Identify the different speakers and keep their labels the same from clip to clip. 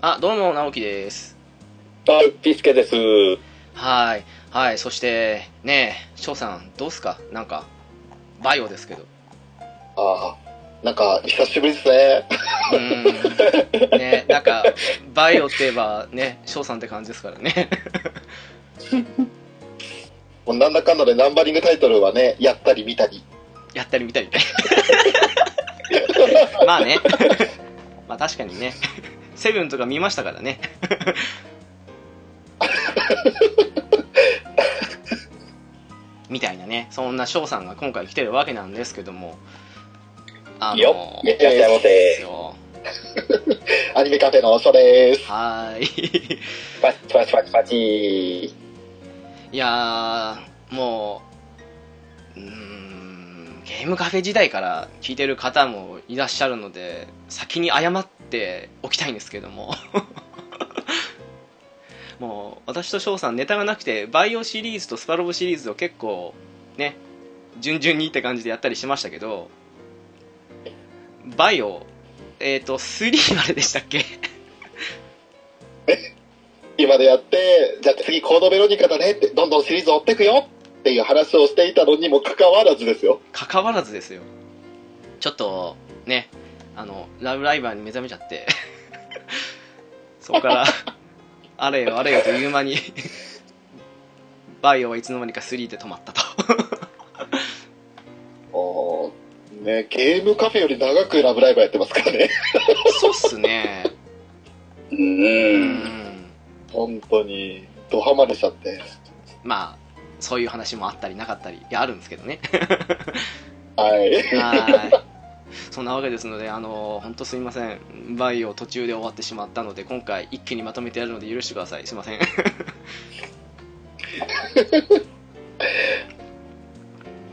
Speaker 1: あ、どうも、直樹です。
Speaker 2: はい、ピスケです。
Speaker 1: はい。はい。そして、ねえ、翔さん、どうすかなんか、バイオですけど。
Speaker 2: ああ、なんか、久しぶりですね。
Speaker 1: うーん。ねなんか、バイオって言えば、ね、翔さんって感じですからね。
Speaker 2: もうなんだかんだでナンバリングタイトルはね、やったり見たり。
Speaker 1: やったり見たりね。まあね。まあ確かにね。セブンとか見ましたからね。みたいなね。そんな翔さんが今回来てるわけなんですけども。あ
Speaker 2: よ
Speaker 1: の、
Speaker 2: っ、いらっしゃいま
Speaker 1: です
Speaker 2: せ。
Speaker 1: よ。
Speaker 2: アニメカフェのおしょです。
Speaker 1: はーい。
Speaker 2: パチパチパチパチ。
Speaker 1: いやー、もう、うーん、ゲームカフェ時代から聞いてる方もいらっしゃるので、先に謝っておきたいんですけども。 もう、私と翔さんネタがなくて、バイオシリーズとスパロボシリーズを結構、ね、順々にって感じでやったりしましたけど、バイオ、えっ、ー、と、3まででしたっけ
Speaker 2: 今でやって、じゃあ次コードベロニカだねって、どんどんシリーズ追ってくよっていう話をしていたのにもかかわらずですよ。
Speaker 1: 関わらずですよちょっとねあのラブライバーに目覚めちゃって そこ からあれよあれよという間にバイオはいつの間にか3で止まったと
Speaker 2: おーね、ゲームカフェより長くラブライブやってますからね。
Speaker 1: そうっすねう
Speaker 2: う。
Speaker 1: んん
Speaker 2: 本当に、ドハマりしちゃって。
Speaker 1: まあそういう話もあったりなかったりいやあるんですけどね
Speaker 2: はい。
Speaker 1: はいそんなわけですのであの本当すいませんバイオ途中で終わってしまったので今回一気にまとめてやるので許してくださいすいません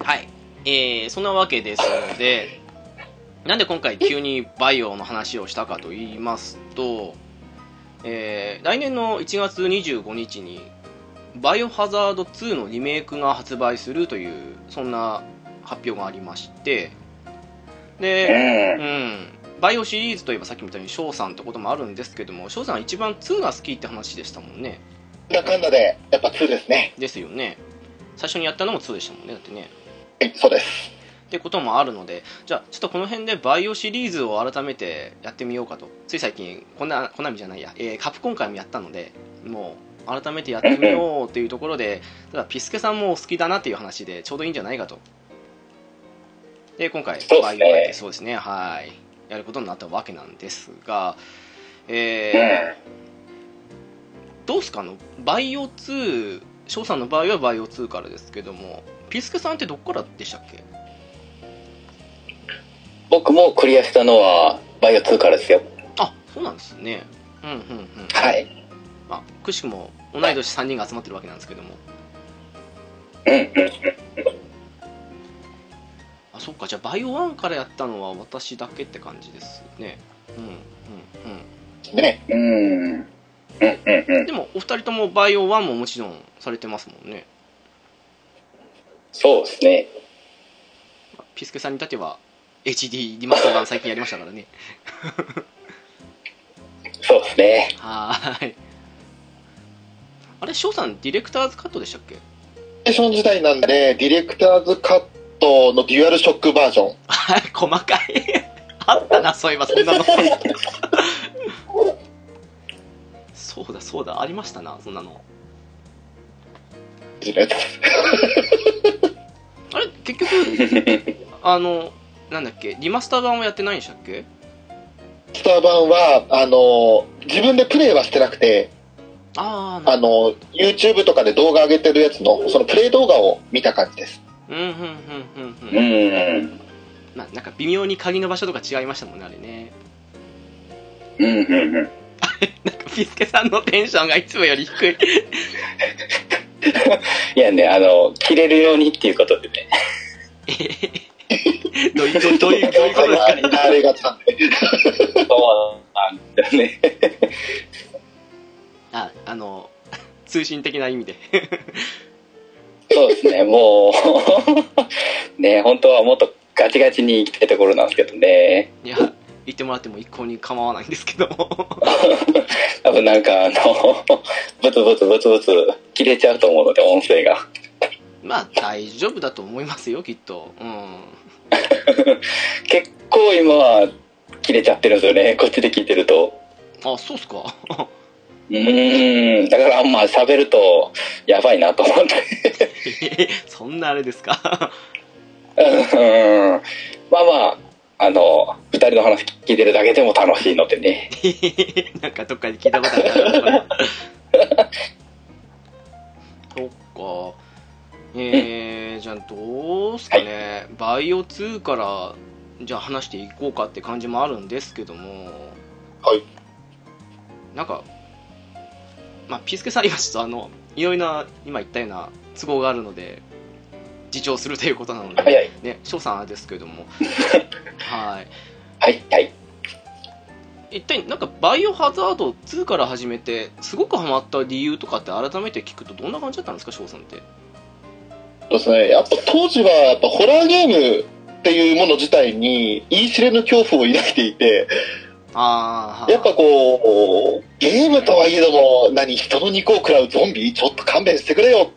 Speaker 1: はい、えー、そんなわけですので、なんで今回急にバイオの話をしたかと言いますと、えー来年の1月25日に、バイオハザード2のリメイクが発売するという、そんな発表がありまして、で、うん、バイオシリーズといえばさっきみたいに翔さんってこともあるんですけども、翔さんは一番2が好きって話でしたもんね。
Speaker 2: なんだかんだで、やっぱ2ですね。
Speaker 1: ですよね。最初にやったのも2でしたもんね、だってね。
Speaker 2: はい、そうです。
Speaker 1: ってこともあるのでじゃあちょっとこの辺でバイオシリーズを改めてやってみようかとつい最近こんなコナミじゃないや、えーカプコン会もやったのでもう改めてやってみようというところでただピスケさんもお好きだなっていう話でちょうどいいんじゃないかとで今回
Speaker 2: そうっすね
Speaker 1: バイオ会ってそうですねはいやることになったわけなんですがえーどうすかあのバイオ2翔さんの場合はバイオ2からですけどもピスケさんってどこからでしたっけ
Speaker 2: 僕もクリアしたのはバイオ2からですよ
Speaker 1: あそうなんですねうんうんうん
Speaker 2: はい
Speaker 1: まあくしくも同い年3人が集まってるわけなんですけども
Speaker 2: うんうん
Speaker 1: あそっかじゃあバイオ1からやったのは私だけって感じですねうんうん
Speaker 2: ねうんうんうんう
Speaker 1: うん
Speaker 2: ん
Speaker 1: でもお二人ともバイオ1ももちろんされてますもんね
Speaker 2: そうですね
Speaker 1: ピスケさんに至っては HD リマスター版最近やりましたからね
Speaker 2: そうですね
Speaker 1: はーいあれ翔さんディレクターズカットでしたっけ
Speaker 2: ステーション時代なんでディレクターズカットのデュアルショックバー ジョン
Speaker 1: はい 細かいあったなそういえばそんなのそうだそうだありましたなそんなのあれ結局あのなんだっけリマスター版をやってないんでしたっけ
Speaker 2: スター版はあの自分でプレイはしてなくて
Speaker 1: ああな
Speaker 2: あの YouTube とかで動画上げてるやつのそのプレイ動画を見た感じです
Speaker 1: うんうんうんうん
Speaker 2: う
Speaker 1: うん
Speaker 2: ん
Speaker 1: まあなんか微妙に鍵の場所とか違いましたもんねあれね
Speaker 2: うんうん
Speaker 1: なんかピスケさんのテンションがいつもより低い
Speaker 3: いやね、あの、切れるようにっていうことでね。
Speaker 1: どう いうどういうどういうことですかね
Speaker 2: あれがちゃんで
Speaker 3: そうなんだね。
Speaker 1: ああの通信的な意味で
Speaker 3: そうですね、も う、ね、本当はもっとガチガチに行きたいところなんですけどね。
Speaker 1: いや言ってもらっても一向に構わないんですけども
Speaker 3: 多分なんかあの、ブツブツブツブツ切れちゃうと思うので、音声が。
Speaker 1: まあ大丈夫だと思いますよきっとうん
Speaker 3: 結構今は切れちゃってるんですよね、こっちで聞いてると。
Speaker 1: あそうっすか
Speaker 3: うーん、だからまあ喋るとやばいなと思って。
Speaker 1: そんなあれですか
Speaker 3: うんまあまあ、あの、二人の話聞いてるだけでも楽しいのでね。
Speaker 1: なんかどっかで聞いたことあるなこれそっかえー、じゃあどうすかね、 バイオ2からじゃあ話していこうかって感じもあるんですけども
Speaker 2: はい
Speaker 1: なんか、まあ、ピースケさん、今ちょっとあの、いろいろな、今言ったような都合があるので、自重するということなので、
Speaker 3: はいはい
Speaker 1: ね、翔さんあれですけれども、はい。
Speaker 3: はい、はい。
Speaker 1: 一体、なんか、バイオハザード2から始めて、すごくハマった理由とかって改めて聞くと、どんな感じだったんですか、翔さんって。
Speaker 2: そうですね。やっぱ当時は、やっぱホラーゲームっていうもの自体に、言い知れぬ恐怖を抱いていて、
Speaker 1: あー、
Speaker 2: やっぱこう、ゲームとはいえども、何、人の肉を食らうゾンビちょっと勘弁してくれよ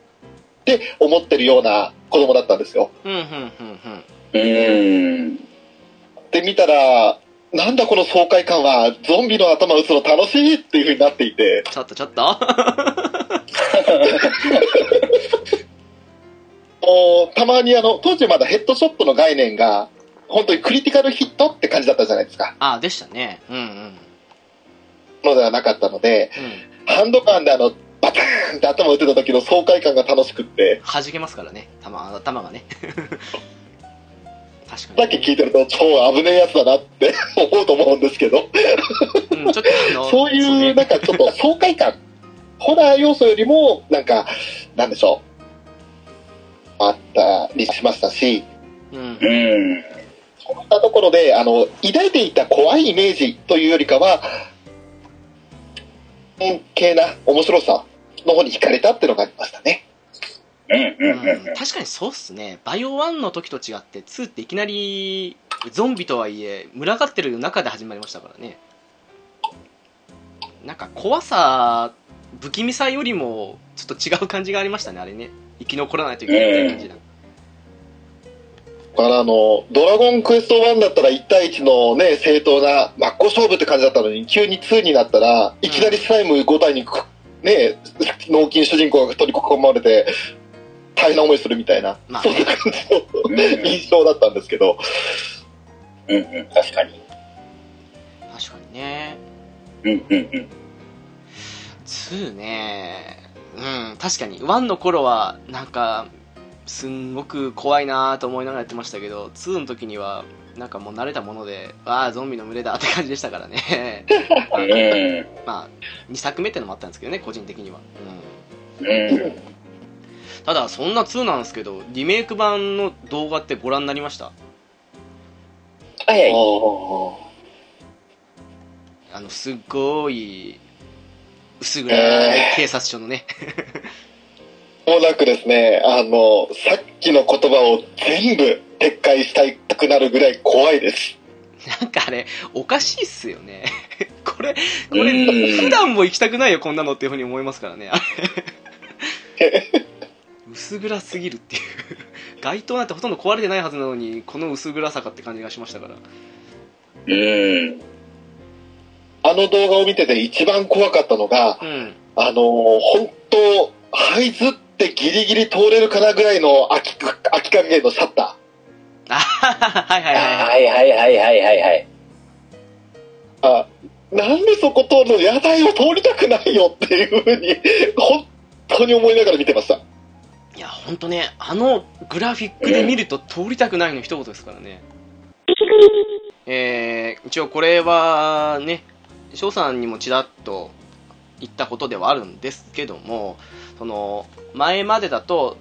Speaker 2: って思ってるような子供だったんですよ。
Speaker 1: うん、うん、うん、うん。
Speaker 3: うーん。
Speaker 2: で、見たら、なんだこの爽快感は、ゾンビの頭打つの楽しいっていう風になっていて、
Speaker 1: ちょっと、ちょっと。
Speaker 2: もうたまにあの、当時まだヘッドショットの概念が、本当にクリティカルヒットって感じだったじゃないですか。
Speaker 1: あー、でしたね。うん、うん。
Speaker 2: のではなかったので、
Speaker 1: うん。
Speaker 2: ハンドガンであの、バターンって頭打てた時の爽快感が楽しくって、
Speaker 1: 弾けますからね、頭、頭が ね。確かに。
Speaker 2: さっき聞いてると超危ねえやつだなって 思うと思うんですけど、
Speaker 1: うん、ちょっとあの
Speaker 2: そうい
Speaker 1: ね
Speaker 2: うなんかちょっと爽快感、ホラー要素よりも、なんか、なんでしょう、あったりしましたし、
Speaker 1: うん
Speaker 3: う、ーん。
Speaker 2: そういったところで、あの、抱いていた怖いイメージというよりかは、うん系な面白さの方に惹かれたっていうのがありましたね。
Speaker 3: うん、うん、うん
Speaker 1: うん。確かにそうっすね。バイオ1の時と違って、2っていきなり、ゾンビとはいえ、群がってる中で始まりましたからね。なんか怖さ、不気味さよりも、ちょっと違う感じがありましたね、あれね。生き残らないといけないみたいな感じだ。
Speaker 2: だからあの、ドラゴンクエスト1だったら1対1のね、正当な真っ向勝負って感じだったのに、急に2になったら、いきなりスライム5体にく、ね、脳筋主人公が取り囲まれて、大変な思いするみたいな、
Speaker 1: まあ
Speaker 2: そ
Speaker 1: ね
Speaker 2: んな感じ
Speaker 3: うん
Speaker 2: の印象だったんですけど、
Speaker 3: うん、うん確かに。
Speaker 1: 確かにね。
Speaker 3: うん、うん、うん。
Speaker 1: 2ねうん確かに1の頃はなんかすんごく怖いなと思いながらやってましたけど2の時にはなんかもう慣れたものでああゾンビの群れだって感じでしたからね
Speaker 3: うん、
Speaker 1: まあ2作目ってのもあったんですけどね個人的には、
Speaker 3: うん。
Speaker 1: うん、ただそんな2なんですけどリメイク版の動画ってご覧になりました
Speaker 3: はい、はい。
Speaker 2: あ
Speaker 1: あのすっごい薄暗い警察署のね、
Speaker 2: ーもうなくですね、あの、さっきの言葉を全部撤回したいたくなるぐらい怖いです。
Speaker 1: なんかあれおかしいっすよね これこ
Speaker 3: う
Speaker 1: れ
Speaker 3: ん
Speaker 1: 普段も行きたくないよこんなのっていうふうに思いますからねあ れ薄暗すぎるっていう街灯なんてほとんど壊れてないはずなのにこの薄暗さかって感じがしましたから
Speaker 3: うん。
Speaker 2: あの動画を見てて一番怖かったのが、
Speaker 1: うん
Speaker 2: あのー本当、ハイズってギリギリ通れるかなぐらいの空き空き加減のシャッタ
Speaker 1: あははははいはいはいは
Speaker 3: はいい、はい、はい、はい、はい、はい。
Speaker 2: ー。あなんでそこ通るの屋台を通りたくないよっていうふうに、本当に思いながら見てました。
Speaker 1: いや本当ねあのグラフィックで見ると通りたくないの一言ですからねえー、一応これはね翔さんにもちらっと言ったことではあるんですけどもその前までだと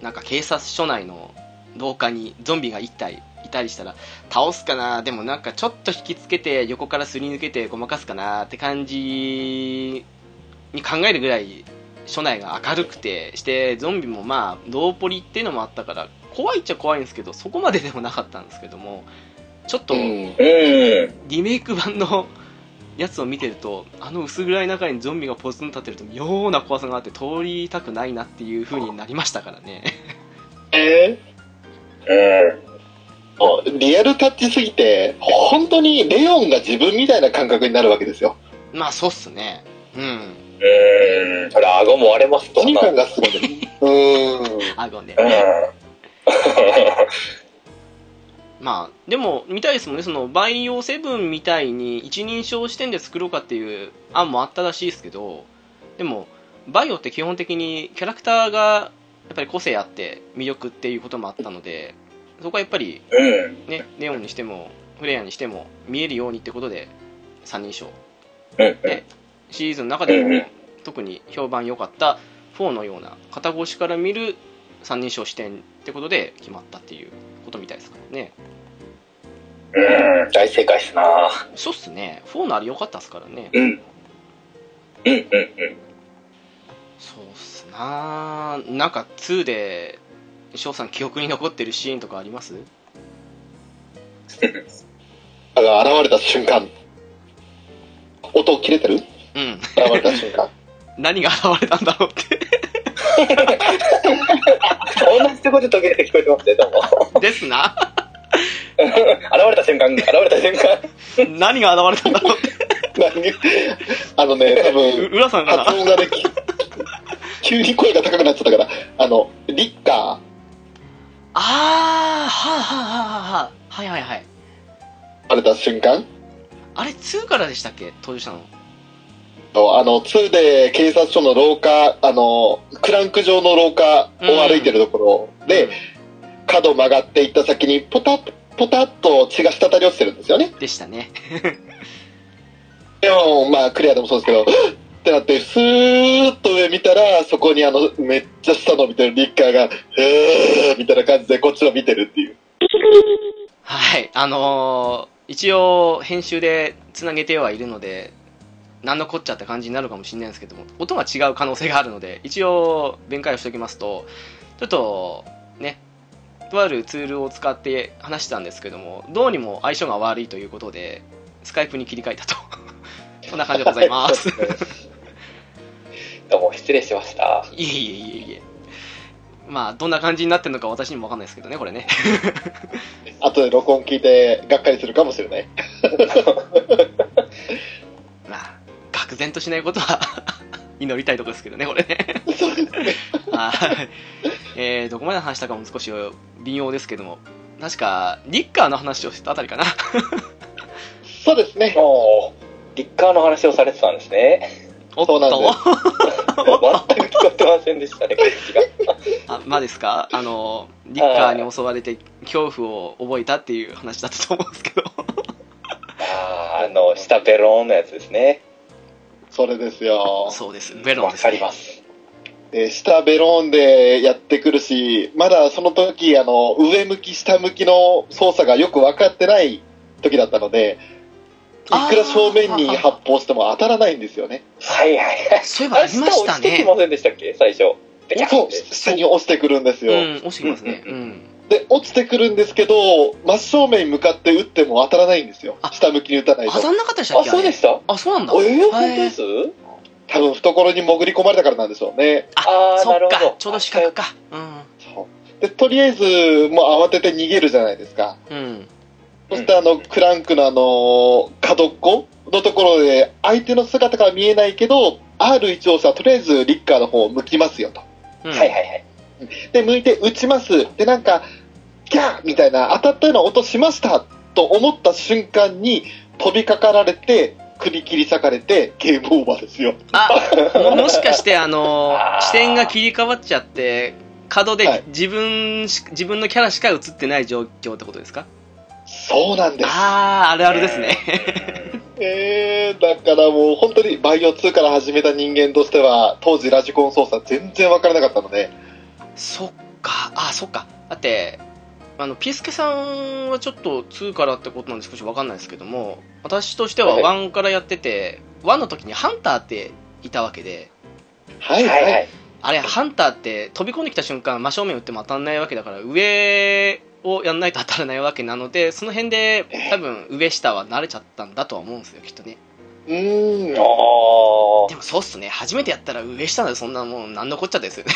Speaker 1: なんか警察署内の廊下にゾンビが1体いたりしたら倒すかなでもなんかちょっと引きつけて横からすり抜けてごまかすかなって感じに考えるぐらい署内が明るくてしてゾンビもまあローポリっていうのもあったから怖いっちゃ怖いんですけどそこまででもなかったんですけどもちょっと
Speaker 2: うん
Speaker 3: うん。
Speaker 1: リメイク版のやつを見てるとあの薄暗い中にゾンビがポツンと立ってると妙な怖さがあって通りたくないなっていう風になりましたからね
Speaker 2: え
Speaker 3: うん。
Speaker 2: ーリアルタッチすぎて、本当にレオンが自分みたいな感覚になるわけですよ。
Speaker 1: まあそうっすねうん
Speaker 3: うん。それ、顎も割れますと
Speaker 2: とにかくがすごいです。うーん。
Speaker 1: あごね
Speaker 3: うん。
Speaker 1: まあでも見たいですもんねそのバイオセブンみたいに一人称視点で作ろうかっていう案もあったらしいですけどでもバイオって基本的にキャラクターがやっぱり個性あって魅力っていうこともあったのでそこはやっぱり
Speaker 3: うん。
Speaker 1: ねレオンにしてもフレアにしても見えるようにってことで三人称
Speaker 3: うん。
Speaker 1: ねシリーズの中で
Speaker 3: うんう
Speaker 1: も
Speaker 3: ん
Speaker 1: 特に評判良かった4のような片越しから見る三人称視点ってことで決まったっていうことみたいですからね
Speaker 3: うん。大正解っすな
Speaker 1: そうっすね、4のあれ良かったっすからね。
Speaker 3: うん。うんうんうん。
Speaker 1: そうっすなー、なんか2で、翔さん、記憶に残ってるシーンとかあります
Speaker 2: だから現れた瞬間。音切れてる
Speaker 1: うん、
Speaker 2: 現れた瞬間。
Speaker 1: 何が現れたんだろうっ
Speaker 3: 同じとこで途切れて聞こえてますね、どうも。
Speaker 1: て、 ですな、
Speaker 3: 現れた瞬間、現れた瞬間。
Speaker 1: 何が現れたんだろうって、
Speaker 2: 何あのね、多分、
Speaker 1: う浦さんか
Speaker 2: 発
Speaker 1: な、
Speaker 2: 音がね、き急に声が高くなっちゃったから、あの、リッカ
Speaker 1: あー、はあ、はあ、はあ、はあ、はいはいはい、
Speaker 2: ー、現れた瞬間、
Speaker 1: あれ、2からでしたっけ、登場したの、
Speaker 2: あの、2で警察署の廊下、あの、クランク上の廊下を歩いてるところで、角曲がっていった先に、ポタッ、ポタッと血が滴り落ちてるんですよね。
Speaker 1: うんでしたね、
Speaker 2: でも、まあ、クリアでもそうですけど、 ってなって、スーッと上見たら、そこにあの、めっちゃ下の見てるリッカーが、へーみたいな感じでこっちを見てるっていう。
Speaker 1: はい、あのー、一応、編集でつなげてはいるので、なんのこっちゃって感じになるかもしれないんですけども、音が違う可能性があるので、一応、弁解をしておきますと、ちょっと、ね、とあるツールを使って話してたんですけども、どうにも相性が悪いということで、スカイプに切り替えたと。 そんな感じでございます。
Speaker 3: どうも、失礼しました。
Speaker 1: いえいえいえいえ。まあ、どんな感じになってるのか私にもわかんないですけどね、これね。
Speaker 2: あとで録音聞いて、がっかりするかもしれない。
Speaker 1: まあ、愕然としないことは 祈りたいとこですけどね、これね。はい。えー、どこまで話したかも少し微妙ですけども、確か、リッカーの話をしたあたりかな。
Speaker 2: そうですね。
Speaker 3: おー、リッカーの話をされてたんですね。
Speaker 1: おっ
Speaker 2: そうなんで
Speaker 1: と、
Speaker 3: 全く聞こえてませんで したね、こっちが。
Speaker 1: あまあですかあの、リッカーに襲われて恐怖を覚えたっていう話だったと思うんですけど。
Speaker 3: あーあの、下ベローンのやつですね。
Speaker 2: それですよ。
Speaker 1: そうです、ベロン
Speaker 3: わ
Speaker 1: です、。
Speaker 3: かりますす。
Speaker 2: で下ベローンでやってくるし、まだその時、あの、上向き、下向きの操作がよく分かってない時だったので、いくら正面に発砲しても当たらないんですよね。
Speaker 3: はいはいはい。
Speaker 1: そういえばありました
Speaker 3: あれ下落ちてき
Speaker 1: ね。
Speaker 3: ませんでしたっけ、最初。で
Speaker 2: そう、下に落ちてくるんです
Speaker 1: う
Speaker 2: よ。
Speaker 1: ん、落ちてきますね。う
Speaker 3: うん
Speaker 1: ん。
Speaker 2: で、落ちてくるんですけど、真正面に向かって撃っても当たらないんですよ
Speaker 1: あ。
Speaker 2: 下向きに撃たない
Speaker 1: 当た
Speaker 2: と。
Speaker 1: んなかったでしたっ
Speaker 3: あ、
Speaker 1: け
Speaker 3: そうで
Speaker 1: あれ
Speaker 3: した。え
Speaker 1: あ、そうなんだ。
Speaker 3: ー、
Speaker 1: は
Speaker 3: 本
Speaker 1: い
Speaker 3: 当です
Speaker 2: 多分懐に潜り込まれたからなんでしょうね。
Speaker 1: あ
Speaker 3: あー
Speaker 1: そ
Speaker 3: な
Speaker 1: っ
Speaker 3: るほ
Speaker 1: か
Speaker 3: ど
Speaker 1: ちょうど四角かうん
Speaker 2: そうで、とりあえず、もう慌てて逃げるじゃないですか。
Speaker 1: うん
Speaker 2: そしてあの、クランクのあの、角っこのところで、相手の姿が見えないけど、R1 をさ、とりあえずリッカーの方を向きますよと。
Speaker 1: うん
Speaker 3: はいはいはい。
Speaker 2: で、向いて撃ちます。で、なんか、ギャーみたいな、当たったような音しましたと思った瞬間に、飛びかかられて、首切り裂かれて、ゲームオーバーですよ。
Speaker 1: あ ももしかしてあの
Speaker 3: あー
Speaker 1: 視点が切り替わっちゃって角
Speaker 2: は
Speaker 1: で
Speaker 2: い
Speaker 1: 自分し、自分のキャラしか映ってない状況ってことですか
Speaker 2: そうなんです。
Speaker 1: あああるあるですね
Speaker 2: えー、だからもう本当にバイオ2から始めた人間としては、当時ラジコン操作全然わからなかったので、
Speaker 1: そっかあそっかだってあのピースケさんはちょっと2からってことなんで少し分かんないですけども私としては
Speaker 3: はい
Speaker 1: 1からやってて1の時にハンターっていたわけで
Speaker 2: はいは。
Speaker 3: はいいはい。
Speaker 1: あれ、ハンターって飛び込んできた瞬間、真正面打っても当たんないわけだから、上をやんないと当たらないわけなのでその辺で多分上下は慣れちゃったんだとは思うんですよきっとね
Speaker 2: うーん。
Speaker 3: あ
Speaker 1: でもそうっすね初めてやったら上下なんてそんなもう何のこっちゃですよね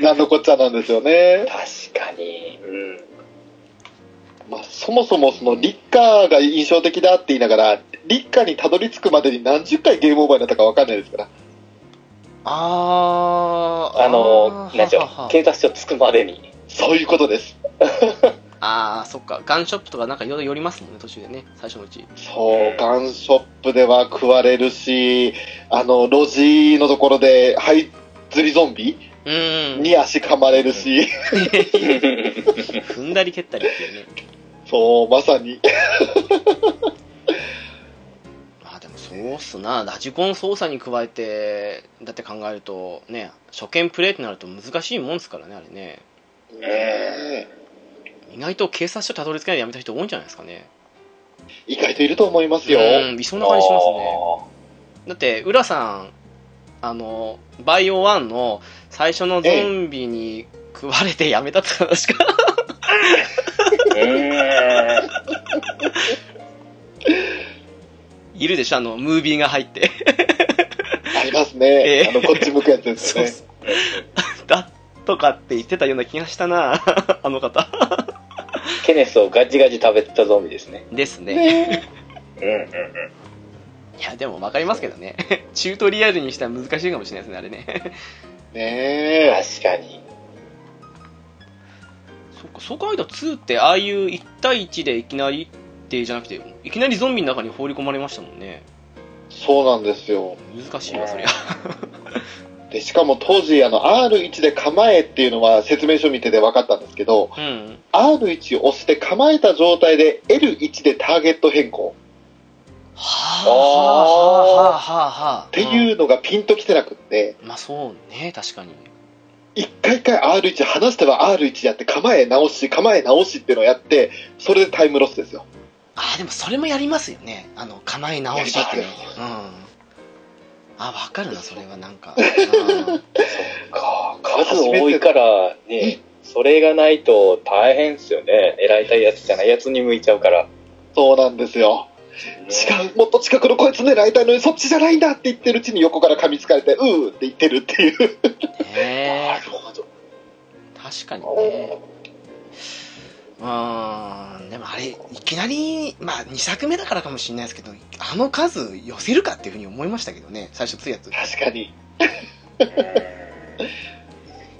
Speaker 2: なんのこっちゃなんですよね。
Speaker 3: あ確かにうん
Speaker 2: まあ、そもそもその立夏が印象的だって言いながら、立夏にたどり着くまでに何十回ゲームオーバーになったかわかんないですから。
Speaker 1: あー
Speaker 3: あの
Speaker 1: ー
Speaker 3: 何でしょ
Speaker 1: はは
Speaker 3: う警察署着くまでに
Speaker 2: そういうことです。
Speaker 1: あーそっかガンショップとかなんかいろいろ寄りますもんね途中でね最初のうち
Speaker 2: そう、ガンショップでは食われるし、あの、路地のところで、はい、釣りゾンビ
Speaker 1: うーん
Speaker 2: に足噛まれるし、
Speaker 1: 踏んだり蹴ったりっていうね
Speaker 2: そう、まさに。
Speaker 1: まあでもそうっすなラジコン操作に加えてだって考えるとね初見プレイってなると難しいもんですからねあれね
Speaker 2: ねえ
Speaker 1: 意外と警察署たどり着けないでやめた人多いんじゃないですかね
Speaker 2: 意外といると思いますよ。
Speaker 1: うんいそうな感じしますねだって浦さんあのバイオワンの最初のゾンビに食われてやめたって話 か
Speaker 3: あーうーん
Speaker 1: いるでしょあのムービーが入って
Speaker 2: ありますね。
Speaker 1: ええ
Speaker 2: あの、こっち向くやつですよ ね。
Speaker 1: そうそうだとかって言ってたような気がしたな あの方
Speaker 3: ケネスをガジガジ食べてたゾンビですね
Speaker 1: ですね
Speaker 2: ね
Speaker 3: うんうんうん
Speaker 1: いやでも分かりますけどね チュートリアルにしたら難しいかもしれないですねあれね
Speaker 2: え。ねえ。
Speaker 3: 確かに
Speaker 1: そうかそう考えたら2ってああいう1対1でいきなりってじゃなくていきなりゾンビの中に放り込まれましたもんね
Speaker 2: そうなんですよ。
Speaker 1: 難しいわそりゃ
Speaker 2: で、しかも当時、あの、R1 で構えっていうのは説明書見てて分かったんですけど、
Speaker 1: うん
Speaker 2: R1 押して構えた状態で L1 でターゲット変更
Speaker 1: はあはあはあはあはあ
Speaker 2: っていうのがピンときてなくって、
Speaker 1: うんまあそうね確かに
Speaker 2: 一回一回 R1 離しては R1 やって構え直し、構え直しっていうのをやって、それでタイムロスですよ。
Speaker 1: ああでもそれもやりますよねあの構え直しっていうの
Speaker 2: やり
Speaker 1: うんあ分かるなそれはなん かうん
Speaker 3: か数多いからねそれがないと大変ですよね狙いたいやつじゃないやつに向いちゃうから
Speaker 2: そうなんですよ。違う、もっと近くのこいつ狙いたいのにそっちじゃないんだって言ってるうちに横から噛みつかれて、うーって言ってるっていう。
Speaker 1: ねえ
Speaker 2: るほど。
Speaker 1: 確かにねうーんでもあれいきなりまあ2作目だからかもしれないですけどあの数寄せるかっていうふうに思いましたけどね最初ついやつ
Speaker 2: 確かに。
Speaker 3: うん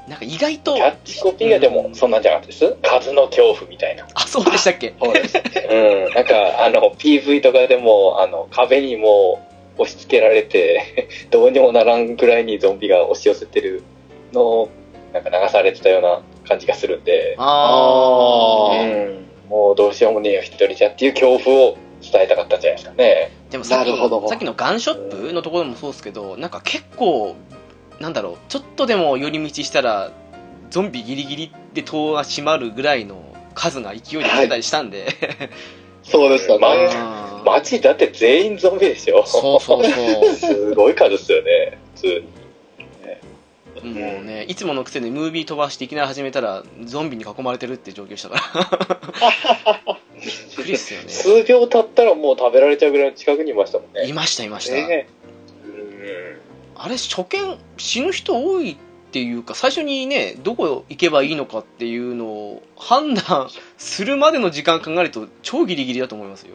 Speaker 1: なんか意外と
Speaker 3: キャッチコピーがでもそんなんじゃなかったです数の恐怖みたいな
Speaker 1: あ そうでしたっけ
Speaker 2: そうです。
Speaker 3: うんなんかあの PV とかでもあの壁にもう押し付けられて どうにもならんぐらいにゾンビが押し寄せてるのをなんか流されてたような感じがするんで
Speaker 1: あ
Speaker 2: あ
Speaker 1: あ
Speaker 3: うんもうどうしようもねえよ一人じゃっていう恐怖を伝えたかったんじゃないですかね
Speaker 1: でもさっき
Speaker 2: なるほ
Speaker 1: の
Speaker 2: ど
Speaker 1: さっきのガンショップのところもそうですけどなんか結構なんだろうちょっとでも寄り道したらゾンビギリギリで戸が閉まるぐらいの数が勢いで出たりしたんで、
Speaker 2: そうでしたね。
Speaker 3: まあ
Speaker 1: うん
Speaker 3: マジだって全員ゾンビでし ょ
Speaker 1: そうそうそう
Speaker 3: すごい数ですよね普通に
Speaker 1: もうね、いつものくせにムービー飛ばしていきなり始めたら、ゾンビに囲まれてるって状況したから。 びっくりっすよね。
Speaker 3: 数秒経ったらもう食べられちゃうぐらいの近くにいましたもんね
Speaker 1: いました、いました。
Speaker 3: ね
Speaker 1: あれ、初見、死ぬ人多いっていうか、最初にね、どこ行けばいいのかっていうのを判断するまでの時間考えると、超ギリギリだと思いますよ。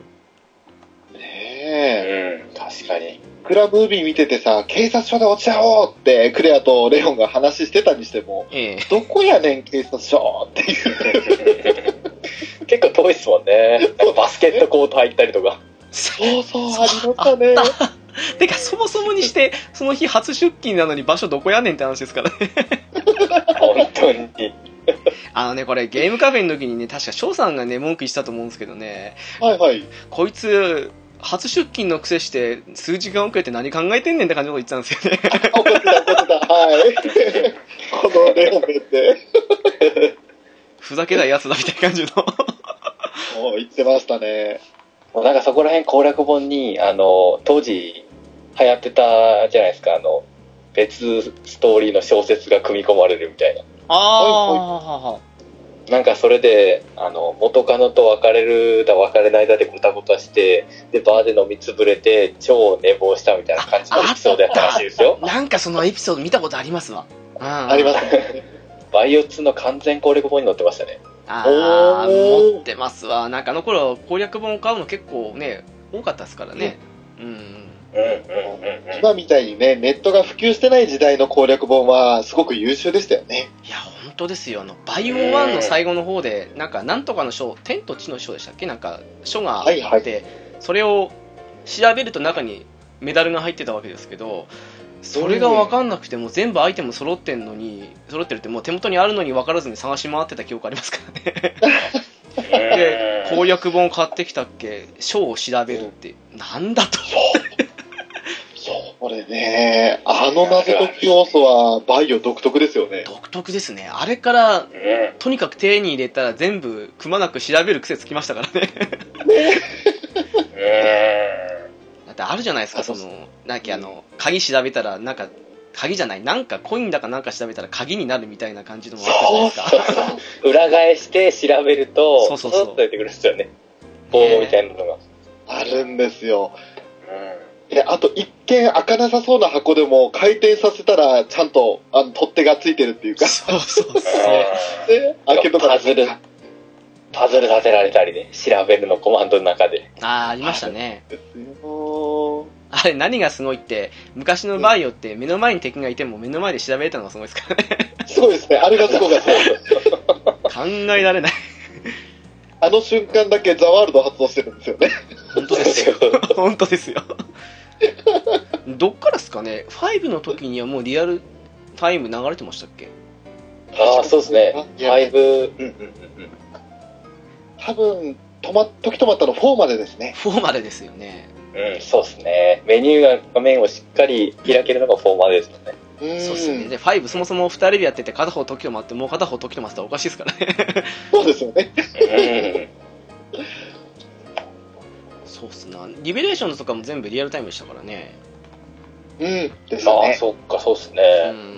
Speaker 3: う
Speaker 2: ねえ。
Speaker 3: ん確かに
Speaker 2: クラブービー見ててさ、警察署で落ち合おうって、クレアとレオンが話してたにしても、
Speaker 1: ええ。
Speaker 2: どこやねん、警察署っていう。
Speaker 3: 結構遠いっすもん ねなんかバスケットコート入ったりとか
Speaker 2: そうそう、ありましたね。
Speaker 1: てか、そもそもにして、その日初出勤なのに場所どこやねんって話ですからね。
Speaker 3: 本当に
Speaker 1: あのね、これ、ゲームカフェの時にね、確か翔さんがね、文句したと思うんですけどね、
Speaker 2: はいはい。
Speaker 1: こいつ、初出勤のくせして、数時間遅れて何考えてんねんって感じのこと言ってたんですよね。
Speaker 2: 怒ってた、怒ってた。はい。 このレオンめって、
Speaker 1: ふざけないやつだみたいな感じの。
Speaker 2: もう言ってましたね。
Speaker 3: もうなんかそこら辺攻略本にあの当時流行ってたじゃないですかあの別ストーリーの小説が組み込まれるみたいな
Speaker 1: ああ、
Speaker 3: なんかそれで、あの、元カノと別れるだ、別れないだでごたごたして、で、バーで飲み潰れて、超寝坊したみたいな感じのエピソードやったらしいですよ。
Speaker 1: なんかそのエピソード見たことありますわ。うん、あ
Speaker 2: ありますね。
Speaker 3: バイオツの完全攻略本に載ってましたね。
Speaker 1: ああ、
Speaker 2: おー
Speaker 1: 持ってますわ。なんかあの頃、攻略本を買うの結構ね、多かったですからね。うん。
Speaker 3: うんうんうんうん。
Speaker 2: 今みたいにね、ネットが普及してない時代の攻略本は、すごく優秀でしたよね。
Speaker 1: いや、本当ですよ。あの、バイオ1の最後の方で、なんか、なんとかの書、天と地の書でしたっけなんか、書があって、
Speaker 2: はいはい
Speaker 1: それを調べると中にメダルが入ってたわけですけど、それが分かんなくても、全部アイテム揃ってんのに、揃ってるって、もう手元にあるのに分からずに探し回ってた記憶ありますからね。で攻略本を買ってきたっけ賞を調べるって、なんだと
Speaker 2: これね、あの謎解き要素は、バイオ独特ですよね。
Speaker 1: 独特ですねあれから
Speaker 3: うん
Speaker 1: とにかく手に入れたら全部くまなく調べる癖つきましたからね
Speaker 3: う
Speaker 1: だってあるじゃないですか
Speaker 2: あそ
Speaker 1: そう
Speaker 2: そう
Speaker 1: のなんかあの鍵調べたらなんか鍵じゃないなんかコインだかなんか調べたら鍵になるみたいな感じのもあったじゃないですか
Speaker 3: ん裏返して調べると、
Speaker 1: そうそうそう
Speaker 3: そっと出てくるんですよね。棒みたいなのが。
Speaker 2: あるんですよ。え、あと、一見開かなさそうな箱でも、回転させたら、ちゃんと、あの、取っ手がついてるっていう か、
Speaker 1: そうそうそう
Speaker 2: で、開けとか
Speaker 3: パズル、パズル立てられたりね、調べるのコマンドの中で。
Speaker 1: ああありましたね
Speaker 2: ですよ。
Speaker 1: あれ何がすごいって昔のバイオって目の前に敵がいても目の前で調べれたのがすごいですからね
Speaker 2: すごいですね。あれがすごかった。
Speaker 1: 考えられない
Speaker 2: あの瞬間だけザワールド発動してるんですよね。
Speaker 1: 本当ですよ 本当ですよどっからですかね5の時にはもうリアルタイム流れてましたっけ
Speaker 3: ああ、そうですね。
Speaker 2: いや
Speaker 3: ファイブ、うんうんうんうん。
Speaker 2: 多分、止ま、時止まったの4までですね。
Speaker 1: 4までですよね
Speaker 3: うん、そうですね。メニューが画面をしっかり開けるのがフォーマルですもんね。
Speaker 2: うーん。
Speaker 1: そうですよねで5そもそも2人でやってて片方時止まってもう片方時止まってたらおかしいですからね
Speaker 2: そうですよね。
Speaker 1: そうっすなリベレーションズとかも全部リアルタイムでしたからね
Speaker 2: うん。ですよ
Speaker 3: ああ、
Speaker 2: ね。
Speaker 3: そっか、そうです
Speaker 1: う
Speaker 3: ね。
Speaker 1: ん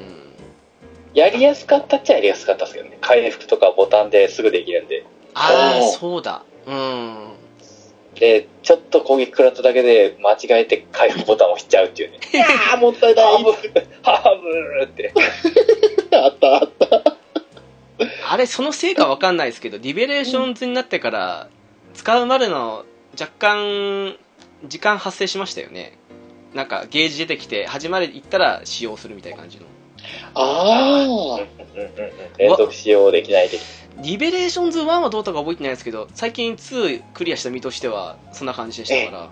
Speaker 3: やりやすかったっちゃやりやすかったですけどね。回復とかボタンですぐできるんで。
Speaker 1: ああ
Speaker 2: おー
Speaker 1: そうだうん
Speaker 3: で、ちょっと攻撃食らっただけで間違えて回復ボタンを押しちゃうっていうね。
Speaker 2: いやー、もったいない。
Speaker 3: ハブハブーって。
Speaker 2: あった、あった。
Speaker 1: あれそのせいかわかんないですけどリベレーションズになってから使うまでの若干時間発生しましたよねなんかゲージ出てきて始まで行ったら使用するみたいな感じの
Speaker 2: あ
Speaker 3: うんうんうん連続使用できないでき
Speaker 1: リベレーションズ1はどうとか覚えてないですけど最近2クリアした身としてはそんな感じでしたから
Speaker 2: あ。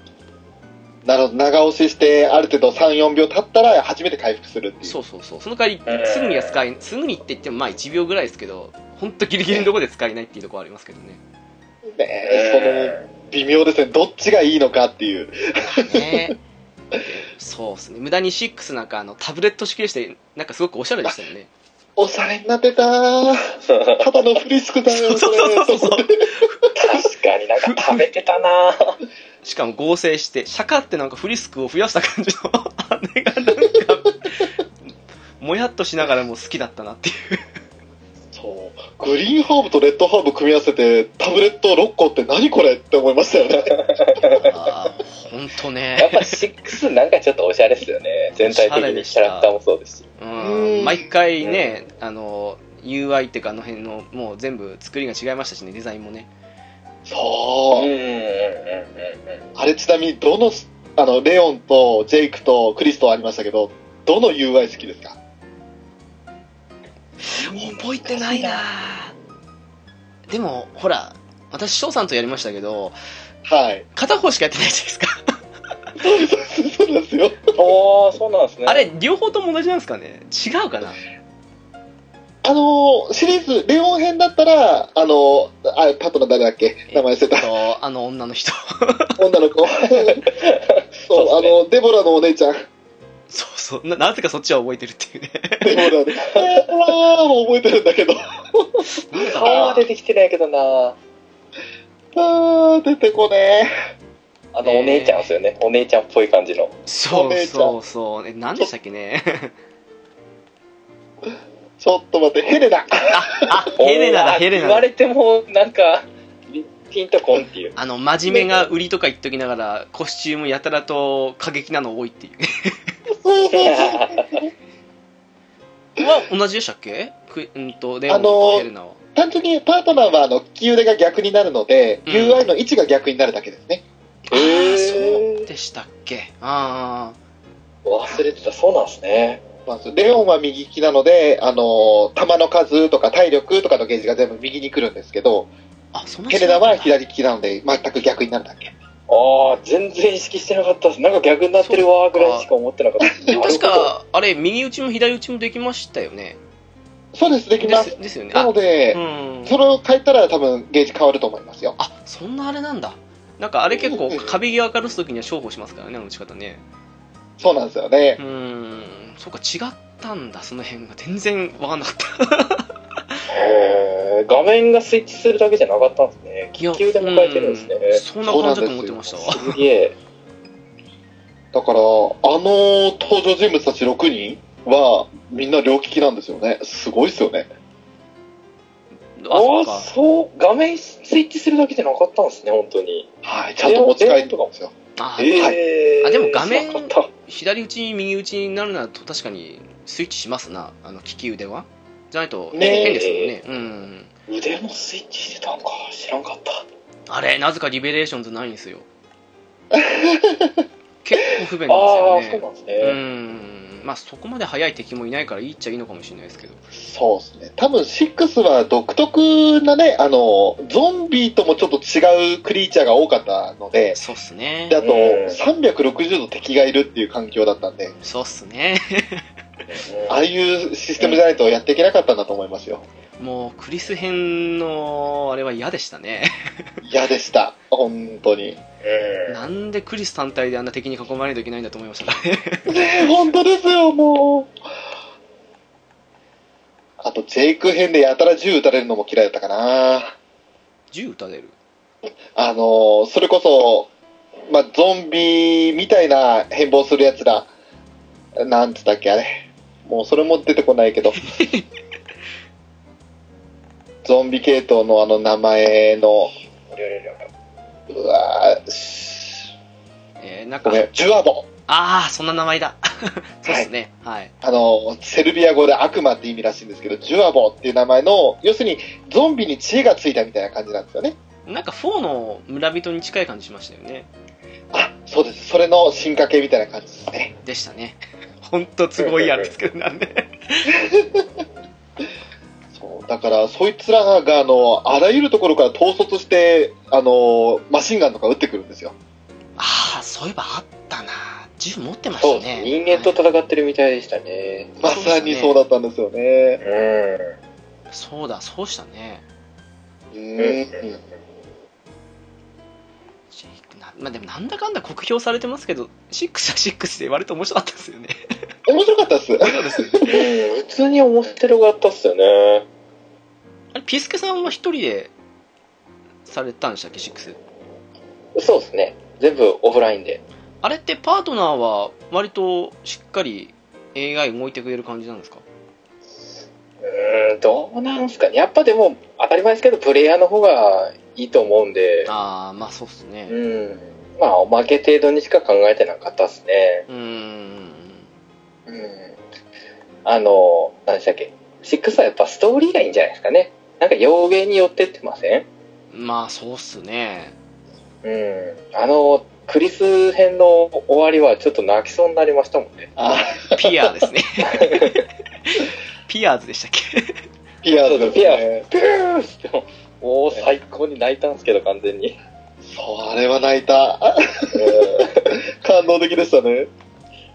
Speaker 2: なるほど。長押しして、ある程度3、4秒経ったら、初めて回復するっていう。
Speaker 1: そうそうそうその代わ
Speaker 3: え
Speaker 1: り
Speaker 3: ー
Speaker 1: すぐには使えすぐにって言ってもまあ1秒ぐらいですけど本当ギリギリのとこで使えないっていうところはありますけどね
Speaker 2: ねえ、その、微妙ですね。どっちがいいのかっていう。
Speaker 1: ね そうですね無駄に6なんかあのタブレット式でしてなんかすごくおしゃれでしたよね
Speaker 2: おしゃれになってたー。ただのフリスクだよ、
Speaker 1: そうそうそうそう
Speaker 2: これ
Speaker 3: 確かになんか食べてた なぁ。
Speaker 1: しかも合成してシャカってなんかフリスクを増やした感じの あれがなんかもやっとしながらも好きだったなっていう
Speaker 2: そう。グリーンハーブとレッドハーブ組み合わせて、タブレット6個って何これって思いましたよね。
Speaker 1: あ本当
Speaker 3: やっ
Speaker 1: ね
Speaker 3: ぱ6なんかちょっとおしゃれですよね。全体的にキャラクターもそうですし。
Speaker 1: うん
Speaker 2: うん
Speaker 1: 毎回ね、あの UI っていうかあの辺のもう全部作りが違いましたしねデザインもね
Speaker 2: そう。
Speaker 3: うんうんうんうんうん。
Speaker 2: あれちなみにどのあのレオンとジェイクとクリスとありましたけどどの UI 好きですか
Speaker 1: 覚えてないなでもほら私翔さんとやりましたけど
Speaker 2: はい
Speaker 1: 片方しかやってないじゃないですか
Speaker 2: そうなんですよ
Speaker 3: おー、そうなんですね。
Speaker 1: あれ両方とも同じなんですかね違うかな
Speaker 2: あのーシリーズレオン編だったらあのーあパッとの誰だっけ名前捨て
Speaker 1: えったとあの女の人
Speaker 2: 女の子そう
Speaker 3: そうっすね
Speaker 2: あのデボラのお姉ちゃん
Speaker 1: そうそうななぜかそっちは覚えてるっていうね
Speaker 2: デボラでデボラも覚えてるんだけど
Speaker 1: なんだ
Speaker 3: 顔は
Speaker 1: ろう
Speaker 3: 出てきてないけどなぁ。
Speaker 2: あー出てこね
Speaker 3: あのお姉ちゃんですよね。お姉ちゃんっぽい感じの。
Speaker 1: そ
Speaker 2: お
Speaker 1: う
Speaker 2: 姉ちゃん
Speaker 1: そうそうえ何でしたっけね
Speaker 2: えちょっと待って、ヘレ ナ
Speaker 1: あ、ヘレナだ、ヘレナ
Speaker 3: 言わ
Speaker 1: だ。
Speaker 3: れても、なんか、ピピンとこんっていう。
Speaker 1: あの、真面目が売りとか言っときながら、コスチュームやたらと過激なの多いっていう。
Speaker 2: そうそうそう。
Speaker 1: 同じでしたっけくうんと、レ
Speaker 2: あ
Speaker 1: オン
Speaker 2: の
Speaker 1: と
Speaker 2: ー
Speaker 1: ヘレナは。
Speaker 2: 単純にパートナーはあの利き腕が逆になるので、
Speaker 1: うん
Speaker 2: UI の位置が逆になるだけですね。
Speaker 1: あー
Speaker 3: へー
Speaker 1: そうでしたっけあ
Speaker 3: 忘れてた、そうなんですね。
Speaker 2: まずレオンは右利きなので、あの弾の数とか体力とかのゲージが全部右に来るんですけど、
Speaker 1: あ、あ、そんな
Speaker 2: ヘレナは左利きなので、全く逆になるだけ。
Speaker 3: ああ、全然意識してなかったです。なんか逆になってるわーぐらいしか思ってなかった。
Speaker 1: 確
Speaker 3: なるほど、
Speaker 1: か、あれ、右打ちも左打ちもできましたよね。
Speaker 2: そうです、でき
Speaker 1: で
Speaker 2: ます。
Speaker 1: すですよね。
Speaker 2: な
Speaker 1: あ
Speaker 2: の、で、
Speaker 1: うん。
Speaker 2: それを変えたら多分ゲージ変わると思いますよ。
Speaker 1: あ、そんなあれなんだ。なんかあれ結構、壁際から打つときには勝負しますからね、あの打ち方ね。
Speaker 2: そうなんですよね
Speaker 1: う。ーん、そっか、違ったんだ、その辺が。全然わかんなか った。
Speaker 3: へー画面がスイッチするだけじゃなかったんですね。
Speaker 1: いや
Speaker 3: 気球でも変えてるんです
Speaker 1: うそ
Speaker 3: ね。
Speaker 1: んな感じだと思ってましたわ。
Speaker 3: すげえ。
Speaker 2: だから、あの登場人物たち6人は、みんな両利きなんですよね。すごいですよね。
Speaker 1: あ、そ
Speaker 3: あ
Speaker 1: っ
Speaker 3: あ、
Speaker 1: か。
Speaker 3: そう、画面スイッチするだけじゃなかったんですね、本当に。
Speaker 2: はい、ちゃんと持ち帰ってたんですよ。
Speaker 1: あ
Speaker 3: ええ
Speaker 1: あでも画面
Speaker 3: 知らなかっ
Speaker 1: 左打ち、右打ちになるならと確かにスイッチしますな、あの利き腕は。じゃないと
Speaker 2: ねえ
Speaker 1: 変ですもんね。うん。
Speaker 3: た腕もスイッチしてたんか、知らんかった。
Speaker 1: あれ、なぜかリベレーションズないん ですよ。結構不便なん
Speaker 3: ああ、
Speaker 1: です
Speaker 3: そ
Speaker 1: よね。
Speaker 3: うなんです
Speaker 1: う
Speaker 3: ね。
Speaker 1: ん。まあそこまで速い敵もいないからいいっちゃいいのかもしれないですけど。
Speaker 2: そうですね。多分6は独特なね、あの、ゾンビともちょっと違うクリーチャーが多かったので、
Speaker 1: そうっすね
Speaker 2: で。あと、
Speaker 3: うん
Speaker 2: 360度敵がいるっていう環境だったんで、
Speaker 1: そうっすね。
Speaker 2: ああいうシステムじゃないとやっていけなかったんだと思いますよ。
Speaker 1: もうクリス編のあれは嫌でしたね。
Speaker 2: 嫌でした。本当に。
Speaker 3: うん
Speaker 1: なんでクリス単体であんな敵に囲まれないといけないんだと思いましたからね。
Speaker 2: ねえ本当ですよ、もう。あと、ジェイク編でやたら銃撃たれるのも嫌いだったかな。
Speaker 1: 銃撃たれる。
Speaker 2: あのーそれこそ、まあ、ゾンビみたいな変貌するやつら、なんつったっけ、あれ。もうそれも出てこないけ ど。ゾンビ系統のあの名前の、うわーし
Speaker 1: えー、なんか
Speaker 2: ごめん、ジュアボ。
Speaker 1: ああ、そんな名前だ。 そうですね。はい。
Speaker 2: あの、セルビア語で悪魔って意味らしいんですけど、ジュアボっていう名前の、要するにゾンビに知恵がついたみたいな感じなんですよね。
Speaker 1: なんか4の村人に近い感じしましたよね。
Speaker 2: あ、そうです。それの進化系みたいな感じですね。
Speaker 1: でしたね。 ほんと都合いいあれですけど、なんで。
Speaker 2: そう、だから、そいつらが、あの、あらゆるところから統率して、あの、マシンガンとか撃ってくるんですよ。
Speaker 1: ああ、そういえばあったな。銃持ってま
Speaker 3: そ
Speaker 1: し
Speaker 3: う
Speaker 1: た
Speaker 3: です
Speaker 1: ね。
Speaker 3: ね。人間と
Speaker 1: はい
Speaker 3: 戦ってるみたいでしたね。
Speaker 2: まさにそうだったんですよね。
Speaker 3: う。
Speaker 1: そうだ、そうしたね。
Speaker 2: うんん。
Speaker 1: ジェイクなまあでもなんだかんだ酷評されてますけど、6は6で割と面白かったですよね。
Speaker 2: 面白かったっす。
Speaker 1: そうですね。
Speaker 3: 普通に面白かったっすよね。
Speaker 1: あれ、ピスケさんは一人でされたんでしたっけ、6。
Speaker 3: そうですね。全部オフラインで。
Speaker 1: あれってパートナーは割としっかり AI 動いてくれる感じなんですか
Speaker 3: うーん、どうなんすかね。やっぱでも、当たり前ですけど、プレイヤーの方がいいと思うんで、
Speaker 1: ああ、まあそうっすね。
Speaker 3: うん。まあ、おまけ程度にしか考えてなかったっすね。
Speaker 1: うーん
Speaker 3: うん。あの、何でしたっけ。6はやっぱストーリーがいいんじゃないですかね。なんか、洋芸に寄ってってません
Speaker 1: まあそうっすね
Speaker 3: うん。あの、クリス編の終わりはちょっと泣きそうになりましたもんね。
Speaker 2: あ、
Speaker 1: ピアー ですねピアーズでしたっけ
Speaker 2: ピアーズです
Speaker 3: ピア
Speaker 2: ね。
Speaker 3: ピューってもう、もう最高に泣いたんですけど、完全に。
Speaker 2: そう、あれは泣いた。あ 感動的でしたね。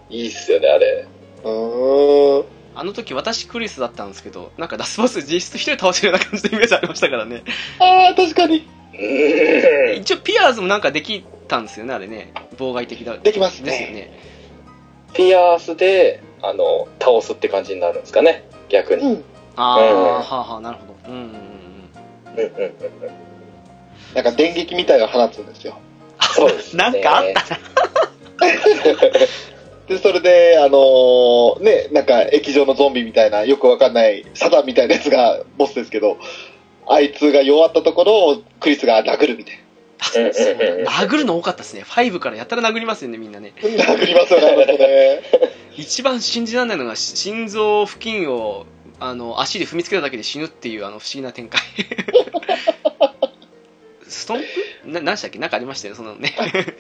Speaker 3: いいっすよね、あれ。
Speaker 2: うーん。
Speaker 1: あの時私クリスだったんですけどなんかラスボス実質一人倒してるような感じのイメージありましたからね
Speaker 2: ああ、確かに。
Speaker 3: うん。
Speaker 1: 一応ピアーズもなんかできたんですよねあれね妨害的だ
Speaker 2: できます
Speaker 1: ですよ
Speaker 2: ね。
Speaker 1: ね
Speaker 3: ピアースで、あの、倒すって感じになるんですかね、逆に。
Speaker 2: うん。
Speaker 1: ああ、
Speaker 3: うん
Speaker 1: はあはあなるほどうんうんうん
Speaker 3: うんうんうん。
Speaker 2: なんか電撃みたいなの放つんですよ。
Speaker 3: そうです、
Speaker 1: なんかあった
Speaker 2: で、それで、あのーね、なんか液状のゾンビみたいな、よくわかんない、サダンみたいなやつがボスですけど、あいつが弱ったところをクリスが殴るみたい
Speaker 3: うんうんうんうん
Speaker 1: 殴るの多かったですね。5からやたら殴りますよね、みんなね。
Speaker 2: な。殴りますよね、あの人ね。
Speaker 1: 一番信じられないのが、し心臓付近を、あの、足で踏みつけただけで死ぬっていう、あの、不思議な展開。 ストンプな、何でしたっけなんかありましたよね、そのね。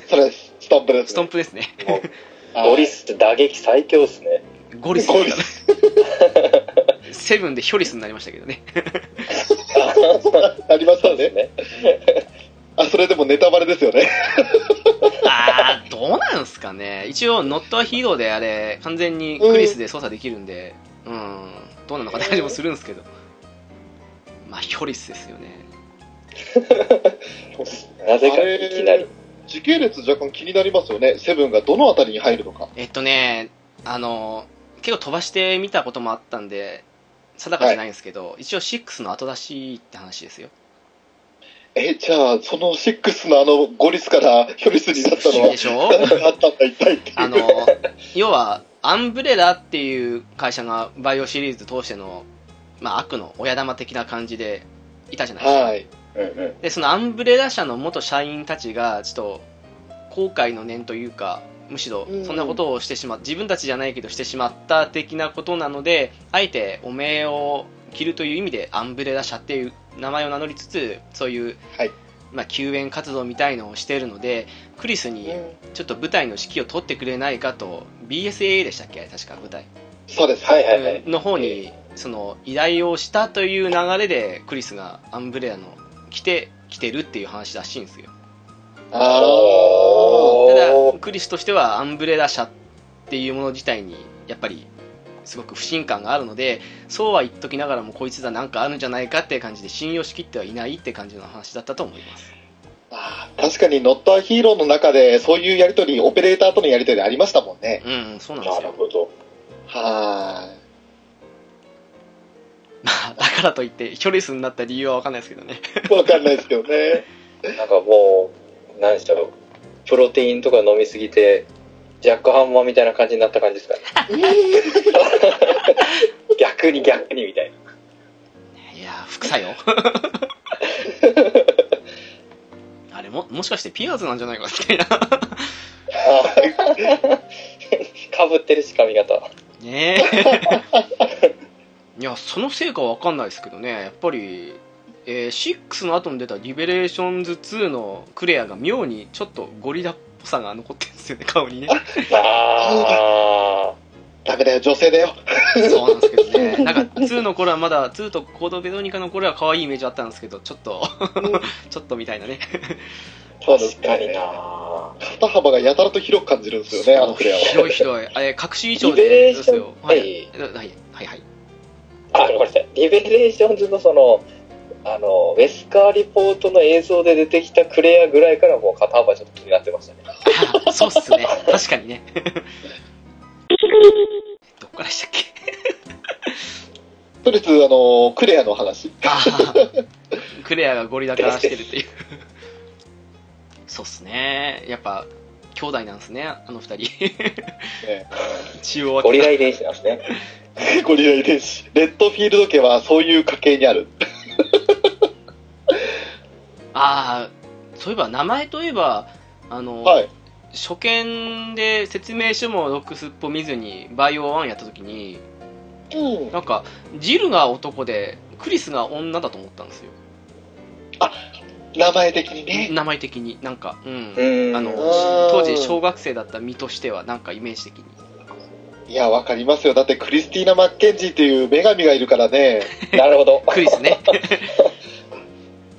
Speaker 2: それです。ストンプです、ね。
Speaker 1: ストンプですね。
Speaker 3: もう
Speaker 2: はい
Speaker 3: ゴリスって打撃最強ですね。
Speaker 1: ゴリス。
Speaker 2: ゴリ
Speaker 1: セブンでヒョリスになりましたけどね。
Speaker 3: あ
Speaker 2: ありました
Speaker 3: そうで
Speaker 2: ね
Speaker 3: す。ね。
Speaker 2: あ、それでもネタバレですよね。
Speaker 1: あー、どうなんすかね。一応、ノットアヒーローであれ、完全にクリスで操作できるんで、うん、どうなのかな感じもするんですけど。まあ、ヒョリスですよね。
Speaker 3: なぜかいきな
Speaker 2: あ
Speaker 3: り
Speaker 2: れ。時系列若干気になりますよね。セブンがどのあたりに入るのか。
Speaker 1: えっとね、あの、結構飛ばして見たこともあったんで、定かじゃないんですけど、一応6の後出しって話ですよ。
Speaker 2: え、じゃあ、その6のあのゴリスからヒョリスになったのは
Speaker 1: で、しょ
Speaker 2: 何があったんだ、一体って。
Speaker 1: あの、要は、アンブレラっていう会社がバイオシリーズ通しての、まあ、悪の親玉的な感じでいたじゃないですか。
Speaker 2: はい。
Speaker 3: うんうん。
Speaker 1: で、そのアンブレラ社の元社員たちが、ちょっと、後悔の念というか、むしろ
Speaker 2: うん、
Speaker 1: そんなことをしてしまっ自分たちじゃないけどしてしまった的なことなので、あえてお名を着るという意味で、アンブレラ社っていう名前を名乗りつつ、そういう、
Speaker 2: はい
Speaker 1: まあ、救援活動みたいのをしているので、クリスに、ちょっと舞台の指揮を取ってくれないかと BSAA でしたっけ確か舞台
Speaker 2: そうです。
Speaker 3: はいはいはい。
Speaker 1: の方にその依頼をしたという流れでクリスがアンブレラの来て来てるっていう話らしいんですよ
Speaker 2: あ
Speaker 3: お
Speaker 2: ー
Speaker 3: ー
Speaker 1: ただクリスとしてはアンブレラ社っていうもの自体にやっぱりすごく不信感があるのでそうは言っときながらもこいつだなんかあるんじゃないかって感じで信用しきってはいないって感じの話だったと思います
Speaker 2: あー確かにノットアヒーローの中でそういうやりとりオペレーターとのやりとりありましたもんね
Speaker 1: うんそうなんで
Speaker 3: な
Speaker 1: す
Speaker 3: る
Speaker 1: よ
Speaker 3: ほど。
Speaker 2: は
Speaker 1: まあだからといってヒョリスになった理由は分かんないですけどね
Speaker 2: ーいわかんないですけど ね
Speaker 3: なんかもう、なんでしょう。プロテインとか飲みすぎて、ジャックハンマーみたいな感じになった感じですかね。 逆に逆にみたいな。
Speaker 1: いやー副作用あれももしかしてピアーズなんじゃないかみたいな
Speaker 3: かぶってるし髪型。
Speaker 1: ねえいやそのせいかわかんないですけどねやっぱり、えー6の後に出た「リベレーションズ2」のクレアが妙にちょっとゴリラっぽさが残ってるんですよね顔にね
Speaker 3: あ
Speaker 2: ダメだよ女性だよ
Speaker 1: そうなんですけどねなんか2の頃はまだ2とコードベロニカの頃は可愛いイメージあったんですけどちょっと ちょっとみたいなね
Speaker 2: そうです
Speaker 3: 確かにな
Speaker 2: 肩幅がやたらと広く感じるんですよねあのプレア
Speaker 1: ひ
Speaker 2: は
Speaker 1: どいひどいあれ隠し以上
Speaker 3: リベ
Speaker 1: で
Speaker 3: レー
Speaker 1: で
Speaker 3: シ
Speaker 1: す
Speaker 3: ョン
Speaker 1: よはい
Speaker 3: は
Speaker 1: はいはいはい
Speaker 3: あ、ごめんなさい。リベレーションズのその、あの、ウェスカーリポートの映像で出てきたクレアぐらいからもう肩幅ちょっと気になってましたね。
Speaker 1: あそうっすね。確かにね。どっからでしたっけ
Speaker 2: とりあえずあのクレアの話
Speaker 1: あークレアがゴリラ化してるっていう。そうっすね。やっぱ、兄弟なんですね、あの二人。
Speaker 2: ね
Speaker 1: 中央は
Speaker 3: ゴリラ遺伝子なんですね。
Speaker 2: ゴリラ遺伝子レッドフィールド家はそういう家系にある
Speaker 1: ああ、そういえば、名前といえば、あの、
Speaker 2: はい
Speaker 1: 初見で説明書もロックスっぽ見ずに、バイオワンやった時に、
Speaker 2: うん
Speaker 1: なんか、ジルが男で、クリスが女だと思ったんですよ。
Speaker 2: 名前的にね
Speaker 1: 名前的になんか、うん。
Speaker 3: うん。
Speaker 1: あの
Speaker 2: あー
Speaker 1: 当時小学生だった身としてはなんかイメージ 的に
Speaker 2: いやわかりますよだってクリスティーナ・マッケンジーっていう女神がいるからね
Speaker 3: なるほど。
Speaker 1: クリスね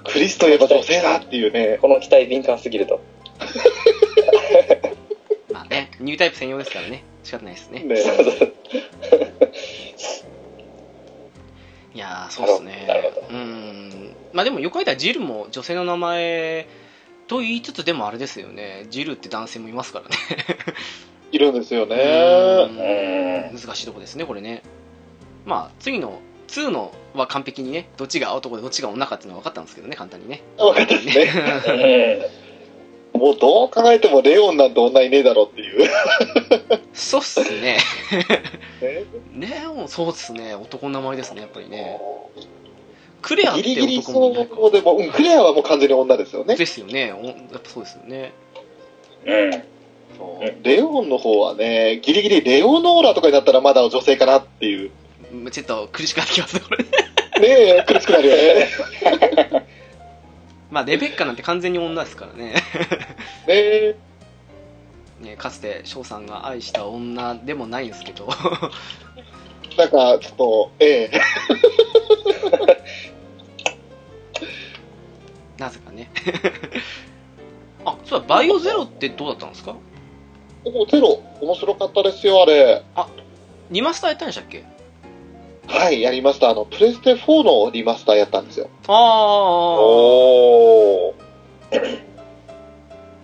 Speaker 2: クリスといえば女性だっていうね
Speaker 3: この期待敏感すぎると。
Speaker 1: まあねニュータイプ専用ですからね仕方ないですね
Speaker 2: ね
Speaker 1: いやーそうですね
Speaker 3: なるほど
Speaker 1: うんまあでもよく考えたらジルも女性の名前と言いつつでもあれですよねジルって男性もいますからね
Speaker 2: いるんですよね
Speaker 1: うん難しいとこですねこれねまあ次の2のは完璧にね どっちが男でどっちが女かっていうのは分かったんですけどね簡単にね
Speaker 2: あ分かったですね
Speaker 3: うん
Speaker 2: もうどう考えてもレオンなんて女いねえだろっていう。
Speaker 1: そうっすね。
Speaker 2: ね
Speaker 1: レオン、そうっすね。男の名前ですね、やっぱりね。クレアっ
Speaker 2: ギリ
Speaker 1: て
Speaker 2: ギリ
Speaker 1: 男もい
Speaker 2: そ
Speaker 1: ないか。
Speaker 2: うでも、うん、クレアはもう完全に女ですよね。
Speaker 1: ですよね。おやっぱそうですよね。
Speaker 3: うん。
Speaker 1: そう
Speaker 2: レオンの方はね、ギリギリレオノーラとかになったらまだ女性かなっていう。
Speaker 1: ちょっと苦しくなってきますね、これ。
Speaker 2: ねえ、苦しくな るよね。
Speaker 1: まあ、レベッカなんて完全に女ですからね。
Speaker 2: ねえ、
Speaker 1: ねかつて翔さんが愛した女でもないんですけど。
Speaker 2: なんか、ちょっと、ええ。
Speaker 1: なぜか ね。あ、そうだ、バイオゼロってどうだったんですか
Speaker 2: もうゼロ、面白かったですよ、あれ。
Speaker 1: リマスターやったんでしたっけ
Speaker 2: はい、やりました。あの、プレステ4のリマスターやったんですよ。
Speaker 1: ああ、
Speaker 3: おー。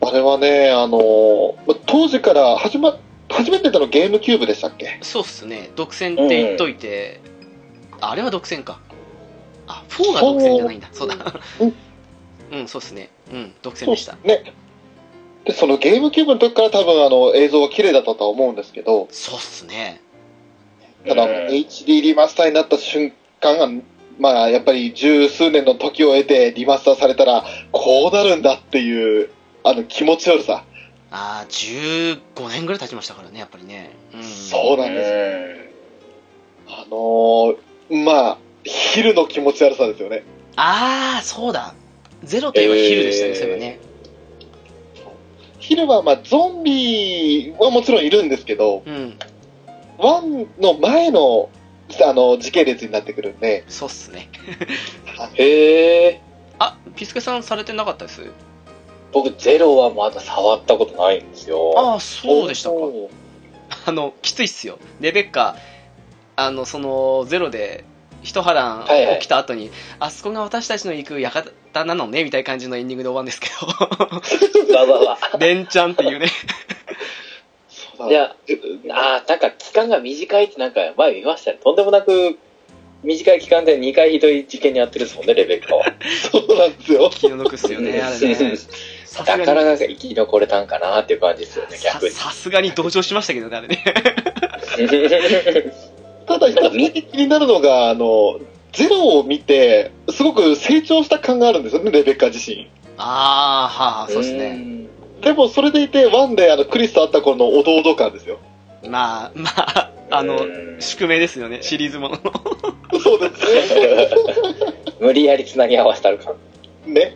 Speaker 2: あれはね、あの、ま当時から始ま、初めてのゲームキューブでしたっけ
Speaker 1: そうっすね。独占って言っといて、ああれは独占か。あ、4が独占じゃないんだ。そうだ。 うん、そうっすね。うん、独占でした。
Speaker 2: ね。で、そのゲームキューブの時から多分あの映像は綺麗だったとは思うんですけど、
Speaker 1: そうっすね。
Speaker 2: ただあの、
Speaker 3: うん
Speaker 2: HD リマスターになった瞬間、まあやっぱり十数年の時を経てリマスターされたら、こうなるんだっていう、あの気持ちよさ。
Speaker 1: ああ、15年ぐらい経ちましたからね、やっぱりね。うん、
Speaker 2: そうなんです。
Speaker 3: うん
Speaker 2: あのー、まあ、昼の気持ち悪さですよね。
Speaker 1: ああ、そうだ。ゼロといえば昼でしたね、
Speaker 3: えー
Speaker 1: そういえばね。
Speaker 2: 昼はまあゾンビはもちろんいるんですけど、
Speaker 1: うん、
Speaker 2: ワンの前の、あの、時系列になってくるんで、
Speaker 1: そうっすね。
Speaker 3: へえ。
Speaker 1: あ、ピスケさんされてなかったです
Speaker 3: 僕、ゼロはまだ触ったことないんで すよ。
Speaker 1: ああ、そうでしたか。
Speaker 2: おー
Speaker 1: あの、きついっすよ。レベッカ、あの、その、ゼロで、一波乱
Speaker 3: はいはい
Speaker 1: 起きた後に、あそこが私たちの行く館なのね、みたいな感じのエンディングで終わるんですけ
Speaker 3: わわわ。
Speaker 1: ど、 連チャンって いうね。
Speaker 2: そうだ
Speaker 3: いや、ああ、なんか期間が短いってなんか前見ましたね。とんでもなく短い期間で2回ひどい事件に遭ってるんですもんね、レベッカは。
Speaker 2: そうなんですよ。
Speaker 1: 気の毒っすよね、あれね。さす
Speaker 3: だ
Speaker 1: が
Speaker 3: から
Speaker 1: に、
Speaker 3: なんか生き残れたんかなっていう感じですよね、
Speaker 1: さ
Speaker 3: 逆に。
Speaker 1: さすがに同情しましたけどね、あれね。
Speaker 2: ただ一つだけ気になるのが、あの、ゼロを見て、すごく成長した感があるんですよね、レベッカ自身。
Speaker 1: ああ、はあ、はあ、そうですね。
Speaker 3: ね。
Speaker 2: でも、それでいて、ワンであのクリスと会った頃のおどおど感ですよ。
Speaker 1: まあ、まあ、あの
Speaker 3: う、 ん
Speaker 1: 宿命ですよね、シリーズものの。
Speaker 2: そう です
Speaker 3: 無理やり繋ぎ合わせたる感。
Speaker 2: ね。ね。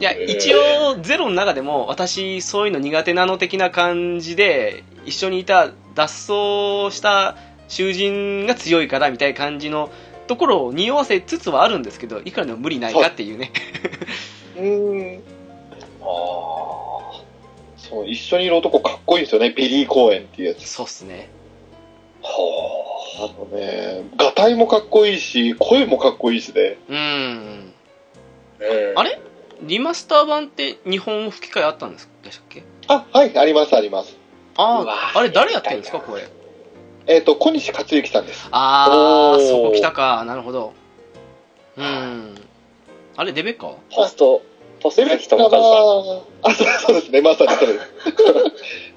Speaker 1: いや、一応、ゼロの中でも、私、そういうの苦手なの的な感じで、一緒にいた、脱走した囚人が強いからみたいな感じのところを匂わせつつはあるんですけど、いくらでも無理ないかっていうね。
Speaker 2: うーん。
Speaker 3: あ
Speaker 2: そう、一緒にいる男かっこいいんですよね、ビリー公演っていうやつ。
Speaker 1: そうっすね。
Speaker 3: あ。は
Speaker 2: あのね、ガタイもかっこいいし、声もかっこいいしで、
Speaker 1: うーん。
Speaker 3: あ。
Speaker 1: あれリマスター版って日本吹き替えあったんですでしたっけ
Speaker 2: あ、はい、あります、あります。
Speaker 1: あ
Speaker 3: うわ
Speaker 1: あ、
Speaker 3: ー
Speaker 1: あれ誰やってるんですか、
Speaker 3: やり
Speaker 1: これ。
Speaker 2: えっ、と、小西克幸さんです。
Speaker 1: ああ、
Speaker 3: おー
Speaker 1: そこ来たか。なるほど。うーん。あれ、レベッカ
Speaker 3: ポスト、ポスト
Speaker 2: レベ
Speaker 3: 関
Speaker 2: ッカ
Speaker 3: 智和さん。
Speaker 2: は、あ、そうそうですね、まさにそう です。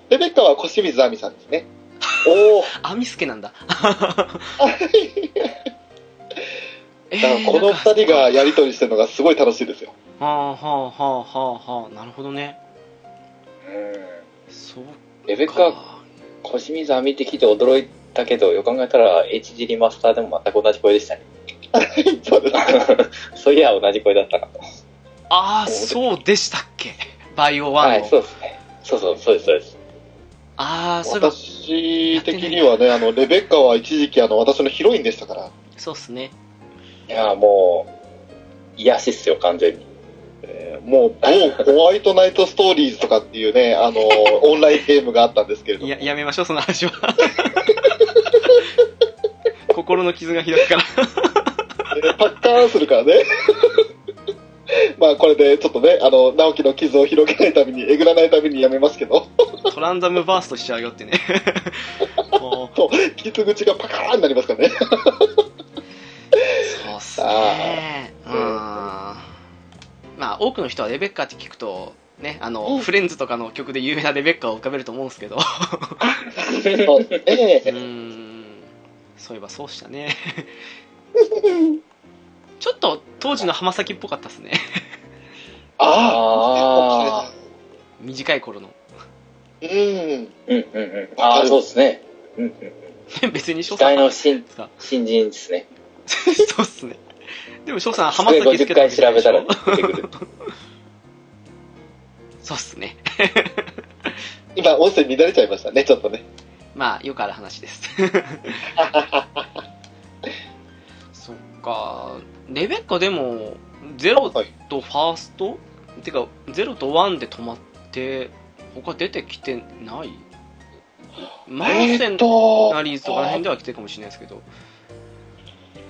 Speaker 2: レベッカは小清水亜美さんですね。
Speaker 3: おお。
Speaker 1: アミスケ なんだ。え
Speaker 2: だからこの二人がやりとりしてるのがすごい楽しいですよ。
Speaker 1: はあはあはあはあはあなるほどねそう
Speaker 3: レベッカ
Speaker 1: か
Speaker 3: 小清水亜美って聞いて驚いたけど、よく考えたら HD リマスターでも全く同じ声でしたね。
Speaker 2: そうです。
Speaker 3: そういや、同じ声だったかと。
Speaker 1: ああそうでしたっけバイオワ
Speaker 3: は
Speaker 1: ン
Speaker 3: い、
Speaker 1: の、
Speaker 3: そうですね。そうそう、そうです、そうです。
Speaker 1: ああそういえば
Speaker 2: 私的にはね、あの、レベッカは一時期あの、私のヒロインでしたから。
Speaker 1: そうっすね
Speaker 3: いや、もう、癒しっすよ、完全に。
Speaker 2: えーもう、某ホワイトナイトストーリーズとかっていうね、 あの、オンラインゲームがあったんですけれど
Speaker 1: い
Speaker 2: も。
Speaker 1: ややめましょうその 話は心の傷がひどくから
Speaker 2: でパッカーンするからね。 まあこれでちょっとね、あの、直樹の傷を広げないために、えぐらないためにやめますけど、
Speaker 1: トランザムバーストしちゃうよってねもう
Speaker 2: 傷口がパカーンになりますからね。
Speaker 1: そうっすねうんまあ多くの人はレベッカって聞くとね、あの、フレンズとかの曲で有名なレベッカを浮かべると思うんですけど。
Speaker 2: そうで
Speaker 1: う
Speaker 2: すね。
Speaker 1: ーんそういえばそうした ねちょっと当時の浜崎っぽかったですね
Speaker 2: ああ
Speaker 3: あ。
Speaker 1: 短い頃の
Speaker 2: うん。
Speaker 3: うんうんうん。ああ、そうですね。うんうん。
Speaker 1: 別に翔
Speaker 3: 期
Speaker 1: さん
Speaker 3: 待
Speaker 1: で
Speaker 3: の新
Speaker 1: すか
Speaker 3: 新人ですね。
Speaker 1: そうっすねでも翔さん浜
Speaker 3: 机
Speaker 1: 崎つけ
Speaker 3: 50
Speaker 1: たわ
Speaker 3: 回
Speaker 1: けじゃない
Speaker 3: 調
Speaker 1: で
Speaker 3: べ
Speaker 1: した
Speaker 3: ら
Speaker 1: ょ
Speaker 3: 出てく る。
Speaker 1: そうっすね
Speaker 2: 今、音声乱れちゃいましたね、ちょっとね。
Speaker 1: まあよくある話です そっかレベッカでもゼロ
Speaker 2: はい。
Speaker 1: とファーストてかゼロとワンで止まって他出てきてないマーセン
Speaker 2: と
Speaker 1: ナリーズとかの辺では来てるかもしれないですけど、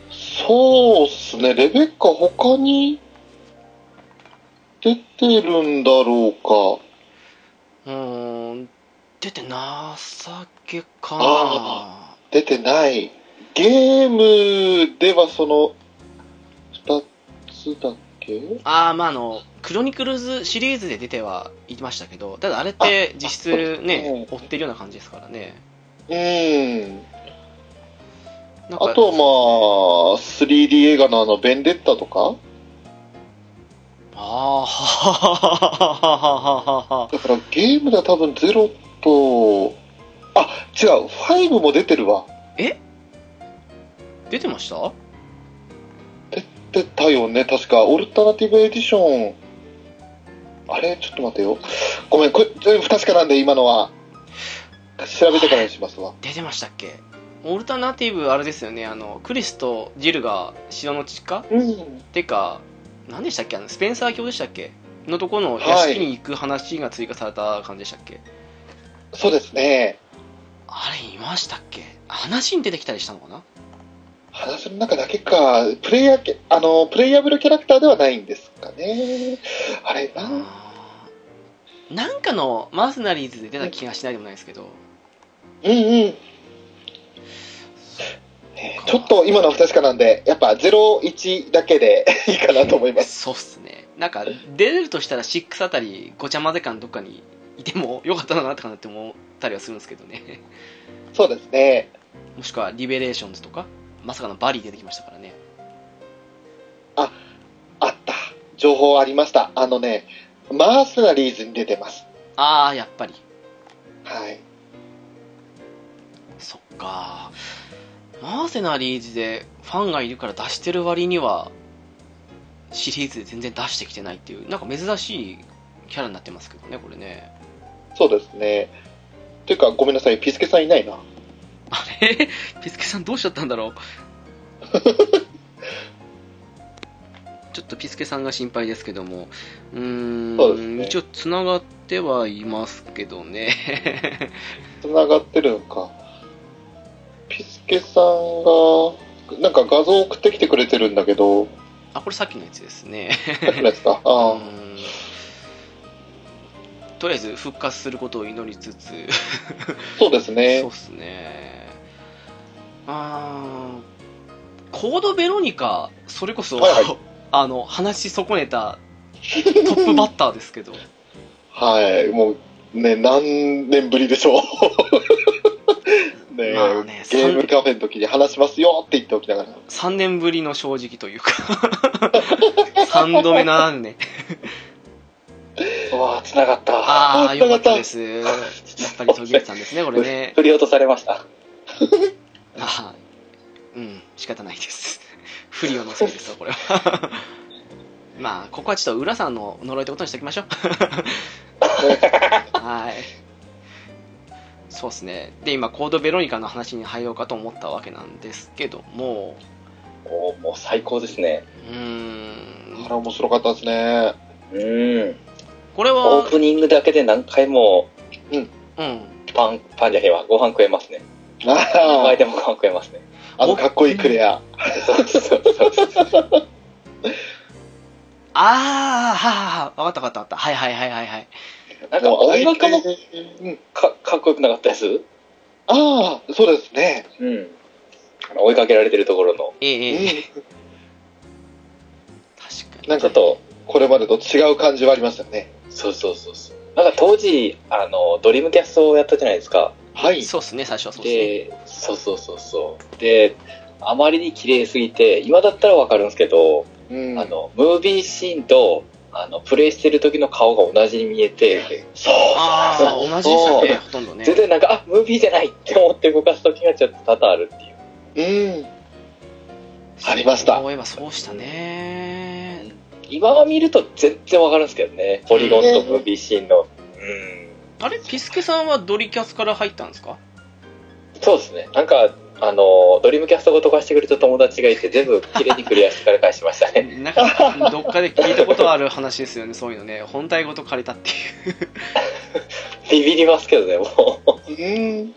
Speaker 2: そうっすね、レベッカ他に出てるんだろうか。
Speaker 1: うーん、出てなさげかな
Speaker 2: あ。出てない。ゲームではその、二つだっけ
Speaker 1: ああ、まああの、クロニクルズシリーズで出てはいましたけど、ただあれって実質ね、追ってるような感じですからね。
Speaker 2: うん。
Speaker 1: なんか
Speaker 2: あとはまあ、3D 映画のあの、ベンデッタとか
Speaker 1: ああ、
Speaker 2: だからゲームでは多分ゼロと、あ、違う、5も出てるわ。
Speaker 1: 出てました
Speaker 2: 出たよね、確か。オルタナティブエディション。あれちょっと待てよ。ごめん、これ全部不確かなんで、今のは。調べてからにしますわ。
Speaker 1: 出てましたっけオルタナティブ、あれですよね、あの、クリスとジルが城の地下
Speaker 2: うん。
Speaker 1: てか何でしたっけあのスペンサー教でしたっけのとこの屋敷に行く話が追加された感じでしたっけ、
Speaker 2: そうですね。
Speaker 1: あれいましたっけ話に出てきたりしたのかな
Speaker 2: 話の中だけか、プレイヤーけ、あの、プレイヤブルキャラクターではないんですかね。あれ、なん、
Speaker 1: あーなんかのマーセナリーズで出た気がしないでもないですけど
Speaker 2: うんうん。ちょっと今のは不確かなんで、やっぱ01だけで いいかなと思います。
Speaker 1: そうっすねなんか出れるとしたら6あたりごちゃ混ぜ感どっかにいてもよかったのかなとかなって思ったりはするんですけどね
Speaker 2: そうですね。
Speaker 1: もしくはリベレーションズとかまさかのバリー出てきましたからね
Speaker 2: あった。情報ありました。あのね、マーセナリーズに出てます。
Speaker 1: ああやっぱり
Speaker 2: はい。
Speaker 1: そっかマーセナリーズでファンがいるから出してる割にはシリーズで全然出してきてないっていうなんか珍しいキャラになってますけどねこれね
Speaker 2: そうですね。ていうか、ごめんなさい、ピスケさんいないな。
Speaker 1: あれ ピスケさんどうしちゃったんだ ろうちょっとピスケさんが心配ですけどもうーん
Speaker 2: そうですね
Speaker 1: 一応つながってはいますけどね
Speaker 2: 繋がってるのか。ピスケさんが、なんか画像送ってきてくれてるんだけど、
Speaker 1: あこれさっきのやつですね
Speaker 2: さっきのやつか。あ
Speaker 1: う
Speaker 2: あ。
Speaker 1: んとりあえず復活することを祈りつつ、
Speaker 2: そうですね
Speaker 1: そうっ。すねあーコードベロニカそれこそ、
Speaker 2: はいは
Speaker 1: あの話し損ねたトップバッターですけど
Speaker 2: はい。もう、ね、何年ぶりでしょう。 ねえ
Speaker 1: まあね
Speaker 2: ゲームカフェの時に話しますよって言っておきながら。
Speaker 1: 3年ぶりの正直というか3度目ならぬね
Speaker 3: うわあ、繋がった。
Speaker 1: ああ
Speaker 2: あ
Speaker 1: よかった
Speaker 2: よかった
Speaker 1: ですやっぱり途切れてたんですねこれね
Speaker 3: 振り落とされました。
Speaker 1: ああうん仕方ないです不利をのせいですわこれはまあここはちょっと浦さんの呪いってことにしておきましょうはいそうですねで今コードベロニカの話に入ろうかと思ったわけなんですけども
Speaker 3: おーもう最高ですね。
Speaker 1: うー
Speaker 2: あ
Speaker 1: ん
Speaker 2: れ面白かったですね。
Speaker 3: うん。
Speaker 1: これ
Speaker 3: オ
Speaker 1: は
Speaker 3: ープニングだけで何回も
Speaker 1: うん
Speaker 3: パン、パンじゃねえわ。ご飯食えますね。何
Speaker 2: あ
Speaker 3: 回でもご飯食えますね。
Speaker 2: あ、あのかっこいいクレア。
Speaker 3: そうそうそうそう。
Speaker 1: ああははは分かった分かった分かったはいはいはいはいはい
Speaker 3: なんか音楽も
Speaker 2: うん
Speaker 3: かかっこよくなかったです
Speaker 2: ああ、そうですね。
Speaker 3: うん。あの追いかけられてるところの。
Speaker 1: ええええ
Speaker 2: うん
Speaker 1: 確かに
Speaker 2: なん
Speaker 3: ちょ
Speaker 2: か
Speaker 3: っと、
Speaker 2: これまでと違う感じはありましたよね。
Speaker 3: そうそうそうそう。なんか当時、あの、ドリームキャストをやったじゃないですか。
Speaker 2: はい。
Speaker 1: そうっすね、最初はそうっすね。
Speaker 3: で、そうそうそうそう。で、あまりに綺麗すぎて、今だったらわかるんですけど、
Speaker 2: うん
Speaker 3: あの、ムービーシーンと、あの、プレイしてる時の顔が同じに見えて、そう
Speaker 1: ああ、
Speaker 3: そう
Speaker 1: 同じでしたね、
Speaker 3: そう
Speaker 1: ほとんどね。
Speaker 3: 全然なんか、あ、ムービーじゃないって思って動かす時がちょっと多々あるっていう。
Speaker 2: うん。ありまし
Speaker 1: そ
Speaker 2: た。
Speaker 1: ういえばそうしたね。
Speaker 3: 今は見ると全然わかるんですけどね。ポリゴンとムービーシーンの。うん。
Speaker 1: あれ、ピスケさんはドリキャスから入ったんですか
Speaker 3: そうですね。なんか、あの、ドリームキャストごと貸してくれた友達がいて、全部綺麗にクリアしてから返しましたね。
Speaker 1: なんか、 どっかで聞いたことある話ですよね、そういうのね。本体ごと借りたっていう。
Speaker 3: ビビりますけどね、もう。
Speaker 2: うん。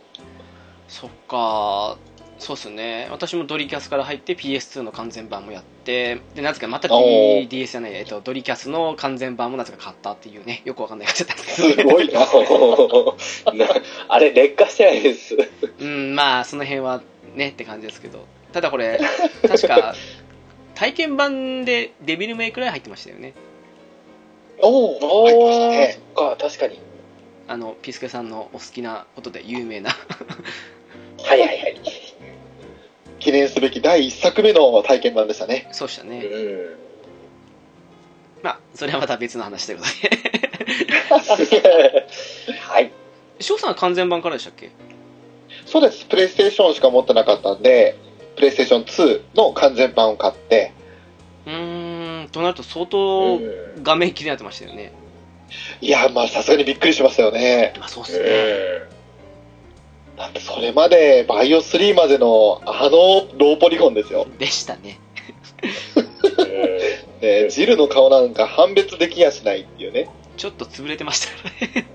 Speaker 1: そっか、そうっすね。私もドリキャスから入って PS2 の完全版もやって、で、なぜかまた DS じゃない、えっと、ドリキャスの完全版もなぜか買ったっていうね、よくわかんないやつだったんですけど
Speaker 2: すご いな。
Speaker 3: なあれ、劣化してないです。
Speaker 1: うん、まあ、その辺はねって感じですけど、ただこれ、確か、体験版でデビルメイクライ入ってましたよね。
Speaker 2: おお。入ってましたね
Speaker 3: そっか、確かに。
Speaker 1: あの、ピスケさんのお好きなことで有名な。
Speaker 3: はいはいはい。
Speaker 2: 記念すべき第1作目の体験版でしたね。
Speaker 1: そうしたね。
Speaker 3: うん。
Speaker 1: まあ、それはまた別の話ということで。
Speaker 3: はい。
Speaker 1: 翔さんは完全版からでしたっけ
Speaker 2: そうです。プレイステーションしか持ってなかったんで、プレイステーション2の完全版を買って、
Speaker 1: うーん、となると相
Speaker 3: う
Speaker 1: 当
Speaker 3: ん
Speaker 1: 画面切れになってましたよね。
Speaker 2: いや、まあさすがにびっくりしましたよね。
Speaker 1: まあ、そうっすね。
Speaker 2: だってそれまで、バイオ3までのあのローポリゴンですよ。
Speaker 1: でしたね。
Speaker 2: ね、ジルの顔なんか判別できやしないっていうね。
Speaker 1: ちょっと潰れてましたね。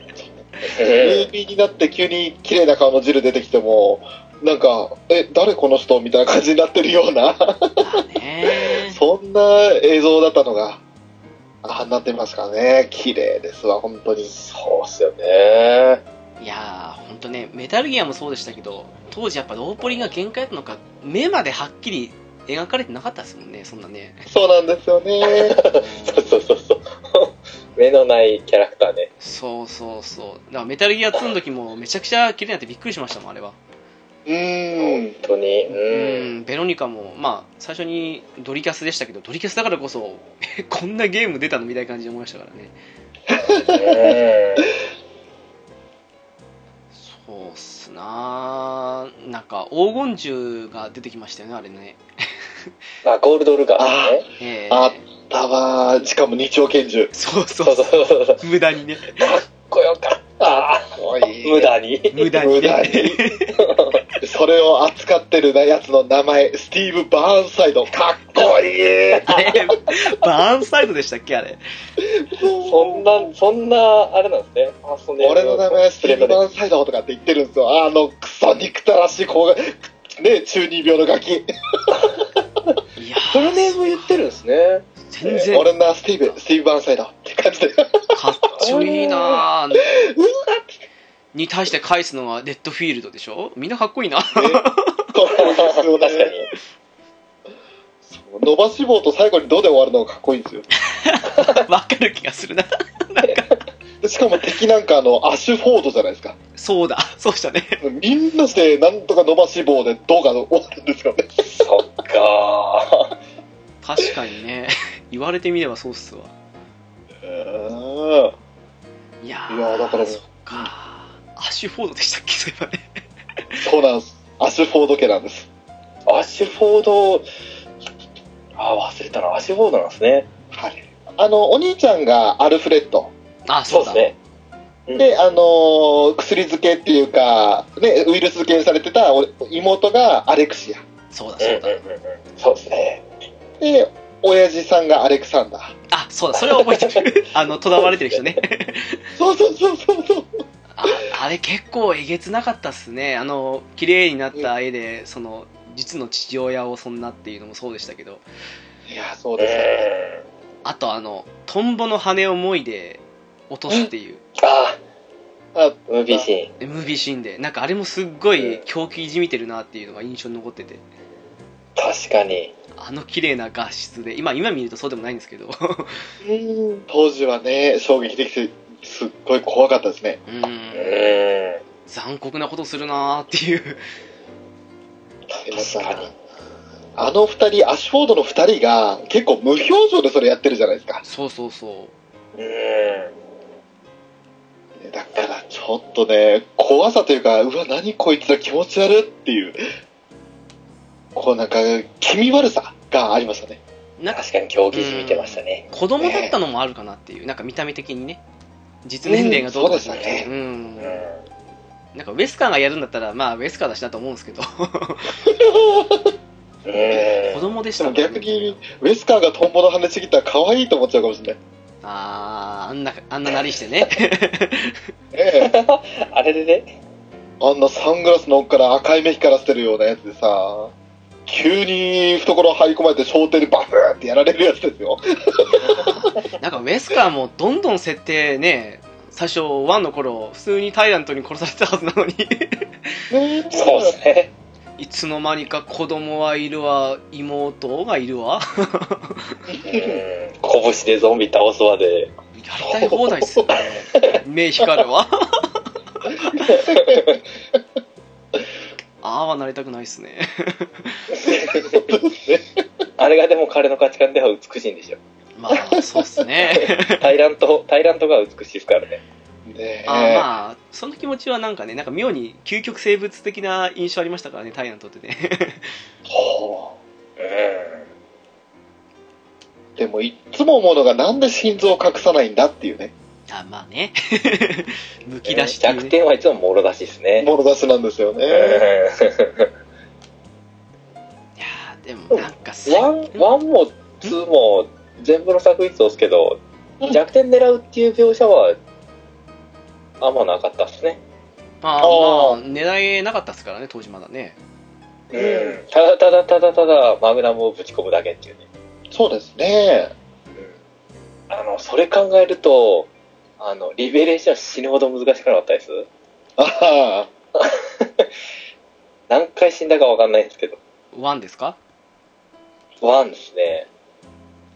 Speaker 2: ムービーになって急に綺麗な顔のジル出てきても、なんか、え、誰この人みたいな感じになってるような、
Speaker 1: まあね
Speaker 2: そんな映像だったのが、ああなってますからね。綺麗ですわ、本当に。
Speaker 3: そうっすよね。
Speaker 1: いやー、ほんとね、メタルギアもそうでしたけど、当時やっぱローポリが限界だったのか、目まではっきり描かれてなかったですもんね、そんな ね。
Speaker 2: そうなんですよね。
Speaker 3: そうそうそうそう。目のないキャラクターね。
Speaker 1: そうそうそう。だからメタルギア2の時もめちゃくちゃ綺麗になってびっくりしましたもん、あれは。
Speaker 2: うーん
Speaker 3: 本。当に。
Speaker 1: う
Speaker 3: うん。
Speaker 1: ん、ベロニカも、まあ、最初にドリキャスでしたけど、ドリキャスだからこそ、 えこんなゲーム出たのみたいな感じで思いましたからね。そうっすなーなんか黄金銃が出てきましたよね、あれね。
Speaker 3: あ、ゴールドルガー
Speaker 1: え
Speaker 3: ね。
Speaker 1: ー
Speaker 2: あったわー。しかも二丁拳銃。
Speaker 1: そうそ
Speaker 3: そう
Speaker 1: うそ
Speaker 3: そう
Speaker 1: う。
Speaker 3: そうそう。かっ
Speaker 1: 無駄にね。
Speaker 3: こよかった。無駄に。
Speaker 1: 無駄に
Speaker 2: 無駄
Speaker 1: ね。
Speaker 2: に。それを扱ってるなやつの名前、スティーブ・バーンサイド。かっこいい。
Speaker 1: あれ、バーンサイドでしたっけ、あれ。
Speaker 3: そんな、そんな、あれなんですね。あそんな
Speaker 2: 俺の名前はスティーブ・
Speaker 3: プレ
Speaker 2: バーンサイドとかって言ってるんですよ。あの、クソ憎たらしい子が、ね、中二病のガキ。
Speaker 1: いや
Speaker 3: フルネーム言ってるんですね。
Speaker 1: 全然
Speaker 2: 俺の名はスティーブ、スティーブ・バーンサイドって感じで。
Speaker 1: かっちょいいなぁ。に対して返すのはレッドフィールドでしょみんなかっこいいな。
Speaker 2: かっこいいですよ
Speaker 3: 確かに
Speaker 2: ね。。伸ばし棒と最後にドで終わるのがかっこいいんですよ。
Speaker 1: わかる気がするな。
Speaker 2: でしかも敵なんかあの、アッシュフォードじゃないですか。
Speaker 1: そうだ、そうしたね。
Speaker 2: みんなして、なんとか伸ばし棒でドが終わるんですよね。
Speaker 3: そっか
Speaker 1: 確かにね。言われてみればそうっすわ。
Speaker 2: うん
Speaker 1: いや
Speaker 2: いやーだから
Speaker 1: そっか。アッシュフォードでしたっけそういえばね。
Speaker 2: そうなんです。アッシュフォード家なんです。
Speaker 3: ー。アッシュフォード、あー、忘れたな。アッシュフォードなんですね。
Speaker 2: はい。あの、お兄ちゃんがアルフレッド。
Speaker 1: あ、
Speaker 3: そ
Speaker 1: そうう
Speaker 3: で
Speaker 1: だ。
Speaker 3: すね。
Speaker 2: で、あのー薬漬けっていうか、ね、ウイルス漬けにされてたお妹がアレクシア。
Speaker 1: そうだ、そうだ。
Speaker 3: んうんうんそうですね。
Speaker 2: で、親父さんがアレクサンダー。
Speaker 1: あ、そうだ、それは覚えて る。あの、とらわれてる人ね。
Speaker 2: そうそうそうそうそう。
Speaker 1: ああれ結構えげつなかったっすねあの綺麗になった絵で、その実の父親をそんなっていうのもそうでしたけど
Speaker 2: いや、そうですよね。
Speaker 3: え
Speaker 1: あとあのトンボの羽をもいで落とすっていう
Speaker 3: ーあ
Speaker 2: あ
Speaker 3: ー、ムービーシ
Speaker 1: ムービーシーンでなんかあれもすっごい狂気じみてるなっていうのが印象に残ってて
Speaker 3: ーン。確かに。
Speaker 1: あの綺麗な画質で今今見るとそうでもないんですけど
Speaker 2: うん当時はね、衝撃的ですっごい怖かったですね。
Speaker 1: う
Speaker 3: うんーん。
Speaker 1: 残酷なことするなーっていう
Speaker 3: 確かに。
Speaker 2: あの二人、アシュフォードの二人が結構無表情でそれやってるじゃないですか。
Speaker 1: そうそうそう
Speaker 3: ーん。
Speaker 2: だからちょっとね、怖さというか、うわ、何こいつら気持ち悪いっていう、こうなんか、気味悪さがありましたね。
Speaker 1: うなんか
Speaker 3: 確かに競技時見てましたね。
Speaker 1: 子供だったのもあるかなっていう、なんか見た目的にね実年齢がどうとかじゃなくて、うん
Speaker 3: うん。
Speaker 1: なんかウェスカーがやるんだったらまあウェスカーだしなと思うんですけど子
Speaker 3: うーん。
Speaker 1: 供でし
Speaker 2: で
Speaker 1: た
Speaker 2: も
Speaker 1: もんね
Speaker 2: 逆に、ウェスカーがトンボの羽ちぎったら可愛いと思っちゃうかもしれない。
Speaker 1: あああんなあんななりしてね
Speaker 2: ええ
Speaker 3: あれでね、
Speaker 2: あんなサングラスの奥から赤い目光らせてるようなやつでさ、急に懐入り込まれて小手にバフーってやられるやつですよ。
Speaker 1: なんかウェスカーもどんどん設定ね最初1の頃普通にタイラントに殺されてたはずなのに
Speaker 3: そうですね。
Speaker 1: いつの間にか子供はいるわ妹がいるわ
Speaker 3: うーん。拳でゾンビ倒すまで。
Speaker 1: やりたい放題っ すよね目光るわ ああはなりたくないっすね
Speaker 3: あれがでも彼の価値観では美しいん でしょ。
Speaker 1: まあそうっすね
Speaker 3: タイラント、タイラントが美しいですからね。
Speaker 2: ねえ
Speaker 1: あーまあその気持ちはなんかねなんか妙に究極生物的な印象ありましたからねタイラントってね
Speaker 2: ほ
Speaker 3: う
Speaker 2: うでもいっつも思うのがなんで心臓を隠さないんだっていうね、
Speaker 1: あまあ ねむ
Speaker 3: ん。
Speaker 1: き出しっていうね
Speaker 3: 弱点はいつももろ出しですね。
Speaker 2: 物出しなんですよ
Speaker 3: う
Speaker 2: ね。
Speaker 3: ん。
Speaker 1: いやーでもなんかさ
Speaker 3: ワン、ワンもツーも全部の作品そうですけど
Speaker 2: うん、
Speaker 3: 弱点狙うっていう描写は、あんまなかったですね。
Speaker 1: まあ、まあ、狙えなかったですからね当時まだね
Speaker 2: う
Speaker 3: ただただただただマグナムをぶち込むだけっていうね。
Speaker 2: そうですね。
Speaker 3: あの、それ考えると、あの、リベレーション死ぬほど難しくなかったです。
Speaker 2: ああ、
Speaker 3: 何回死んだかわかんないんですけど。
Speaker 1: ワンですか
Speaker 3: ワンですね。。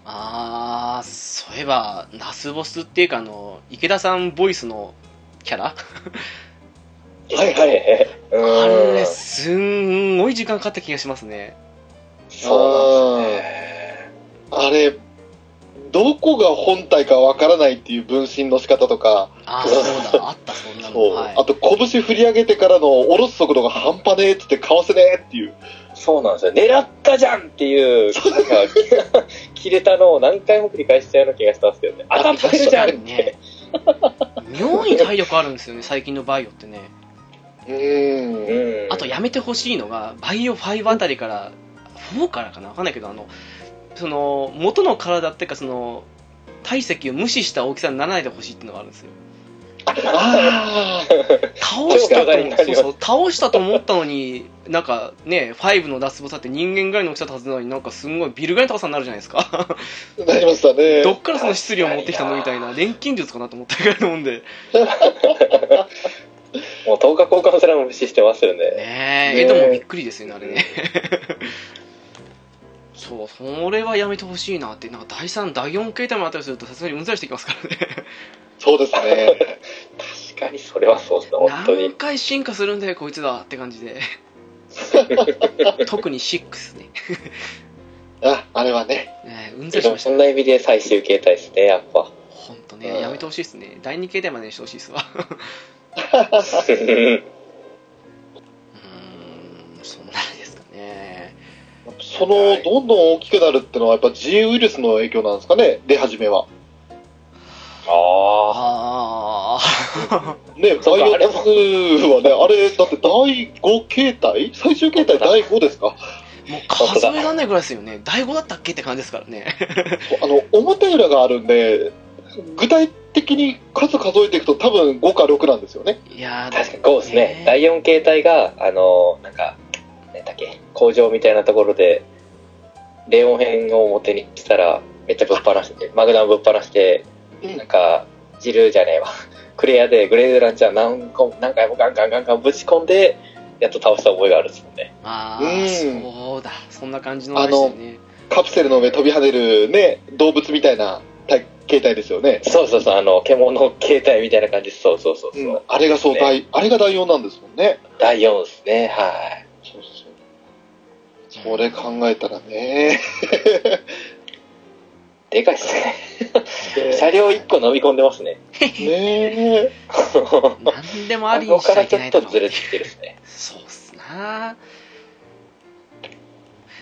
Speaker 1: あーそういえばラスボスっていうかあの池田さんボイスのキャラ
Speaker 2: はいはい
Speaker 1: あ
Speaker 3: う
Speaker 1: れ
Speaker 3: ん。
Speaker 1: すんごい時間かかった気がしますね
Speaker 3: そうなんですね。
Speaker 2: あれ、どこが本体かわからないっていう分身の仕方とか、
Speaker 1: ああそうだあったそんなの
Speaker 2: そう
Speaker 1: はい
Speaker 2: あと拳振り上げてからの下ろす速度が半端ねえっつってかわせねえっていう。
Speaker 3: そうなんですよ。狙ったじゃんっていう、なんか、切れたのを何回も繰り返したような気がしたんですけどね。当たってるじゃんって。
Speaker 1: ね妙に体力あるんですよね最近のバイオってね
Speaker 2: うん。
Speaker 3: うん。
Speaker 1: あとやめてほしいのがバイオ5あたりから4からかなわかんないけどあのその元の体っていうかその体積を無視した大きさにならないでほしいっていうのがあるんですよ
Speaker 2: ああ、
Speaker 1: 倒したと
Speaker 3: 超巨大に
Speaker 1: 思
Speaker 3: な
Speaker 1: そう
Speaker 3: ります
Speaker 1: そう倒したと思ったのになんかね5のラスボスだって人間ぐらいの大きさだったはずなのになんかすんごいビルぐらいの高さになるじゃないです か
Speaker 2: なりましたね。
Speaker 1: どっからその質量持ってきたのみたいな錬金術かなと思ったぐらいのもんで
Speaker 3: もう10日交換すらも無視してますよね。
Speaker 1: ね
Speaker 2: ね
Speaker 1: え、
Speaker 2: え
Speaker 1: えでもびっくりですよね、あれね。 そう、それはやめてほしいなって、なんか第3、第4形態もあったりすると、さすがにうんざりしてきますからね。
Speaker 2: そうですね。
Speaker 3: 確かにそれはそうですね、本当
Speaker 1: 何
Speaker 3: に。
Speaker 1: 回進化するんだよ、こいつだって感じで。特に6ね。
Speaker 2: あ、あれ はね。
Speaker 1: ねえうんざり
Speaker 3: で
Speaker 1: し
Speaker 3: も
Speaker 1: ました
Speaker 3: そ。んな意味で最終形態ですね、やっぱ。
Speaker 1: ほんとね、やめてほしいですね。第2形態までにしてほしいですわ。
Speaker 3: うん
Speaker 1: うーん、そんなあれですかね。
Speaker 2: その、どんどん大きくなるってのはやっぱ G ウイルスの影響なんですかね、出始めは。
Speaker 3: あ
Speaker 1: あ
Speaker 3: あ。
Speaker 1: あ、
Speaker 2: ね、バ
Speaker 3: そう
Speaker 2: イ
Speaker 3: か
Speaker 2: オタスはね、あれ、だって第5形態最終形態第5ですか
Speaker 1: もう数えらんないぐらいですよね。第5だったっけって感じですからね。
Speaker 2: あの、表裏があるんで、具体的に数数えていくと多分5か6なんですよね。
Speaker 1: いやー、
Speaker 3: 確かにこうです
Speaker 1: ね
Speaker 3: ね。第4形態が、あの、なんか、なんだっけ、工場みたいなところで、レオン編を表にしたら、めっちゃぶっ放して、マグナムぶっ放して、
Speaker 2: うん
Speaker 3: なんか、ジルじゃねえわ。 クレアでグレードランチャー何個何回もガンガンガンガンぶち込んで、やっと倒した覚えがあるんですもんね。
Speaker 1: ああ、
Speaker 2: うん
Speaker 1: そうだ、そんな感じの話でね。
Speaker 2: カプセルの上飛び跳ねるね、動物みたいな体形態ですよね。
Speaker 3: そうそうそう、あの、獣形態みたいな感じそうそうそうそう、
Speaker 2: うん、あれがそう、
Speaker 3: ね
Speaker 2: 第あれが第4なんですもんね。
Speaker 3: 第4ですね、はい。
Speaker 2: そうそう。それ考えたらね。
Speaker 3: でかいっす ね。車両1個飲み込んでますね。
Speaker 2: ねえ。
Speaker 1: 何でもあ
Speaker 3: あ
Speaker 1: りに
Speaker 3: こ
Speaker 1: しち
Speaker 3: か
Speaker 1: ゃ
Speaker 3: ら
Speaker 1: い
Speaker 3: ち
Speaker 1: け
Speaker 3: ょ
Speaker 1: ない
Speaker 3: っ
Speaker 1: だ
Speaker 3: と
Speaker 1: ろ
Speaker 3: ずれてきてるっすね。
Speaker 1: そうっすな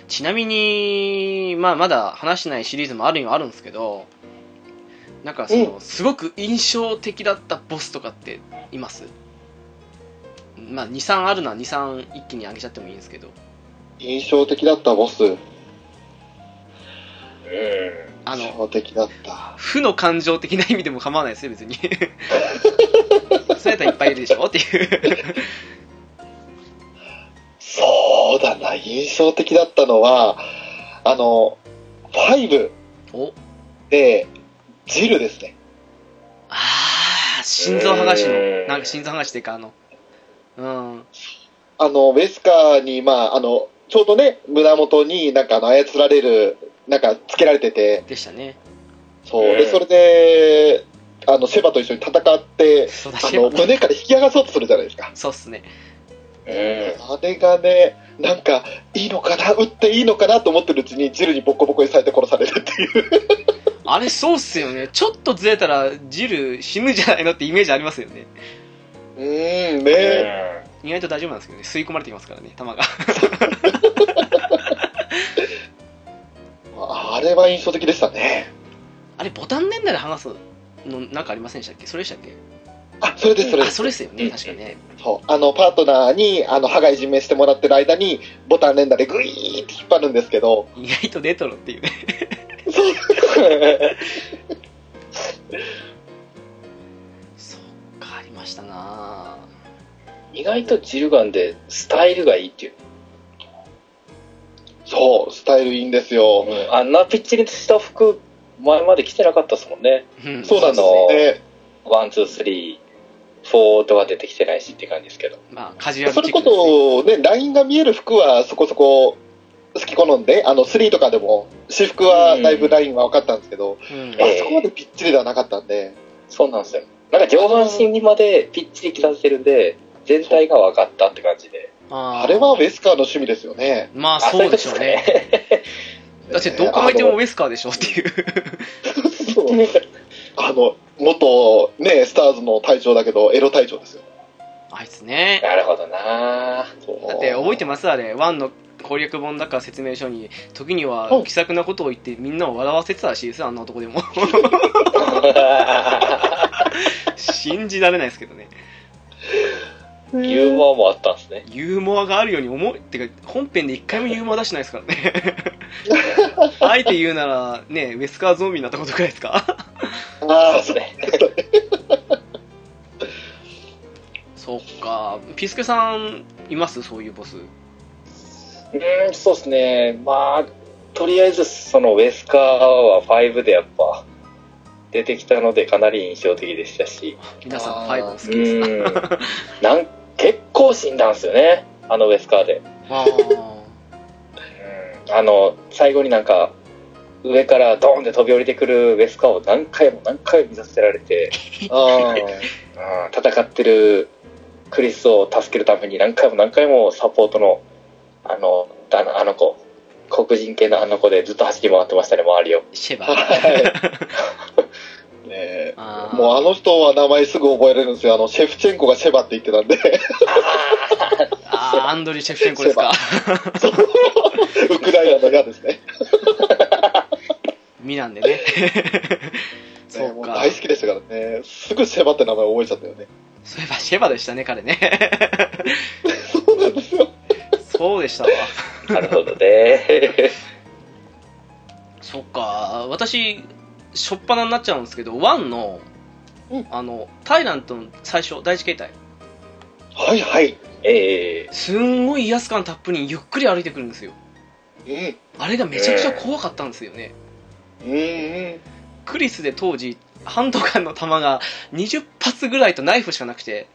Speaker 1: ちなみに、まあ、まだ話してないシリーズもあるにはあるんですけどなんかその、すごく印象的だったボスとかっていますまあ23あるな23一気に上げちゃってもいいんですけど
Speaker 2: 印象的だった、ボス。印
Speaker 3: う
Speaker 1: あの
Speaker 2: 象的だった。
Speaker 1: 負の感情的な意味でも構わないですよ別 にそうやったらいっぱいいるでしょって いう
Speaker 2: そうだな、印象的だったのは、あの、5
Speaker 1: お
Speaker 2: で、ジルですね。
Speaker 1: ああ心臓剥がし
Speaker 3: う
Speaker 1: の
Speaker 3: ん
Speaker 1: なんか心臓剥がしっていうかあのうん
Speaker 2: あの、ウェスカーに、まあ、あの、ちょうどね、胸元になんかあの操られる、なんかつけられてて、
Speaker 1: でしたね
Speaker 2: そう。
Speaker 3: うん
Speaker 2: で、それで、あの、シェバと一緒に戦って、
Speaker 1: そうだ
Speaker 2: あの、胸から引き上がそうとするじゃないですか。
Speaker 1: そうっすね
Speaker 3: ん。
Speaker 2: あれがね、なんか、いいのかな、撃っていいのかなと思ってるうちに、ジルにボコボコにされて殺されるっていう。
Speaker 1: あれそうっすよねちょっとずれたらジル死ぬんじゃないのってイメージありますよね
Speaker 2: うーん、
Speaker 3: う
Speaker 2: ね、
Speaker 3: ん。
Speaker 1: 意外と大丈夫なんですけどね吸い込まれてきますからね弾が
Speaker 2: あれは印象的でしたね。
Speaker 1: あれボタン連打で剥がすのなんかありませんでしたっけそれでしたっけ
Speaker 2: あ、それです、それ
Speaker 1: あ
Speaker 2: です。
Speaker 1: それっすよ
Speaker 3: う
Speaker 1: ね
Speaker 3: ん
Speaker 1: 確かね
Speaker 2: そう。あの、パートナーに、あの、歯がいじめしてもらってる間に、ボタン連打でグイーって引っ張るんですけど、
Speaker 1: 意外とレトロっていうねそっかありましたなぁ
Speaker 3: 意外とジルガンでスタイルがいいっていう。
Speaker 2: そう、スタイルいいんですよ。
Speaker 3: あんなピッチリとした服、前まで着てなかったっすもんね。
Speaker 1: うん
Speaker 2: そうなんです
Speaker 3: あの
Speaker 2: ね。
Speaker 3: ワン、ツー、スリー、フォーとは出てきてないしって感じですけど。
Speaker 1: まあカジュアル
Speaker 2: それ
Speaker 1: チック
Speaker 2: こ
Speaker 1: ですね
Speaker 2: そ、ね、ラインが見える服はそこそこ好き好んで、あの、3とかでも、私服はだいぶラインは分かったんですけど、
Speaker 1: うん
Speaker 2: あそこまでぴっちりではなかったんで、
Speaker 3: そうなんですよ。なんか上半身にまでピッチリ着させてるんで、全体が分かったって感じで。
Speaker 1: あー
Speaker 2: あれはウェスカーの趣味です よね。
Speaker 1: まあそうでしょうね。だってどう考えてもウェスカーでしょっていう
Speaker 2: そうあの、元、ね、スターズの隊長だけど、エロ隊長ですよ。
Speaker 1: あいつね
Speaker 3: なるほどな
Speaker 2: そう
Speaker 1: だって覚えてますあれワンの攻略本だから説明書に時には気さくなことを言ってみんなを笑わせてたらしいですよあんな男で も信じられないですけどね
Speaker 3: ユーモアもあったんですね。
Speaker 1: ユーモアがあるように思うってか本編で一回もユーモア出してないですから ねあえて言うならねウェスカーゾンビになったことくらいですか
Speaker 3: そう
Speaker 2: あ
Speaker 3: ですね。
Speaker 1: そっかピスケさんいますそういうボス
Speaker 3: うーん、そうですね。まあ、とりあえず、そのウェスカーは5でやっぱ出てきたのでかなり印象的でしたし、
Speaker 1: 皆さん
Speaker 2: あー
Speaker 1: ファイブお好
Speaker 3: う
Speaker 1: きです
Speaker 3: ーん、なん結構死んだんですよね、あのウェスカーで。
Speaker 1: あー
Speaker 3: うんあの、最後になんか、上からドーンで飛び降りてくるウェスカーを何回も何回も見させられて、
Speaker 2: あ
Speaker 3: うん戦ってるクリスを助けるために何回も何回もサポートのあのだあの子黒人系のあの子でずっと走り回ってましたね周りを
Speaker 1: シェバ
Speaker 2: ーはい。ねえ
Speaker 1: あー
Speaker 2: もうあの人は名前すぐ覚えれるんですよ。あの、シェフチェンコがシェバって言ってたんで、
Speaker 1: あーアンドリュー・シェフチェンコですか
Speaker 2: ウクライナの矢ですね。
Speaker 1: ミランで ねそ
Speaker 2: ね
Speaker 1: う
Speaker 2: もう
Speaker 1: か
Speaker 2: 大好きでしたからね。すぐシェバって名前覚えちゃったよね。
Speaker 1: そういえばシェバでしたね彼 ね
Speaker 2: そうなんですよ。
Speaker 1: そうでしたわ
Speaker 3: なるほどね
Speaker 1: そっか私初っ端になっちゃうんですけど1の、
Speaker 2: うん
Speaker 1: あのタイラントの最初第一形態
Speaker 2: はいはい。
Speaker 3: ええ
Speaker 1: すんごい威圧感たっぷりにゆっくり歩いてくるんですよ
Speaker 2: うん。
Speaker 1: あれがめちゃくちゃ怖かったんですよね、
Speaker 2: うんうん。
Speaker 1: クリスで当時ハンドガンの弾が20発ぐらいとナイフしかなくて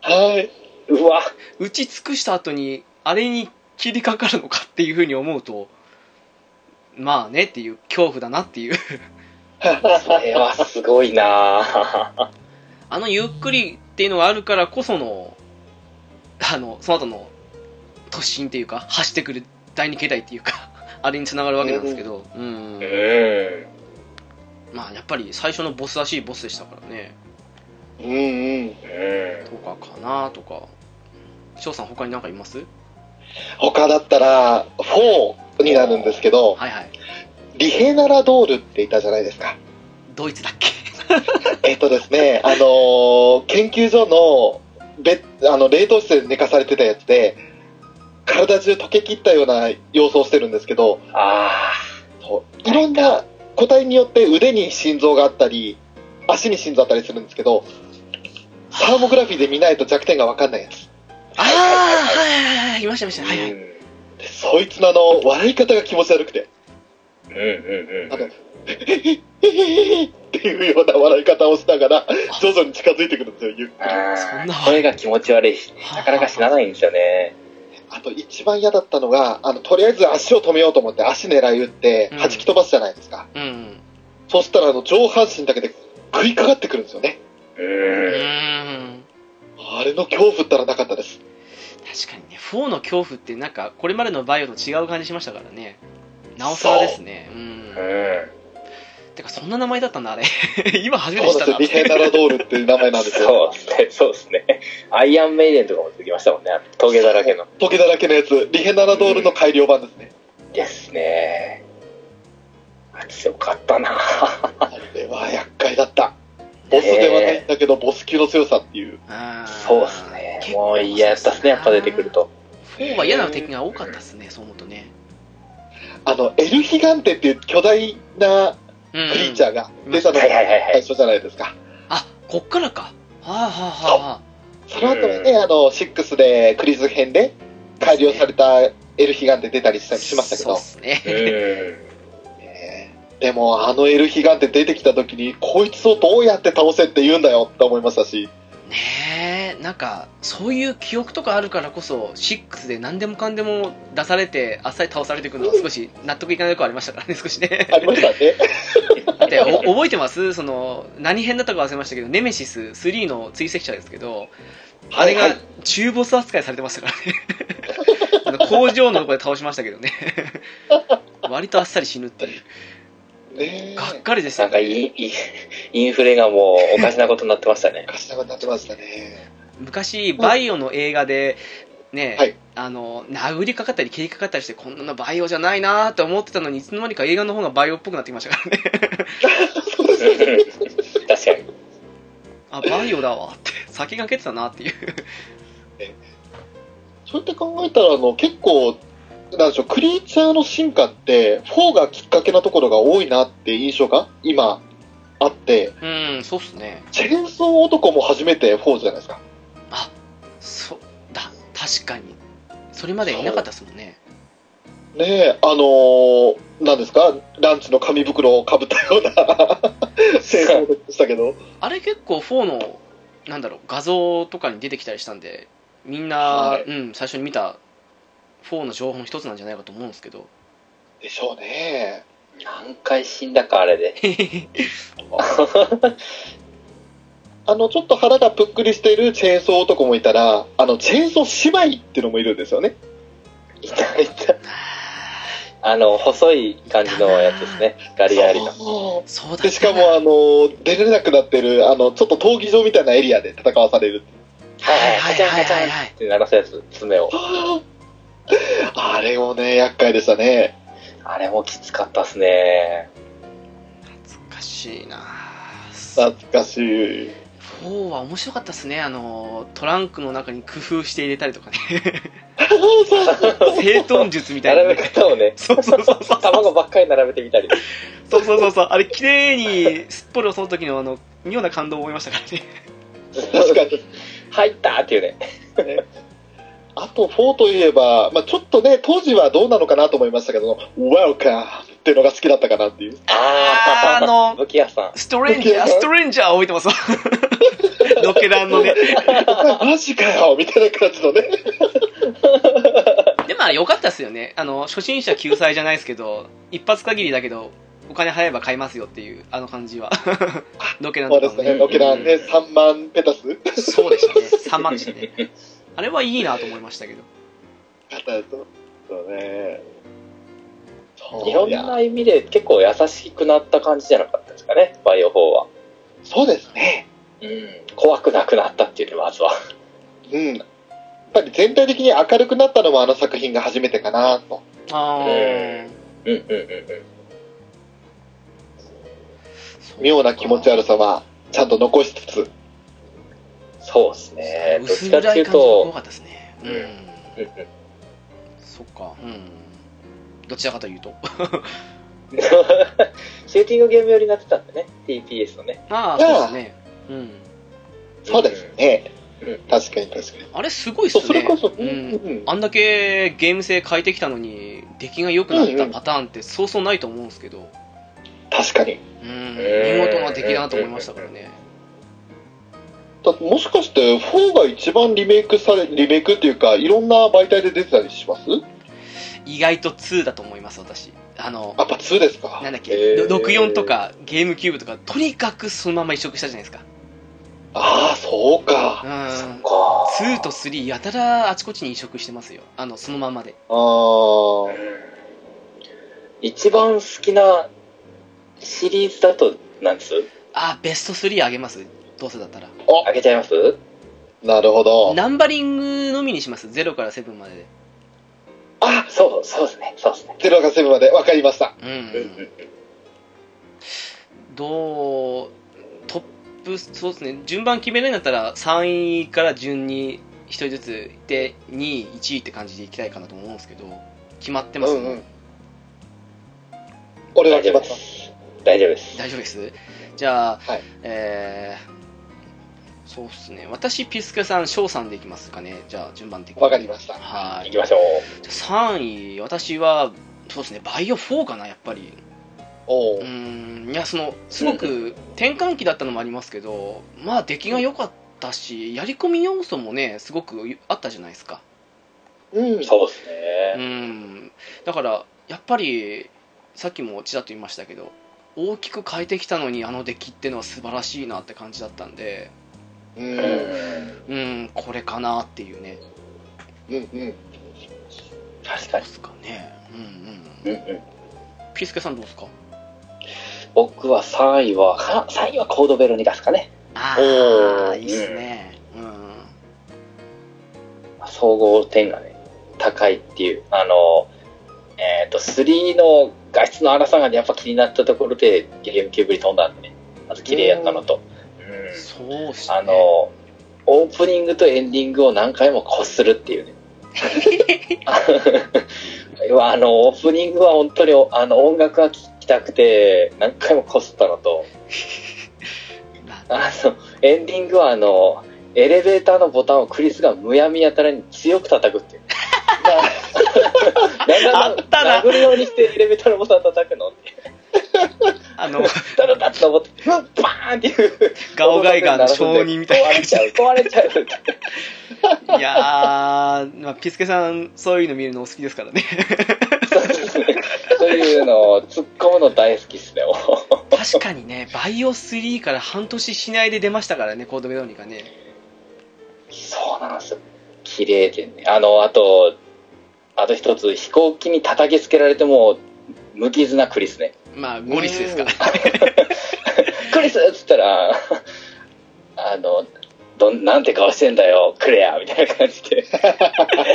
Speaker 2: はい。
Speaker 3: うわ
Speaker 1: 打ち尽くした後にあれに切りかかるのかっていうふうに思うとまあねっていう恐怖だなっていう
Speaker 3: それはすごいな ぁ。
Speaker 1: あのゆっくりっていうのがあるからこそのあのその後の突進っていうか走ってくる第二形態っていうか あれにつながるわけなんですけどうん
Speaker 3: うん。
Speaker 1: まあやっぱり最初のボスらしいボスでしたからね
Speaker 2: うんうん。
Speaker 3: うん。
Speaker 1: とかかなとか翔さん他に何かいます
Speaker 2: 他だったら、4になるんですけど、
Speaker 1: はいはい
Speaker 2: リヘナラドールっていたじゃないですか。
Speaker 1: ドイツだっけ
Speaker 2: えっとですね、あのー研究所のベあの冷凍室で寝かされてたやつで、体中溶けきったような様相をしてるんですけど、
Speaker 3: あ
Speaker 2: そういろんな個体によって腕に心臓があったり、足に心臓あったりするんですけど、サーモグラフィーで見ないと弱点が分かんないやつ。
Speaker 1: ああはいはいはいいましたいまし
Speaker 3: あ。
Speaker 1: たはいは
Speaker 3: う
Speaker 1: い
Speaker 3: ん。
Speaker 2: でそいつのあの、笑い方が気持ち悪くて、
Speaker 3: うんうん
Speaker 2: あの、っていうような笑い方をしながら、徐々に近づいてくるんですよ、ゆっくり。
Speaker 1: そん
Speaker 3: うん
Speaker 1: な。
Speaker 3: 声が気持ち悪いし、なかなか死なないんですよね。
Speaker 2: あと一番嫌だったのが、あの、とりあえず足を止めようと思って足狙い打って、
Speaker 1: うん
Speaker 2: 弾き飛ばすじゃないですか。
Speaker 1: うん
Speaker 2: そしたら、あの、上半身だけで食いかかってくるんですよね。
Speaker 3: う。
Speaker 1: うんーん
Speaker 2: あれの恐怖ったらなかったです。
Speaker 1: 確かにね4の恐怖ってなんかこれまでのバイオと違う感じしましたからねなおさらですねうん
Speaker 3: うん。
Speaker 1: てかそんな名前だったんだあれ 今初めて
Speaker 2: そ
Speaker 1: 知
Speaker 2: う
Speaker 1: っ
Speaker 2: な
Speaker 1: た
Speaker 2: んですよ。
Speaker 1: な
Speaker 2: リヘナラドールっていう名前なんで すよ。
Speaker 3: そうですね、そうですね。アイアンメイデンとかも出てきましたもんね、あの峠だらけの。
Speaker 2: トゲだらけのやつ、リヘナラドールの改良版ですね。
Speaker 3: ですね。あ強かったな
Speaker 2: あれは厄介だった。ボスではないんだけど、ボス級の強さっていう。
Speaker 1: あー
Speaker 3: そうですね。もう嫌やったですね、やっぱ出てくると。
Speaker 1: 4は嫌な敵が多かったですねそう思うとね
Speaker 2: あの、エルヒガンテっていう巨大な
Speaker 1: ク
Speaker 2: クリーチャーが出た
Speaker 3: は
Speaker 2: の
Speaker 3: い
Speaker 2: が
Speaker 3: はいはいは
Speaker 2: 最
Speaker 3: い。
Speaker 2: 初じゃないですか。
Speaker 1: あこっからかはあはあはあは
Speaker 2: その後はね、あの、6でクリズ編で改良されたエルヒガンテ出たりした
Speaker 1: あ
Speaker 2: りしましたけど、
Speaker 1: そうです
Speaker 3: う
Speaker 1: ね
Speaker 3: ん。
Speaker 2: ねでもあのエルヒガンテ出てきた時に、こいつをどうやって倒せって言うんだよって思いましたし、
Speaker 1: ねえなんかそういう記憶とかあるからこそ6で何でもかんでも出されてあっさり倒されていくのが少し納得いかないとこありましたからね 少しね
Speaker 2: ありましたね。
Speaker 1: だってお覚えてますその何編だったか忘れましたけどネメシス3の追跡者ですけどあれ が
Speaker 2: はい
Speaker 1: 中ボス扱いされてましたからねあの工場のとこで倒しましたけどね割とあっさり死ぬっていう
Speaker 2: ねえ、
Speaker 1: がっかりです
Speaker 3: な
Speaker 1: よ
Speaker 3: んかイン、インインフレがもうおかしなことになってましたね。
Speaker 2: かしなくなってましたね。
Speaker 1: 昔バイオの映画でね、
Speaker 2: はい
Speaker 1: あの殴りかかったり蹴りかかったりしてこんなのバイオじゃないなーと思ってたのにいつの間にか映画の方がバイオっぽくなってきましたからね
Speaker 2: そうですよね。
Speaker 3: 確かに。
Speaker 1: あバイオだわって先駆けてたなっていう
Speaker 2: そうやって考えたら、あの、結構、なんでしょう、クリーチャーの進化って、4がきっかけなところが多いなって印象が今あって、
Speaker 1: うんそうっすね
Speaker 2: チェーンソー男も初めて4じゃないですか。
Speaker 1: あそうだ確かにそれまでいなかったですもんね
Speaker 2: ねえ、あのー、なんですか、ランチの紙袋をかぶったよ うな清掃でしたけど、
Speaker 1: あれ結構4のなんだろう画像とかに出てきたりしたんでみんな、
Speaker 2: はい
Speaker 1: うん、最初に見た4の情報の一つなんじゃないかと思うんですけ ど
Speaker 2: でしょうね。
Speaker 3: 何回死んだか、あれで。
Speaker 2: あの、ちょっと腹がぷっくりしているチェーンソー男もいたら、あの、チェーンソー姉妹っていうのもいるんですよね。
Speaker 3: いたいた。あの、細い感じのやつですね。ガリガリの。
Speaker 2: そ
Speaker 1: そう
Speaker 2: う
Speaker 1: だ
Speaker 2: で、しかも、あの、出れなくなってる、あの、ちょっと闘技場みたいなエリアで戦わされる。
Speaker 3: はいはい、カチャン
Speaker 1: はい
Speaker 3: カチ
Speaker 1: は
Speaker 3: ャ
Speaker 1: いは
Speaker 3: ン
Speaker 1: い
Speaker 3: って鳴らすやつ、爪を。
Speaker 2: あれもね、厄介でしたね。
Speaker 3: あれもきつかったっすね。
Speaker 1: 懐かしいな
Speaker 2: 懐かし い。
Speaker 1: 4は面白かったですねあのトランクの中に工夫して入れたりとかね 整頓術みたいな
Speaker 3: 並べ
Speaker 1: ね、
Speaker 3: 方をね、
Speaker 1: そうそうそうそう
Speaker 3: 卵ばっかり並べてみたり。
Speaker 1: そうそうそうそうあれ綺麗にすっぽりをその時のあの妙な感動を覚えましたから ね
Speaker 2: 確かに。
Speaker 3: 入ったっていうね。
Speaker 2: あと4といえば、まあ、ちょっとね、当時はどうなのかなと思いましたけど、Welcome っていうのが好きだったかなっていう。
Speaker 1: あーあの
Speaker 3: 武器屋さん。
Speaker 1: ストレンジャー、ストレンジャー覚えてますわ。 ロケランのね。
Speaker 2: マジかよみたいな感じのね。
Speaker 1: でもまあ良かったですよね。あの、初心者救済じゃないですけど、一発限りだけど、お金払えば買いますよっていう、あの感じは。ロケなん
Speaker 2: そう
Speaker 1: とか
Speaker 2: です
Speaker 1: も
Speaker 2: ね、
Speaker 1: ね。
Speaker 2: 沖縄
Speaker 1: うん
Speaker 2: で3万ペ タスだっ
Speaker 1: そうでしたね。3万でしたね。あれはいいなと思いましたけど。
Speaker 2: たやつそうね。そう
Speaker 3: いろん
Speaker 2: いや
Speaker 3: な意味で結構優しくなった感じじゃなかったですかね、バイオ4は。
Speaker 2: そうですね。
Speaker 3: うん、怖くなくなったっていうよりまずは。
Speaker 2: うん。やっぱり全体的に明るくなったのもあの作品が初めてかなと。
Speaker 1: あー
Speaker 3: ううんうんうんうん。
Speaker 2: 妙な気持ち悪さはちゃんと残しつつ。
Speaker 3: そうですね。どっ
Speaker 1: 薄
Speaker 3: ちかって
Speaker 1: 暗
Speaker 3: い
Speaker 1: いう感じが多
Speaker 3: と、
Speaker 1: かったですね。う。
Speaker 3: うんんうんうん
Speaker 1: そっか。うん。どちらかというと。
Speaker 3: シューティングゲーム寄りになってたんでね、TPS のね。
Speaker 1: まあ、そうですね。うん。
Speaker 2: そうですね。
Speaker 3: うん
Speaker 2: 確かに確かに。
Speaker 1: あれすごいっす
Speaker 2: そ
Speaker 1: ね。
Speaker 2: うそれこそ、
Speaker 1: う。
Speaker 2: うんん
Speaker 1: あんだけゲーム性変えてきたのに、出来が良くなっ
Speaker 2: うんう
Speaker 1: た
Speaker 2: ん
Speaker 1: パターンってそうそうないと思うんですけど、
Speaker 2: 確かに。
Speaker 1: うん、見
Speaker 3: えー
Speaker 1: 事な出来だなと思いましたからね。
Speaker 2: だってもしかして4が一番リメイクされ、リメイクっていうか、いろんな媒体で出てたりします
Speaker 1: 意外と2だと思います、私。あの、
Speaker 2: やっぱ2ですか
Speaker 1: なんだっ
Speaker 3: え
Speaker 1: け、
Speaker 3: ー
Speaker 1: 64とかゲームキューブとか、とにかくそのまま移植したじゃないですか。
Speaker 2: ああ、そうか。
Speaker 1: うん。
Speaker 3: か
Speaker 1: 2と3やたらあちこちに移植してますよ。あの、そのままで。
Speaker 2: あー
Speaker 3: 一番好きなシリーズだと、なんです
Speaker 1: あ、ベスト3あげます。どうせだったら。
Speaker 3: あげちゃいます
Speaker 2: なるほど。
Speaker 1: ナンバリングのみにします。0から7までで。
Speaker 3: あ、そう、そうですね、そうですね。
Speaker 2: ゼロがセブまで分かりました。
Speaker 1: うん
Speaker 3: うんうんうん
Speaker 1: どうトップそうですね順番決めるんだったら3位から順に1人ずついって2位1位って感じでいきたいかなと思うんですけど決まってます、
Speaker 2: うんうん俺は
Speaker 3: 大丈
Speaker 2: 決
Speaker 3: 夫
Speaker 2: まっ
Speaker 3: で
Speaker 2: た。
Speaker 3: す。大丈夫です。
Speaker 1: 大丈夫ですじゃあ、
Speaker 2: はい
Speaker 1: えーそうですね私ピスケさん翔さんでいきますかねじゃあ順番的に
Speaker 2: 分かりました。
Speaker 1: はい
Speaker 3: 行きましょう。
Speaker 1: じゃあ3位私はそうですねバイオ4かなやっぱり
Speaker 2: お
Speaker 1: う
Speaker 2: う
Speaker 1: ーんいやそのすご
Speaker 3: う
Speaker 1: く転換期だったのもありますけどまあ出来が良かったしやり込み要素もねすごくあったじゃないですか
Speaker 2: うん。
Speaker 3: そうです
Speaker 1: う
Speaker 3: ね。
Speaker 1: んだからやっぱりさっきもちらっと言いましたけど大きく変えてきたのにあの出来ってのは素晴らしいなって感じだったんで
Speaker 2: う。
Speaker 3: うんん。
Speaker 1: うんこれかなっていうね
Speaker 2: うん。うん。
Speaker 3: 確
Speaker 1: ど
Speaker 3: か
Speaker 1: う
Speaker 3: に
Speaker 1: で。すかねうん
Speaker 3: う
Speaker 1: うん
Speaker 3: んうん。
Speaker 1: ピースケさんどうですか
Speaker 3: 僕は3位は、か3位はコードベルに出すかね。
Speaker 1: あ
Speaker 2: お
Speaker 1: あ
Speaker 2: ー
Speaker 1: いいっすねうん
Speaker 3: 総合点がね、高いっていう。あの、えっ、と、3の画質の荒さがね、やっぱ気になったところで、ゲームキューブに飛んだんでね。まず綺麗やったのと。うん
Speaker 1: そうっすね
Speaker 3: あの、オープニングとエンディングを何回もこするっ ていうね。あの、オープニングは本当にあの音楽が聴きたくて何回もこすったのと、
Speaker 1: まあ
Speaker 3: あの、エンディングはあの、エレベーターのボタンをクリスがむやみやたらに強く叩くっていう。 な
Speaker 1: あったな
Speaker 3: 殴るようにしてエレベーターのボタン叩くの って。
Speaker 1: あの
Speaker 3: ダダダッと登って、バーンっていう。
Speaker 1: ガオガイガーの証人みたいな
Speaker 3: 壊れちゃう、壊れちゃう。
Speaker 1: いやー、まあ、ピスケさん、そういうの見るのお好きです からね。
Speaker 3: そういうのを突っ込むの大好きっすね、もう
Speaker 1: 確かにね、バイオ3から半年しないで出ましたからね、コードベロニカね。
Speaker 3: そうなんですよ。綺麗でね。あの、あと、あと一つ、飛行機に叩きつけられても、無傷なクリス ね。
Speaker 1: まあ、ゴリスですから。
Speaker 3: クリスっつったら、あの、どん、なんて顔してんだよ、クレアみたいな感じで。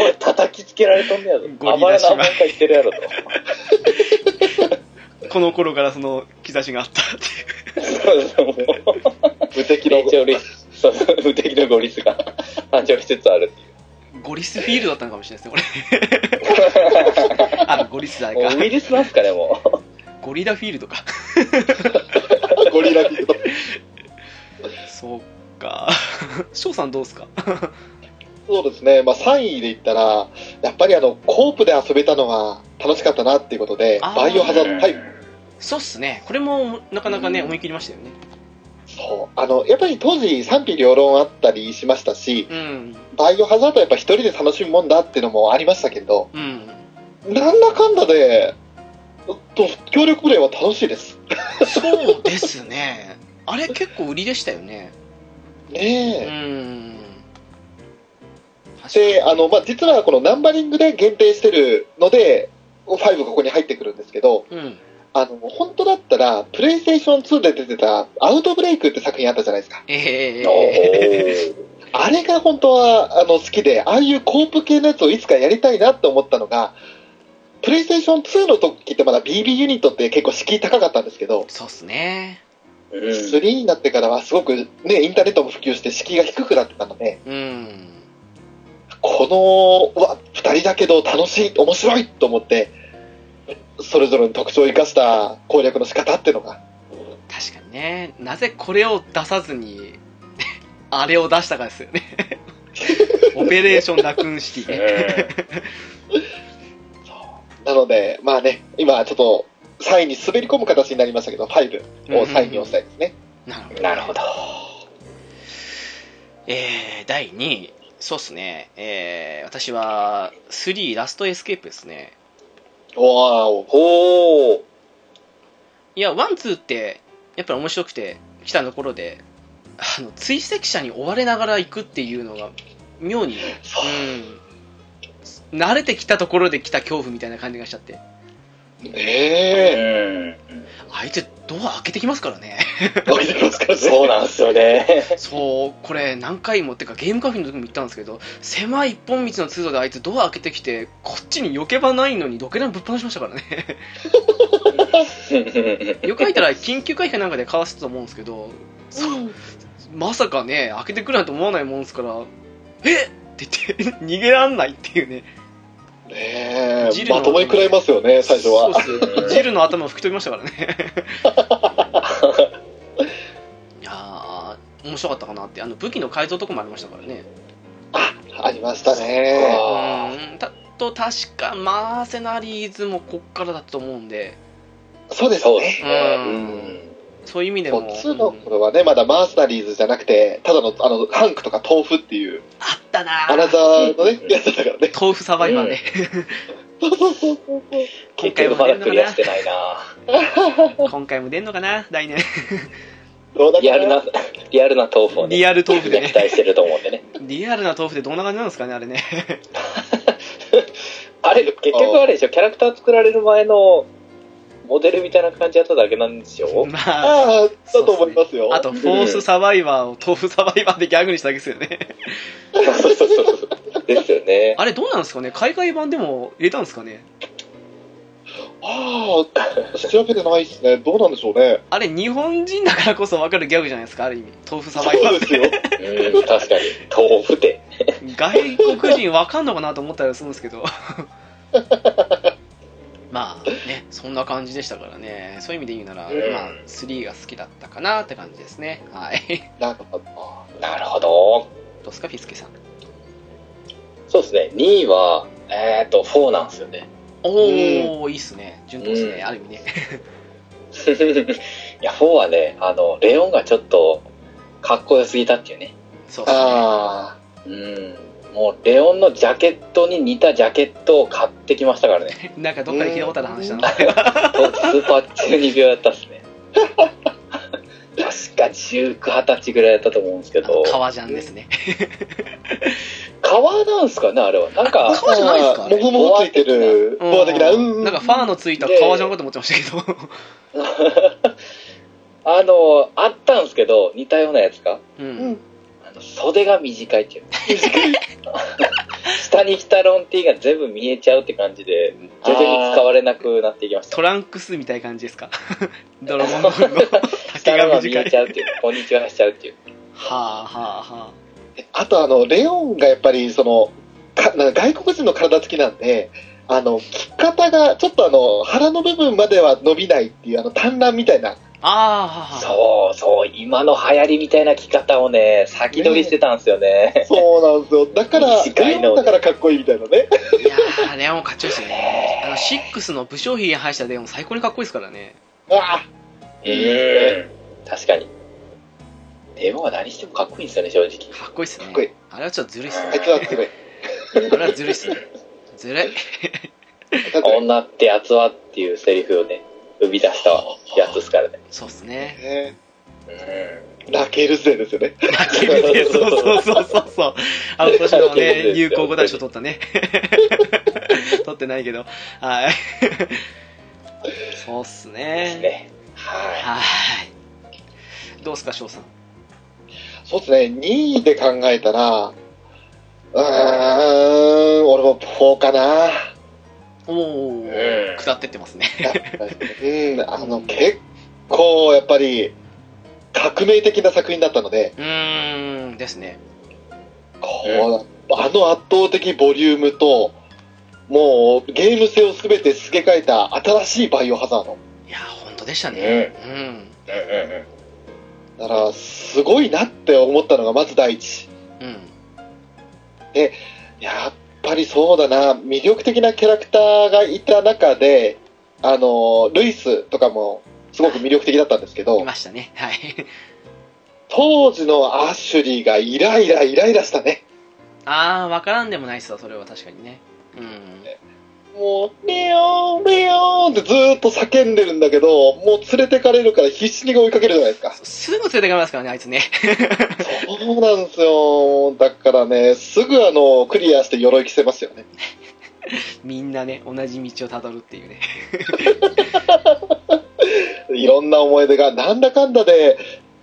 Speaker 3: 俺叩きつけられとんねやぞ。
Speaker 1: ゴリ
Speaker 3: 暴
Speaker 1: ラ
Speaker 3: れ
Speaker 1: 姉妹
Speaker 3: なもんか言ってるやろ と。
Speaker 1: この頃からその兆しがあったっていう。
Speaker 3: そうそう、もう。
Speaker 2: 無敵の
Speaker 3: 霊。長類、そうそう、無敵のゴリスが誕生しつつある。
Speaker 1: ゴリスフィールドだったのかもしれないですね、 これ。あ、ゴリスだ
Speaker 3: もうウイ
Speaker 1: か。
Speaker 3: ルスなんすかね、もう。
Speaker 1: ゴリラフィールドか。
Speaker 2: ゴリラビート。
Speaker 1: そうか。翔さんどうですか
Speaker 2: そうですね。まあ3位で言ったら、やっぱりあの、コープで遊べたのが楽しかったなっていうことで、
Speaker 1: あー
Speaker 2: バイオハザード5。
Speaker 1: そうっすね。これも、なかなかね、
Speaker 3: うん
Speaker 1: 思い切りましたよね。
Speaker 2: そう。あの、やっぱり当時賛否両論あったりしましたし、
Speaker 1: うん
Speaker 2: バイオハザードはやっぱ一人で楽しむもんだっていうのもありましたけど、
Speaker 1: うん
Speaker 2: なんだかんだで、えっと協力プレイは楽しいです。
Speaker 1: そうですねあれ結構売りでしたよねう
Speaker 2: ねえ。
Speaker 1: ん確かに
Speaker 2: で、あの、まあ、実はこのナンバリングで限定してるので、5がここに入ってくるんですけど、
Speaker 1: うん
Speaker 2: あの、本当だったら、プレイステーション2で出てた、アウトブレイクって作品あったじゃないですか。
Speaker 1: ええ
Speaker 2: あれが本当は、あの、好きで、ああいうコープ系のやつをいつかやりたいなって思ったのが、プレイステーション2の時ってまだ BB ユニットって結構敷居高かったんですけど、
Speaker 1: そうっすね
Speaker 3: うん
Speaker 2: 3になってからはすごくね、インターネットも普及して敷居が低くなってたので、
Speaker 1: うん
Speaker 2: この、うわ、二人だけど楽しい、面白いと思って、それぞれの特徴を生かした攻略の仕方っていうのが、
Speaker 1: 確かにねなぜこれを出さずに あれを出したかですよねオペレーションラクーンシティね
Speaker 2: なので、まあね、今ちょっと3位に滑り込む形になりましたけど、5を3位に押したいですね。
Speaker 1: なるほ
Speaker 3: う
Speaker 1: ど
Speaker 3: んなるほど。
Speaker 1: えー、第2位そうっすねえー、私は3ラストエスケープですね
Speaker 2: わーお
Speaker 3: おお。
Speaker 1: いやワンツーってやっぱり面白くて来たところであの追跡者に追われながら行くっていうのが妙に、うん、慣れてきたところで来た恐怖みたいな感じがしちゃって
Speaker 2: ねえ。
Speaker 1: あいつドア開けてきますからね
Speaker 2: 伸びてます からね。
Speaker 3: そうなんです よね。
Speaker 1: そうこれ何回もってかゲームカフェの時も言ったんですけど狭い一本道の通路であいつドア開けてきてこっちに避け場ないのにどけなぶっ放しましたからねよく書いたら緊急回避かなんかでかわせたと思うんですけど、そうまさかね開けてくるなんて思わないもんですからえっって言って 逃げらんないっていうね
Speaker 2: ね
Speaker 1: ジ
Speaker 2: え。
Speaker 1: ルの
Speaker 2: まともに食らいますよね、最初は。
Speaker 1: そうっすジルの頭を吹き飛びましたから ねいやー面白かったかなってあの武器の改造とかもありましたからね
Speaker 2: ありましたね。
Speaker 3: あ
Speaker 1: うんたと確かマーセナリーズもこっからだったと思うんで
Speaker 2: そうです
Speaker 3: そうで
Speaker 2: ね。
Speaker 3: すね。
Speaker 1: そういう意味で
Speaker 2: こ
Speaker 1: も
Speaker 2: っちの
Speaker 1: うん
Speaker 2: 頃はね、まだマースナリーズじゃなくて、ただの、あの、ハンクとか豆腐っていう、
Speaker 1: あったな
Speaker 2: アナザ
Speaker 1: ー
Speaker 2: ーのね、やつだからね。
Speaker 1: 豆腐サバイバーね、
Speaker 2: そうそうそうそう。
Speaker 3: 結局まだクリアしてないな。
Speaker 1: 今回も出んのかな来年
Speaker 2: どうだった
Speaker 3: リアルな、リアルな豆腐をね、
Speaker 1: リアル豆腐でね
Speaker 3: 期待してると思うんでね。
Speaker 1: リアルな豆腐ってどんな感じなんですかねあれね
Speaker 3: あれ、結局あれでしょ、キャラクター作られる前のモデルみたいな感じやっただけなんでしょ
Speaker 1: まあ
Speaker 2: ああ、だと思いますよ。
Speaker 1: あとフォースサバイバーを豆腐サバイバーでギャグにしただけですよね
Speaker 3: そうそうそうそう。 ですよね。
Speaker 1: あれどうなんですかね海外版でも入れたんですかね
Speaker 2: ああ、調べてないですね。どうなんでしょうね。
Speaker 1: あれ日本人だからこそ分かるギャグじゃないですかある意味豆腐サバイバ
Speaker 2: そ
Speaker 1: ー
Speaker 2: う ですよ。
Speaker 3: うん、確かに。豆腐って。
Speaker 1: 外国人わかんのかなと思ったりするんですけど まあねそんな感じでしたからねそういう意味で言うなら、
Speaker 3: うん
Speaker 1: まあ3が好きだったかなって感じですねはい
Speaker 2: なんか、
Speaker 3: なるほど。
Speaker 1: どうすかフィスケさん
Speaker 3: そうですね。2位は、えっと、4なんですよね。
Speaker 1: おお、いいっすね順当っすね、
Speaker 3: うん
Speaker 1: ある意味ね
Speaker 3: いや、4はね、あの、レオンがちょっと、かっこよすぎたっていうね。
Speaker 1: そうっすね
Speaker 2: あ
Speaker 3: うん。もう、レオンのジャケットに似たジャケットを買ってきましたからね。
Speaker 1: なんかどっかで聞いたことある話だな
Speaker 3: そうスーパー中二病やったっすね。確か19、20歳ぐらいやったと思うんですけど。
Speaker 1: 革ジャンですね。
Speaker 3: 革なんすかね、あれは。なん
Speaker 2: あ。
Speaker 1: 革
Speaker 3: か、
Speaker 1: そうじゃないですかあれ
Speaker 2: もふもふついてる。ボア的な。うん。
Speaker 1: なんかファーのついた革ジャンかと思ってましたけど。
Speaker 3: あの、あったんですけど、似たようなやつか。
Speaker 1: う
Speaker 2: うんん。。
Speaker 3: あの袖が短いっていう。下に着たロンティーが全部見えちゃうって感じで、徐々に使われなくなっていきました。
Speaker 1: トランクスみたいな感じですか ドラゴンボ ールの
Speaker 3: 下
Speaker 1: 竹
Speaker 3: の
Speaker 1: が
Speaker 3: が見
Speaker 1: 短
Speaker 3: え
Speaker 1: い。
Speaker 3: ち
Speaker 1: は
Speaker 3: ゃうっていう。こんにちはしちゃうっていう。
Speaker 1: あはあは
Speaker 2: あとあの、レオンがやっぱり、その、かなんか外国人の体つきなんで、あの、着方が、ちょっとあの、腹の部分までは伸びないっていう、あの、単乱みたいな。
Speaker 1: あ。ああ、
Speaker 3: そうそう、今の流行りみたいな着方をね、先取りしてたんですよね。
Speaker 2: そうなんですよ。だから、
Speaker 3: 短いの
Speaker 2: レオンだからかっこいいみたいなね。
Speaker 1: いやー、レオンかっちょいいですね。あの、シックスの武将髭配したレオン最高にかっこいいですからね。
Speaker 2: ああ。
Speaker 3: うん。確かに。テーマは何してもかっこいいんですよね、正直。
Speaker 1: かっこいいっすね
Speaker 2: っこいい
Speaker 1: あれはちょっとずるいっす
Speaker 2: あい
Speaker 1: ね
Speaker 2: つはずる い。
Speaker 1: あれはずるいっすねずるい
Speaker 2: だって
Speaker 3: 女ってやつはっていうセリフをね、生み出したやつですからね。
Speaker 1: そうっすね
Speaker 2: ね、
Speaker 3: う
Speaker 2: ラケール勢ですよね。
Speaker 1: 泣けるねそうそうそうそう そうあの今年のね有効語大賞取った ね取ってないけどはいそうっす
Speaker 3: ん。です
Speaker 1: ね
Speaker 3: ね。は
Speaker 1: はいどうっすか翔さん
Speaker 2: そうですね、2位で考えたら、うーん、俺も4か な。
Speaker 1: おお
Speaker 3: ええ
Speaker 1: 下ってってますね
Speaker 2: うん、あの、結構やっぱり、革命的な作品だったので、
Speaker 1: うーんですね
Speaker 2: こうあの圧倒的ボリュームと、もうゲーム性を全てすげ替えた新しいバイオハザード。
Speaker 1: いや本当でしたねうん
Speaker 3: い。うんうんうん。
Speaker 2: だから、すごいなって思ったのがまず第一。
Speaker 1: うん
Speaker 2: やっぱりそうだな、魅力的なキャラクターがいた中で、あの、ルイスとかもすごく魅力的だったんですけ
Speaker 1: い
Speaker 2: ど、
Speaker 1: ましたねはい
Speaker 2: 当時のアシュリーがイライライライラしたね。
Speaker 1: ああ分からんでもないっすわそれは確かにねうん
Speaker 2: もう、レオン、レオンってずーっと叫んでるんだけど、もう連れてかれるから必死に追いかけるじゃないですか。
Speaker 1: すぐ連れてかれますからねあいつね
Speaker 2: そうなんですよ。だからね、すぐあの、クリアして鎧着せますよね。
Speaker 1: みんなね同じ道をたどるっていうね
Speaker 2: いろんな思い出が、なんだかんだで、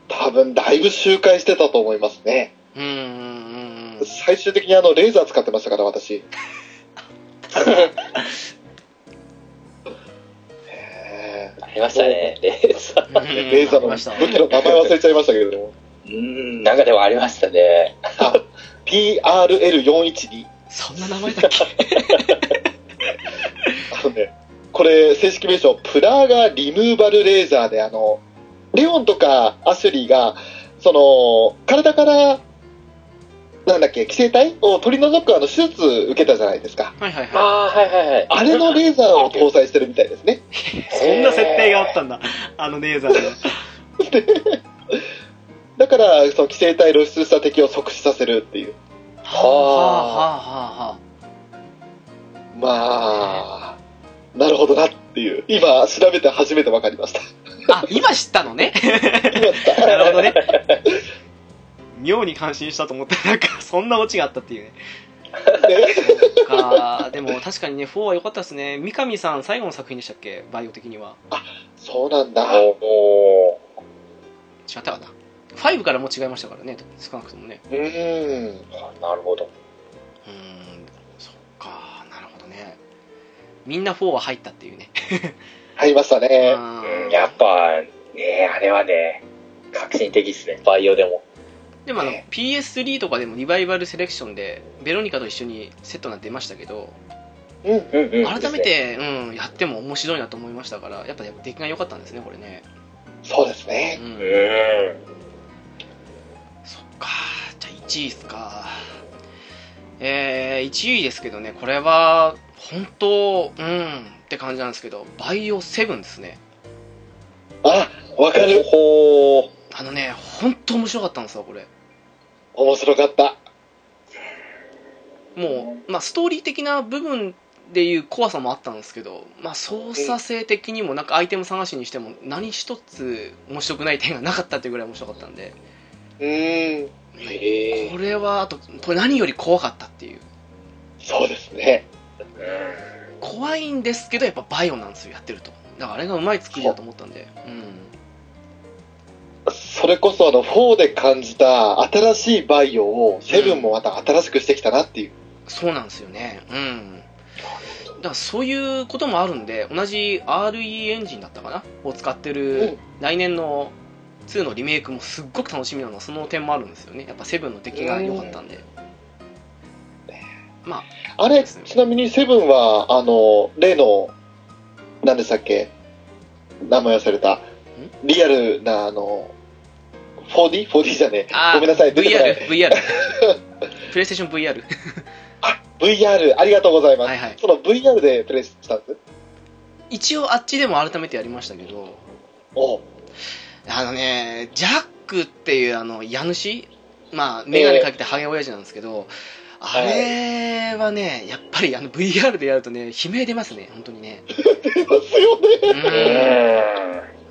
Speaker 2: 多分だいぶ周回してたと思いますね。
Speaker 1: うんうんうんうん
Speaker 2: 最終的にあの、レーザー使ってましたから、私。ねえ
Speaker 3: ありましたね、レーザー。
Speaker 1: うん
Speaker 2: レーザーの
Speaker 1: ありました
Speaker 2: 武器の名前忘れちゃいましたけれども。
Speaker 3: うん、なんかでもありましたね。
Speaker 2: あ PRL412。
Speaker 1: そんな名前だっけ
Speaker 2: あのね、これ、正式名称、プラーガリムーバルレーザーで、あの、レオンとかアシュリーが、その、体から、なんだっけ、寄生体を取り除くあの手術受けたじゃないですか。
Speaker 1: はいはいは
Speaker 3: ああー、はいはいはい。
Speaker 2: あれのレーザーを搭載してるみたいですね。
Speaker 1: いそんな設定があったんだあのレーザーで
Speaker 2: だから、その寄生体露出した敵を即死させるっていう。
Speaker 1: はあはあはあは
Speaker 2: まあ、なるほどなっていう。今、調べて初めて分かりました。
Speaker 1: ああ今知ったのねなるほどね妙に感心したと思ってなんかそんなオチがあった っていうねそっかでも確かにね4は良かったですね三上さん最後の作品でしたっけバイオ的には
Speaker 2: そうなんだ。
Speaker 3: お
Speaker 1: 違ったかな5からもう違いましたからね少なくともね
Speaker 2: うーん。
Speaker 3: ーなるほど。
Speaker 1: うーんそっかなるほどねみんな4は入ったっていうね
Speaker 2: 入りましたね。
Speaker 3: うん、
Speaker 1: うん
Speaker 3: やっぱ、ね、あれはね、革新的っすね、バイオでも。
Speaker 1: でもあの
Speaker 3: ね
Speaker 1: PS3 とかでもリバイバルセレクションでベロニカと一緒にセットになってましたけど
Speaker 2: うん。
Speaker 3: うんうん
Speaker 1: 改め、て、うん、やっても面白いなと思いましたからやっぱ出来が良かったんですねこれね、
Speaker 2: そうです
Speaker 1: う
Speaker 2: ね。
Speaker 1: ん
Speaker 3: う、ん。
Speaker 1: そっかじゃあ1位っすかえー、1位ですけどねこれは本当うんって感じなんですけどバイオ7ですね
Speaker 2: あ、わかる。
Speaker 3: ほー。
Speaker 1: あのね本当面白かったんですよこれ
Speaker 2: 面白かった。
Speaker 1: もう、まあ、ストーリー的な部分でいう怖さもあったんですけど、まあ、操作性的にもなんかアイテム探しにしても何一つ面白くない点がなかったっていうぐらい面白かったんで
Speaker 2: うーん。
Speaker 3: へ
Speaker 1: これはあとこれ何より怖かったっていう
Speaker 2: そうですね。
Speaker 1: 怖いんですけどやっぱバイオなんですよやってるとだからあれがうまい作りだと思ったんでうん
Speaker 2: それこそあの4で感じた新しいバイオを7もまた新しくしてきたなっていう。
Speaker 1: そうなんですよねうんだからそういうこともあるんで同じ RE エンジンだったかなを使って
Speaker 2: う
Speaker 1: る
Speaker 2: ん
Speaker 1: 来年の2のリメイクもすっごく楽しみなのはその点もあるんですよねやっぱ7の出来が良かったんでま
Speaker 2: あれ、ちなみに7は、あの、例の、何でしたっけ名前忘れた。リアルな、あの、4D?4D じゃねえ。
Speaker 1: ああ
Speaker 2: ごめんなさい、出てこない。
Speaker 1: VR VR プレイステーション VR
Speaker 2: あ、VR、ありがとうございます。
Speaker 1: はいはい
Speaker 2: その VR でプレイしたんです
Speaker 1: 一応あっちでも改めてやりましたけど
Speaker 2: おう
Speaker 1: あのね、若クっていうあの家主まあ眼鏡かけてハゲ親父なんですけど、あれはねやっぱりあの VR でやるとね悲鳴出ますね本当にね
Speaker 2: ますよね。
Speaker 1: う
Speaker 3: うんん。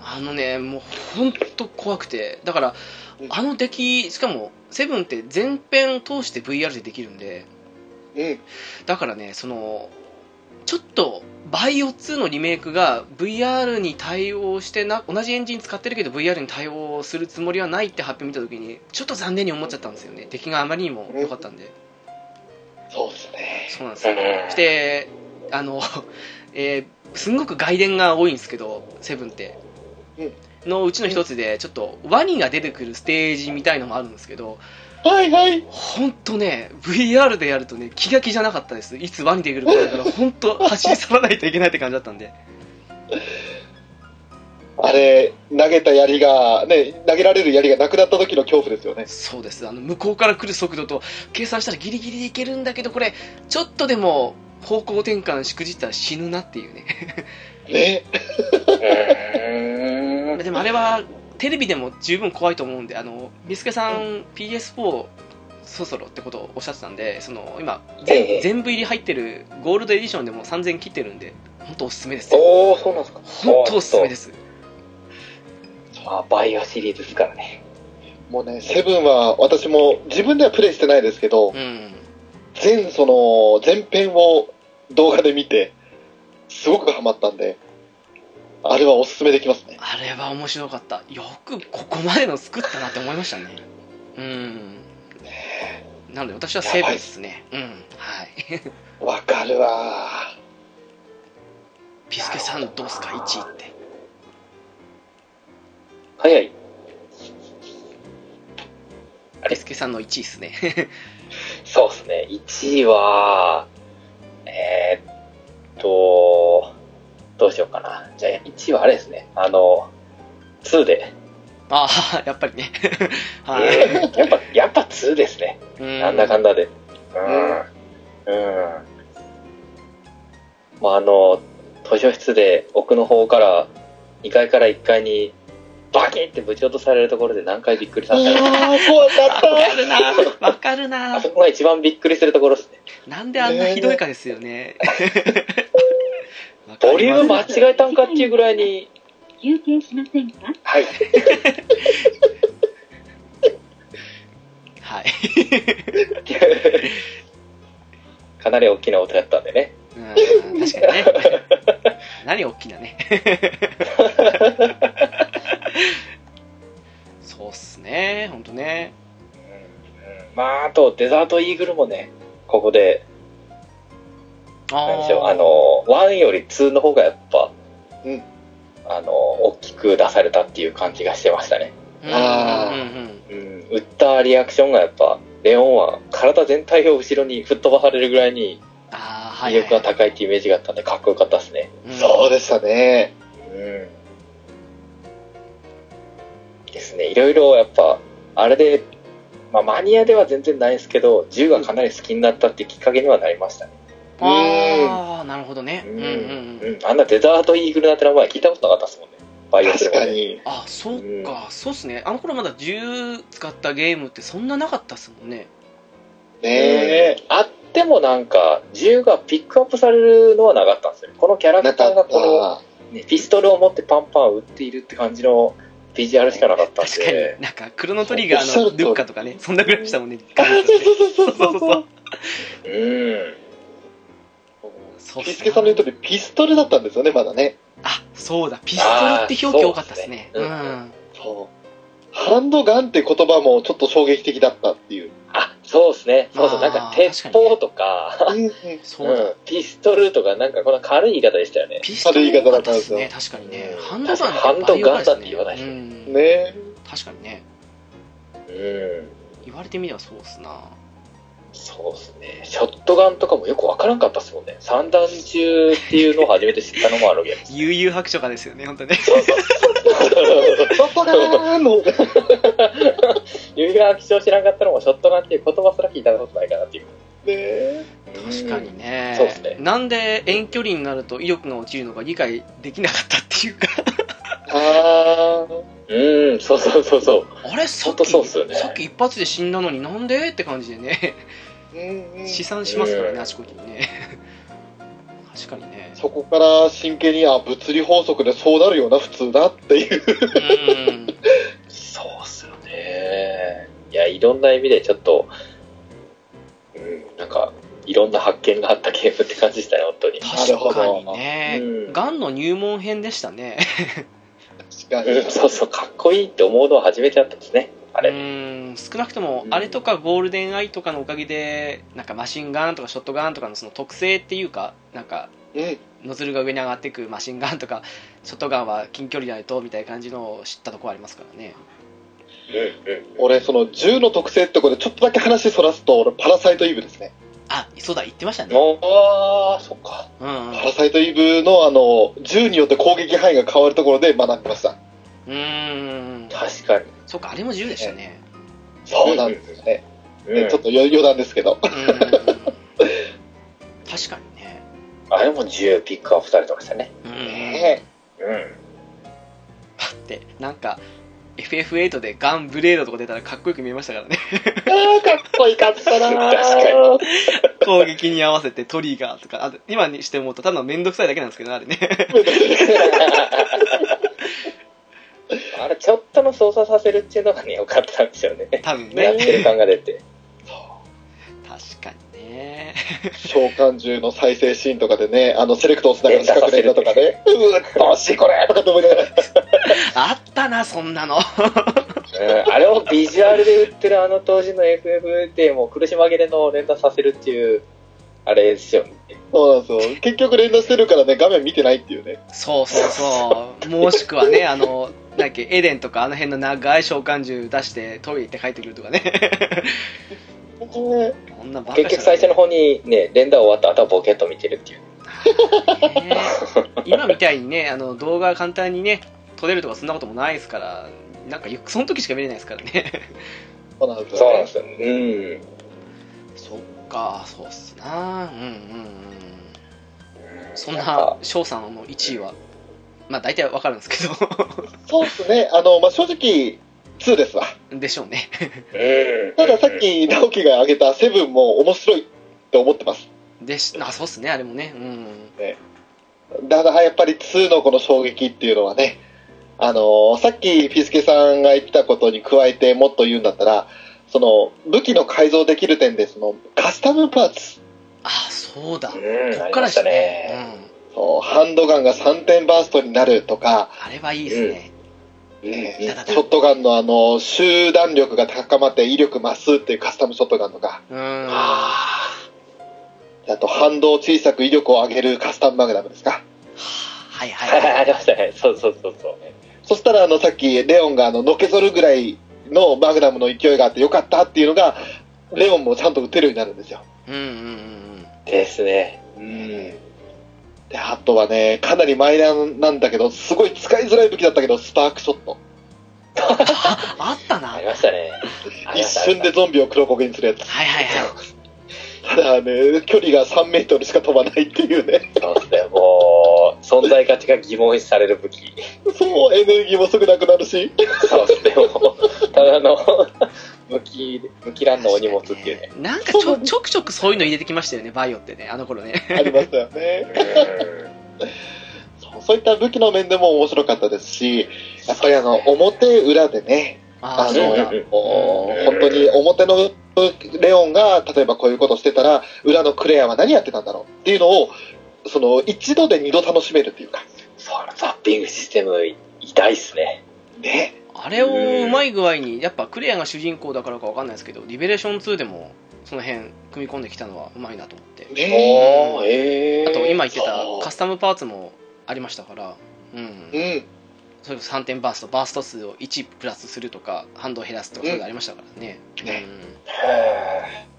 Speaker 1: あのねもう本当怖くてだからあの出来しかもセブンって全編通して VR でできるんで
Speaker 2: うん。
Speaker 1: だからねそのちょっとバイオ2のリメイクが VR に対応してな同じエンジン使ってるけど VR に対応するつもりはないって発表見た時にちょっと残念に思っちゃったんですよね出来があまりにも良かったんで
Speaker 3: そうですね。
Speaker 1: そうなんですよ
Speaker 3: うん
Speaker 1: してあの、 えーすんごく外伝が多いんですけどセブンってのうちの一つでちょっとワニが出てくるステージみたいのもあるんですけど
Speaker 2: はいはい。
Speaker 1: 本当ね VR でやるとね気が気じゃなかったですいつワニで来るかだから本当走り去らないといけないって感じだったんで
Speaker 2: あれ、投げた槍が、ね、投げられる槍がなくなった時の恐怖ですよね。
Speaker 1: そうですあの向こうから来る速度と計算したらギリギリでいけるんだけどこれちょっとでも方向転換しくじったら死ぬなっていうね
Speaker 2: ね。
Speaker 3: う
Speaker 1: でもあれはテレビでも十分怖いと思うんであのビスケさん PS4 そろそろってことをおっしゃってたんでその今
Speaker 3: ええ
Speaker 1: 全全部入り入ってるゴールドエディションでも3000切ってるんで本当おすすめですよ
Speaker 3: おお、そうなんですか。
Speaker 1: 本当おすすめです
Speaker 3: まあ、バイオシリーズですからね。
Speaker 2: もうね、セブンは私も自分ではプレイしてないですけど
Speaker 1: う、ん
Speaker 2: 全その、全編を動画で見て、すごくハマったんで、あれはおすすめできますね。
Speaker 1: あれは面白かったよくここまでの作ったなって思いましたねうんなので私はセーブですねうんはい
Speaker 2: わかるわ
Speaker 1: ピスケさんどうすか1位って
Speaker 3: 早い。あれ
Speaker 1: ピスケさんの1位ですね
Speaker 3: そうですね。1位は、えー、っと、どうしようかな。じゃあ、1位はあれですね。あの、2で。
Speaker 1: ああやっぱりね はい
Speaker 3: やっぱ、やっぱ2ですね。
Speaker 1: な
Speaker 3: なんだかんだで。うん。うん。まあ、あの、図書室で奥の方から、2階から1階に、バキンってぶち落とされるところで何回びっくりさ
Speaker 2: ー。
Speaker 3: せたか。
Speaker 2: あー、怖かった。
Speaker 1: わかるなわかるな
Speaker 3: あそこが一番びっくりするところですね。
Speaker 1: なんであんなひどいかですよねわかります
Speaker 3: ボリューム間違えたんかっていうぐらいに、
Speaker 4: 休憩しませんか
Speaker 3: はい。
Speaker 1: はい
Speaker 3: かなり大きな音だったんでね。
Speaker 1: うん確かに ね何大きな ねそうっすね本当ね
Speaker 3: まあ、あと、デザートイーグルもね、ここで、なんでしょう、
Speaker 1: ー
Speaker 3: あの、1より2の方がやっぱ、
Speaker 2: うん
Speaker 3: あの、大きく出されたっていう感じがしてましたね。
Speaker 1: うん
Speaker 2: あー
Speaker 1: うんうん
Speaker 3: うん、打ったリアクションがやっぱ、レオンは体全体を後ろに吹っ飛ばされるぐらいに
Speaker 1: あーは
Speaker 3: 威
Speaker 1: いはい
Speaker 3: 力が高いっていうイメージがあったんで、かっこよかったですね。
Speaker 1: うん
Speaker 2: そうでしたね。
Speaker 3: ですね、いろいろやっぱ、あれで、まあ、マニアでは全然ないですけど、銃がかなり好きになったっていうきっかけにはなりましたね。
Speaker 1: ああなるほどね
Speaker 3: う
Speaker 1: うんんうんうん
Speaker 3: うんあんなデザートイーグルなんて名前聞いたことなかったですもんね。バイオス
Speaker 2: 確
Speaker 3: でも
Speaker 2: か
Speaker 3: ね。
Speaker 2: に。
Speaker 1: あそっかそうっすねあの頃まだ銃使ったゲームってそんななかったっすもんね
Speaker 2: ねえ。
Speaker 3: あってもなんか、銃がピックアップされるのはなかったんですよ。このキャラ
Speaker 2: な
Speaker 3: ク
Speaker 2: か
Speaker 3: ターが
Speaker 2: っ
Speaker 3: この、
Speaker 2: た。
Speaker 3: ねピストルを持ってパンパン撃っているって感じのビジュアルしかなかったん
Speaker 1: 確か
Speaker 3: で
Speaker 1: に。なんかクロノトリガー
Speaker 2: そうおっしゃ
Speaker 1: の
Speaker 2: る通り
Speaker 1: ルッカとかねそんなぐらいでしたもんね
Speaker 2: あそうそうそうそうそう。
Speaker 3: うん。
Speaker 1: そうっす
Speaker 2: ピ
Speaker 1: ね
Speaker 2: スケさんの言う通り、ピストルだったんですよね、まだね。
Speaker 1: あそうだピストルって表記多かったですね
Speaker 3: あーそう
Speaker 1: うん
Speaker 3: っすねうん
Speaker 2: そう。ハンドガンって言葉もちょっと衝撃的だったって いう。
Speaker 3: あ、そうですね。そうそう。
Speaker 1: あ
Speaker 3: なん
Speaker 1: ー
Speaker 3: か、鉄砲とか、
Speaker 2: うんうん
Speaker 1: そうだ
Speaker 3: うんピストルとか、なんかこの軽い言い方でしたよね。
Speaker 1: ピストル多かったですね、確かにね。ハンドガンって言わないですね
Speaker 3: ハンドガンだって言わないですね
Speaker 1: うん
Speaker 2: ねえ。
Speaker 1: 確かにね。
Speaker 3: うん。
Speaker 1: 言われてみればそうっすな。
Speaker 3: そうですね。ショットガンとかもよくわからんかったですもんね。三段銃っていうのを初めて知ったのもあるけど。
Speaker 1: 悠々白書家ですよね、本当ね。
Speaker 2: パパガーンの方が。
Speaker 3: 指が飽き性知らんかったのも、ショットガンっていう言葉すら聞いたことないかなっていう。
Speaker 2: ね
Speaker 1: 確かにね。
Speaker 3: そうっすね
Speaker 1: なんで遠距離になると威力が落ちるのか理解できなかったっていうか。
Speaker 2: ああ。
Speaker 3: うん。うん、そうそうそうそう。
Speaker 1: あれさっ
Speaker 3: 本当
Speaker 1: き、
Speaker 3: そうっすよね
Speaker 1: さっき一発で死んだのになんでって感じでね、試算しますからね、
Speaker 3: うん
Speaker 1: あちこちに ね。確かにね。
Speaker 2: そこから真剣に、あ、物理法則でそうなるよな、普通だっていう。
Speaker 1: うん。
Speaker 3: そうっすよね。いや、いろんな意味でちょっと、うん、なんか、いろんな発見があったゲームって感じでしたね、本当に。
Speaker 2: るほ
Speaker 1: 確
Speaker 2: ど
Speaker 1: かにね
Speaker 3: う。ん
Speaker 1: がんの入門編でしたね。
Speaker 2: 確か
Speaker 3: うん、そうそう、かっこいいって思うのは初めてだったんですね、あ
Speaker 1: う
Speaker 3: れ。
Speaker 1: ん少なくとも
Speaker 3: う、ん
Speaker 1: あれとかゴールデンアイとかのおかげで、なんかマシンガンとかショットガンとかのその特性っていうか、なんか、
Speaker 2: に。うん。
Speaker 1: ノズルが上に上がっていくマシンガンとか、ショットガンは近距離じゃないとみたいな感じのを知ったところありますからね。
Speaker 3: うん、
Speaker 2: 俺、その銃の特性ってことでちょっとだけ話そらすと、俺、パラサイトイブですね。
Speaker 1: あ、そうだ、言ってました
Speaker 3: うん。
Speaker 1: ね。
Speaker 3: おー、そっか。
Speaker 1: うんうん
Speaker 2: パラサイトイブの、あの、銃によって攻撃範囲が変わるところで学びました。
Speaker 1: うーん。
Speaker 3: 確かに。
Speaker 1: そうか、あれも銃でしたね。
Speaker 2: そうなんですよね。ねちょっ
Speaker 3: と。
Speaker 2: とよ余談ですけど。
Speaker 1: うん確かにね。
Speaker 3: あれも銃ピックアップされてましたね。
Speaker 1: うん。
Speaker 2: ね
Speaker 3: うん。
Speaker 1: パッて、なんか、FF8 でガンブレードとか出たらかっこよく見えましたからね。
Speaker 2: あーかっこいかったなー
Speaker 3: 確か
Speaker 1: 攻撃に合わせてトリガーとか、あと今にして思うとただのめんどくさいだけなんですけどね、あれ ね。
Speaker 3: あれ、ちょっとの操作させるっていうのがね、良かったんですよね。
Speaker 1: 多分
Speaker 3: やっ
Speaker 1: ね。
Speaker 3: てる感が出て。
Speaker 1: 確かにね。
Speaker 2: 召喚獣の再生シーンとかでね、あの、セレクトを押しながら近くでいたとかね、うーっと惜しいこれとかって思いながら、
Speaker 1: あったな、そんなの。
Speaker 3: うんあれをビジュアルで売ってるあの当時の FF でもう苦し紛れの連打させるっていう、あれですよね。
Speaker 2: そうなんですよ。結局連打してるからね、画面見てないっていうね。
Speaker 1: そうそうそう。もしくは ね、あの、なんだっけ、エデンとかあの辺の長い召喚獣出してトイレ行って帰ってくるとかね。こんなバカ
Speaker 3: 結局最初の方にね、連打終わった後はボケっと見てるっていう。
Speaker 1: ね今みたいにね、あの動画簡単にね、撮れるとかそんなこともないですから、なんかゆその時しか見れないですからね。
Speaker 2: そうなんです
Speaker 3: そ
Speaker 2: よ、
Speaker 3: うなん
Speaker 2: ね
Speaker 3: で。すよ。うん。
Speaker 1: そっか、そうっすな。うんうんうん。そん
Speaker 3: やっぱ
Speaker 1: な翔さんの1位は、まあ大体わかるんですけ
Speaker 2: そうですね。あの、まあ、正直、2ですわ。
Speaker 1: ど、 でしょうね。
Speaker 3: うん
Speaker 2: たださっ、き、直樹が挙げたセブンも面白いって思ってます。
Speaker 1: でし、あ、そうっすね、あれもね。うん。
Speaker 2: ただやっぱり2のこの衝撃っていうのはね、あのさっきピスケさんが言ってたことに加えてもっと言うんだったら、その武器の改造できる点で、そのカスタムパーツ。
Speaker 1: あ、そうだ。こ
Speaker 3: うん、
Speaker 1: っ
Speaker 3: あり
Speaker 1: か
Speaker 3: ま
Speaker 1: ら
Speaker 3: し
Speaker 1: したた
Speaker 3: ね。
Speaker 1: ね。うん。
Speaker 2: そうハンドガンが3点バーストになるとか、
Speaker 1: あれはいいですね。
Speaker 2: ね
Speaker 1: うん
Speaker 2: ショットガンのあの集団力が高まって威力増すっていうカスタムショットガンとか、
Speaker 1: うん。は
Speaker 3: あ
Speaker 2: あと反動を小さく威力を上げるカスタムマグナムですか。
Speaker 1: い
Speaker 3: あ、
Speaker 1: はいはい。
Speaker 3: ありましたね。そうそうそうそう。
Speaker 2: そしたらあのさっきレオンがあののけぞるぐらいのマグナムの勢いがあってよかったっていうのが、レオンもちゃんと撃てるようになるんですよ。
Speaker 1: うんうんうん
Speaker 3: ですね。
Speaker 2: で、あとはね、かなりマイナーなんだけど、すごい使いづらい武器だったけど、スパークショット。
Speaker 1: うん。あったな。
Speaker 3: あ
Speaker 1: は
Speaker 3: り
Speaker 1: い
Speaker 3: ましたね。あり
Speaker 2: 一
Speaker 3: ました
Speaker 2: 瞬でゾンビを黒焦げにするやつ。
Speaker 1: はいはい。
Speaker 2: ただね、距離が3メートルしか飛ばないっていうね。
Speaker 3: そうですね。もう、存在価値が疑問視される武器。
Speaker 2: そう、エネルギーもすぐなくなるし。
Speaker 3: そう ですね。もう、ただの、 武器、武器欄のお荷物っていうね。
Speaker 1: なんかち ょちょくちょくそういうの入れてきましたよね、バイオってね、あの頃ね。
Speaker 2: ありましたよね。
Speaker 3: う
Speaker 2: そうそういった武器の面でも面白かったですし、やっぱりあの、表裏でね、
Speaker 1: あ
Speaker 2: あ
Speaker 1: あ、
Speaker 2: の、
Speaker 1: そうだ
Speaker 3: やっ。
Speaker 2: もう本当に表のレオンが、例えばこういうことしてたら、裏のクレアは何やってたんだろうっていうのを、その、一度で二度楽しめるっていうか、
Speaker 3: んそのザッピングシステム、痛いっすね。
Speaker 2: ね。
Speaker 1: あれをうまい具合に、やっぱクレアが主人公だからかわかんないですけど、リベレーション2でもその辺組み込んできたのはうまいなと思って。
Speaker 2: ね
Speaker 3: ー、え
Speaker 1: あと今言ってた
Speaker 2: そう
Speaker 1: カスタムパーツもありましたから、うん
Speaker 2: う。ん。
Speaker 1: それこそ3点バースト、バースト数を1プラスするとか、ハンドを減らすとか、
Speaker 2: うん
Speaker 1: そういうのありましたからね。
Speaker 2: ね
Speaker 1: う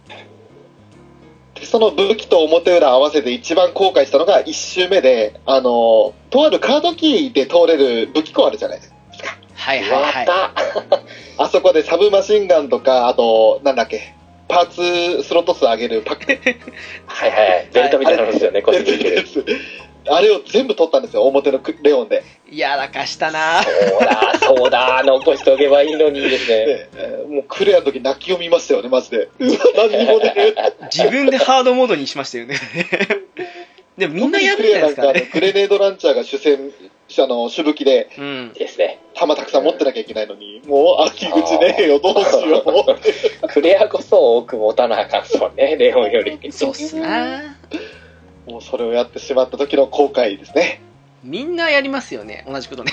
Speaker 2: でその武器と表裏合わせて一番後悔したのが1周目で、あの、とあるカードキーで通れる武器庫あるじゃないですか。
Speaker 1: んはい
Speaker 3: 終
Speaker 1: はい
Speaker 3: わ
Speaker 1: は
Speaker 3: っ
Speaker 1: い。
Speaker 3: た。
Speaker 2: あそこでサブマシンガンとか、あと、なんだっけ、パーツスロット数上げるパック
Speaker 3: はいはい。ベルトみたいなのですよね、こっちにいける。
Speaker 2: です。 あれを全部取ったんですよ、表のクレオンで。
Speaker 1: やらかしたな
Speaker 3: そうだ、そうだ、残しておけばいいのにですね。
Speaker 2: でえーもうクレアの時泣きを見ましたよね、マジで。 うわ何にもね。
Speaker 1: 自分でハードモードにしましたよね。 で もみんなやるんじゃないですか
Speaker 2: 特にクレ
Speaker 1: ね
Speaker 2: アなんか。あのグレネードランチャーが主戦、あの、主武器で、
Speaker 1: うん。
Speaker 3: ですね。
Speaker 2: 弾たくさん持ってなきゃいけないのに、もう秋口ねえよ、どうしよ う。
Speaker 3: クレアこそ多く持たなあかんそうね、レオンより。
Speaker 1: そうっすな
Speaker 2: もうそれをやってしまった時の後悔ですね。
Speaker 1: みんなやりますよね。同じことね。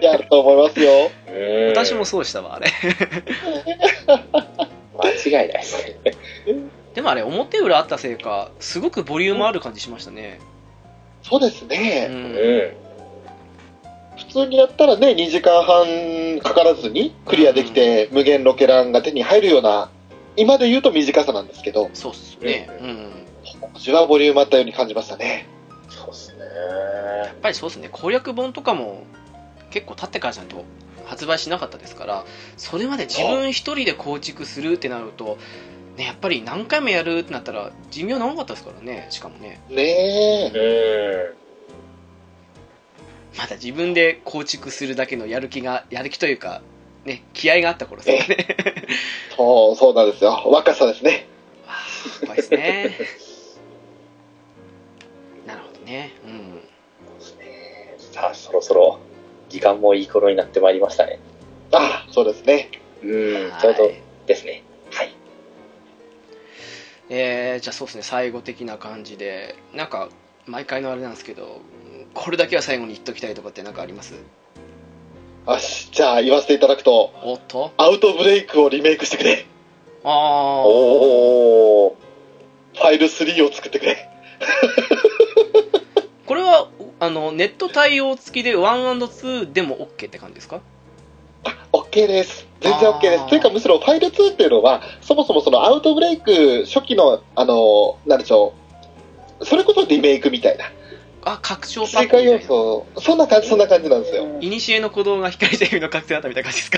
Speaker 2: やると思いますよ。
Speaker 3: うん
Speaker 1: 私もそうしたわ、あれ。
Speaker 3: 間違いないですね。
Speaker 1: でもあれ、表裏あったせいか、すごくボリュームある感じしましたね。
Speaker 2: そうです
Speaker 1: う
Speaker 2: ね。
Speaker 1: ん。
Speaker 3: う
Speaker 2: 普通にやったらね、2時間半かからずにクリアできて、無限ロケランが手に入るような、今で言うと短さなんですけど、
Speaker 1: そうっすね。うん。
Speaker 2: こっちはボリュームあったように感じましたね。
Speaker 3: ん。そうですね。
Speaker 1: やっぱりそうですね。攻略本とかも結構経ってからじゃないと発売しなかったですから、それまで自分一人で構築するってなると、ね、やっぱり何回もやるってなったら寿命長かったですからね、しかもね。
Speaker 2: ねえ。
Speaker 3: うん。
Speaker 1: まだ自分で構築するだけのやる気が、やる気というか、ね、気合があった頃ですよね。
Speaker 2: そう、そうなんですよ。若さですね。
Speaker 1: わあ怖いですね。なるほどね。うん。
Speaker 3: さあ、そろそろ、時間もいい頃になってまいりましたね。
Speaker 2: ああ、そうですね。
Speaker 3: うん
Speaker 1: は
Speaker 3: ちょうど
Speaker 1: い
Speaker 3: ですね。はい。
Speaker 1: えーじゃあそうですね最後的な感じでなんか毎回のあれなんですけどこれだけは最後に言っときたいとかってなんかあります
Speaker 2: よし、じゃあ言わせていただくと、
Speaker 1: おっと
Speaker 2: アウトブレイクをリメイクしてくれ。
Speaker 1: ああ
Speaker 3: おお。
Speaker 2: ファイル3を作ってくれ。
Speaker 1: これはあのネット対応付きで 1&2 でも OK って感じですか
Speaker 2: オッケーです。全然オッケーで
Speaker 1: あー
Speaker 2: す。というか、むしろファイル2っていうのは、そもそもそのアウトブレイク初期の、あの、なんでしょう。それこそリメイクみたいな。
Speaker 1: あ拡張パッ
Speaker 2: 追
Speaker 1: ク
Speaker 2: 加
Speaker 1: みた
Speaker 2: 要
Speaker 1: いな
Speaker 2: 素、そんな感じ、そんな感じなんです よ。
Speaker 1: いにしえの鼓動が光る指の覚醒だったみたいな感じ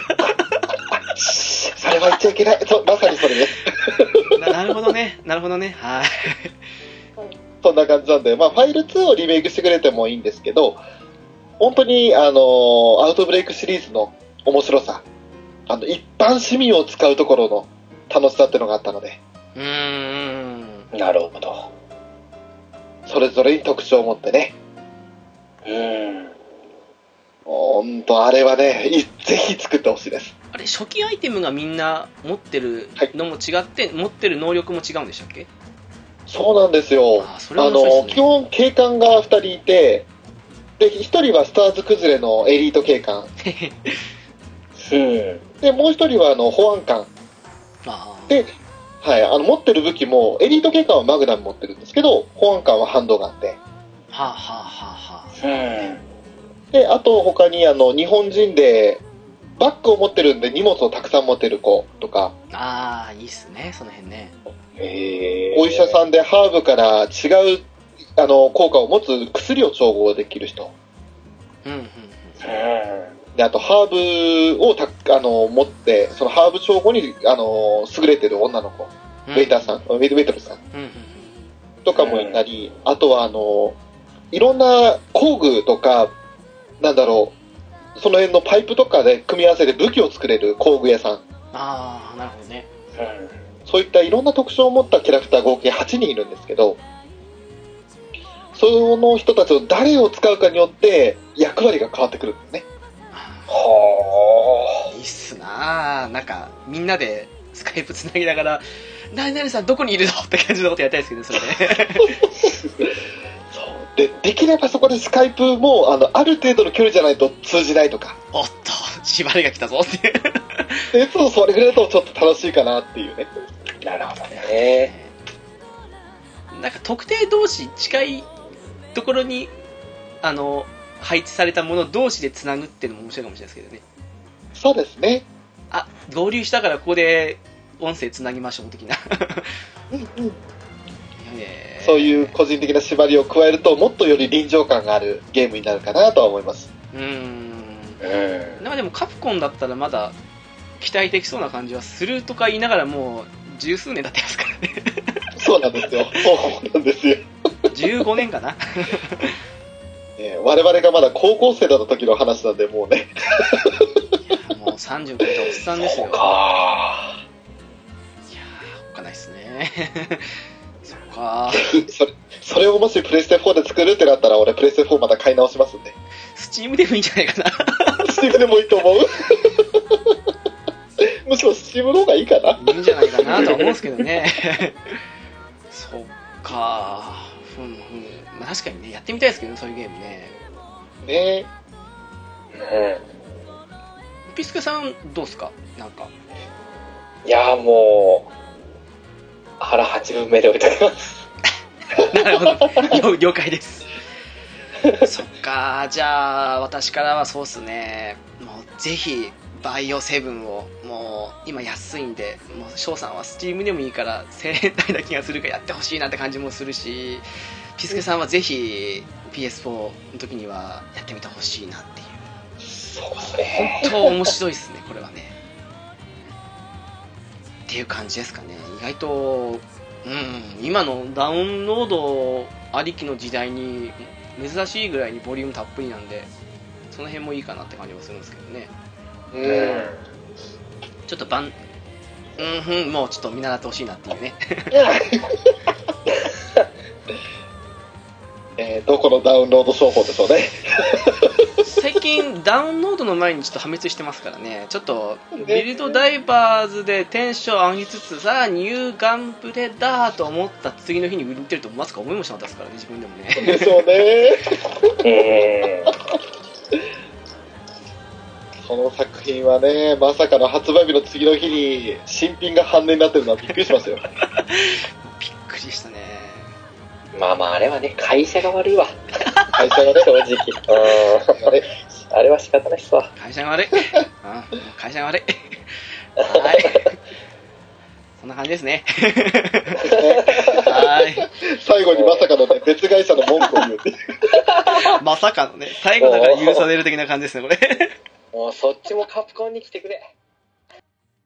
Speaker 1: ですか
Speaker 2: それは言っちゃいけない。そう、まさにそれです。
Speaker 1: ななるほどねなるほどねはい
Speaker 2: そんな感じなんで、まあ、ファイル2をリメイクしてくれてもいいんですけど、本当に、あの、アウトブレイクシリーズの面白さ、あの、一般市民を使うところの楽しさっていうのがあったので、
Speaker 1: うーん
Speaker 3: なるほど。
Speaker 2: それぞれに特徴を持ってね、
Speaker 3: うん。
Speaker 2: 本当あれはね、い ぜひ作ってほしいです。
Speaker 1: あれ初期アイテムがみんな持ってるのも違って、持ってる能力も違うんでしたっけ
Speaker 2: そうなんですよ。
Speaker 1: あーそれは
Speaker 2: あ
Speaker 1: 面白い
Speaker 2: の、
Speaker 1: です
Speaker 2: 基
Speaker 1: ね
Speaker 2: 本警官が2人いて、で、1人はスターズ崩れのエリート警官。
Speaker 3: うん。
Speaker 2: で、もう1人はあの保安官。
Speaker 1: あー
Speaker 2: で、はい、あの持ってる武器も、エリート警官はマグナム持ってるんですけど、保安官はハンドガンで。
Speaker 1: はあはあはあはあ
Speaker 2: で、あと他にあの、日本人で、バッグを持ってるんで荷物をたくさん持ってる子とか、
Speaker 1: ああいいっすねその辺ね
Speaker 3: へ
Speaker 2: お医者
Speaker 3: ん。
Speaker 2: さんでハーブから違う、あの、効果を持つ薬を調合できる人。
Speaker 1: うんうんうん
Speaker 3: う
Speaker 2: であとハーブをたあの持ってそのハーブ調合にあの優れてる女の子、
Speaker 1: う
Speaker 2: ウ
Speaker 1: ん
Speaker 2: ェイターさんウェイウェイトレスさん
Speaker 1: うんうんうん
Speaker 2: とかもいたり、あとはあのいろんな工具とかなんだろうその辺のパイプとかで組み合わせて武器を作れる工具屋さん
Speaker 1: ああなるほどね
Speaker 3: ん。
Speaker 2: そういったいろんな特徴を持ったキャラクター合計8人いるんですけどその人たちを誰を使うかによって役割が変わってくるんですね
Speaker 1: あ
Speaker 3: は
Speaker 1: ーいいっすなーなんかみんなでスカイプつなぎながら「何々さんどこにいるの?」って感じのことやりたいですけどねそれね
Speaker 2: そうでできればそこでスカイプもあのある程度の距離じゃないと通じないとか
Speaker 1: おっと縛りが来たぞって いう
Speaker 2: でいつもそれぐらいだとちょっと楽しいかなっていうね
Speaker 3: あ。なるほどね。
Speaker 1: なんか特定同士近いところにあの配置されたもの同士でつなぐっていうのも面白いかもしれないですけどね
Speaker 2: そうですね
Speaker 1: あ合流したからここで音声つなぎましょう的な
Speaker 2: うんうん、
Speaker 1: へー
Speaker 2: そういう個人的な縛りを加えるともっとより臨場感があるゲームになるかなとは思います
Speaker 1: うーん
Speaker 3: うん。
Speaker 1: なんかでもカプコンだったらまだ期待できそうな感じはするとか言いながらもう十数年経ってますからね
Speaker 2: そうなんですよそうなんですよ
Speaker 1: 15年かな
Speaker 2: ね我々がまだ高校生だった時の話なんで、もうね。
Speaker 1: もう30超えたおっさんですよいや
Speaker 3: か
Speaker 1: ーおっかないっすねそっか
Speaker 2: それ、それをもしプレステ4で作るってなったら、俺プレステ4また買い直しますん で。
Speaker 1: スチームでもいいんじゃないかな
Speaker 2: スチームでもいいと思う むしろスチームの方がいいかな。
Speaker 1: いいんじゃないかなとは思うんですけどねそっかふんふん、まあ、確かにねやってみたいですけどねそういうゲームね
Speaker 2: ね
Speaker 3: う
Speaker 1: ピスケさんどうっすかなんか
Speaker 3: ん。いやーもう、腹八分目で置いときます。
Speaker 1: なるほ ど了了解ですそっかじゃあ私からはそうっすねもうぜひバイオセブンをもう今安いんでもう翔さんはスチームでもいいから1000円台な気がするからやってほしいなって感じもするしピスケさんはぜひ PS4 の時にはやってみてほしいなっていう
Speaker 3: そうですね。
Speaker 1: 本当面白いですねこれはねっていう感じですかね意外とうん今のダウンロードありきの時代に珍しいぐらいにボリュームたっぷりなんでその辺もいいかなって感じもするんですけどね
Speaker 2: う。
Speaker 3: うん
Speaker 1: ちょっとバンうんふんもうちょっと見習ってほしいなっていうね
Speaker 2: えーどこのダウンロード商法でしょうね。
Speaker 1: 最近ダウンロードの前にちょっと破滅してますからねちょっとビルドダイバーズでテンション上げつつさあニューガンプレだと思った次の日に売ってるとまさか思いもしなかったですからね自分でもね
Speaker 2: でしょうね。
Speaker 3: ん。
Speaker 2: この作品はね、まさかの発売日の次の日に新品が半値になってるのはびっくりしましたよ。
Speaker 1: びっくりしたね
Speaker 3: まあまあ、あれはね、会社が悪 いわ。
Speaker 2: 会社がね、
Speaker 3: 正直。うん。
Speaker 2: あれ、
Speaker 3: あれは仕方ないっすわ。
Speaker 1: 会社が悪いあ会社が悪いはいそんな感じですねは
Speaker 2: 最後にまさかのね、別会社の文句を言うっていう。
Speaker 1: いまさかのね最後だから許される的な感じですねこれ
Speaker 3: もうそっちもカプコンに来てくれ。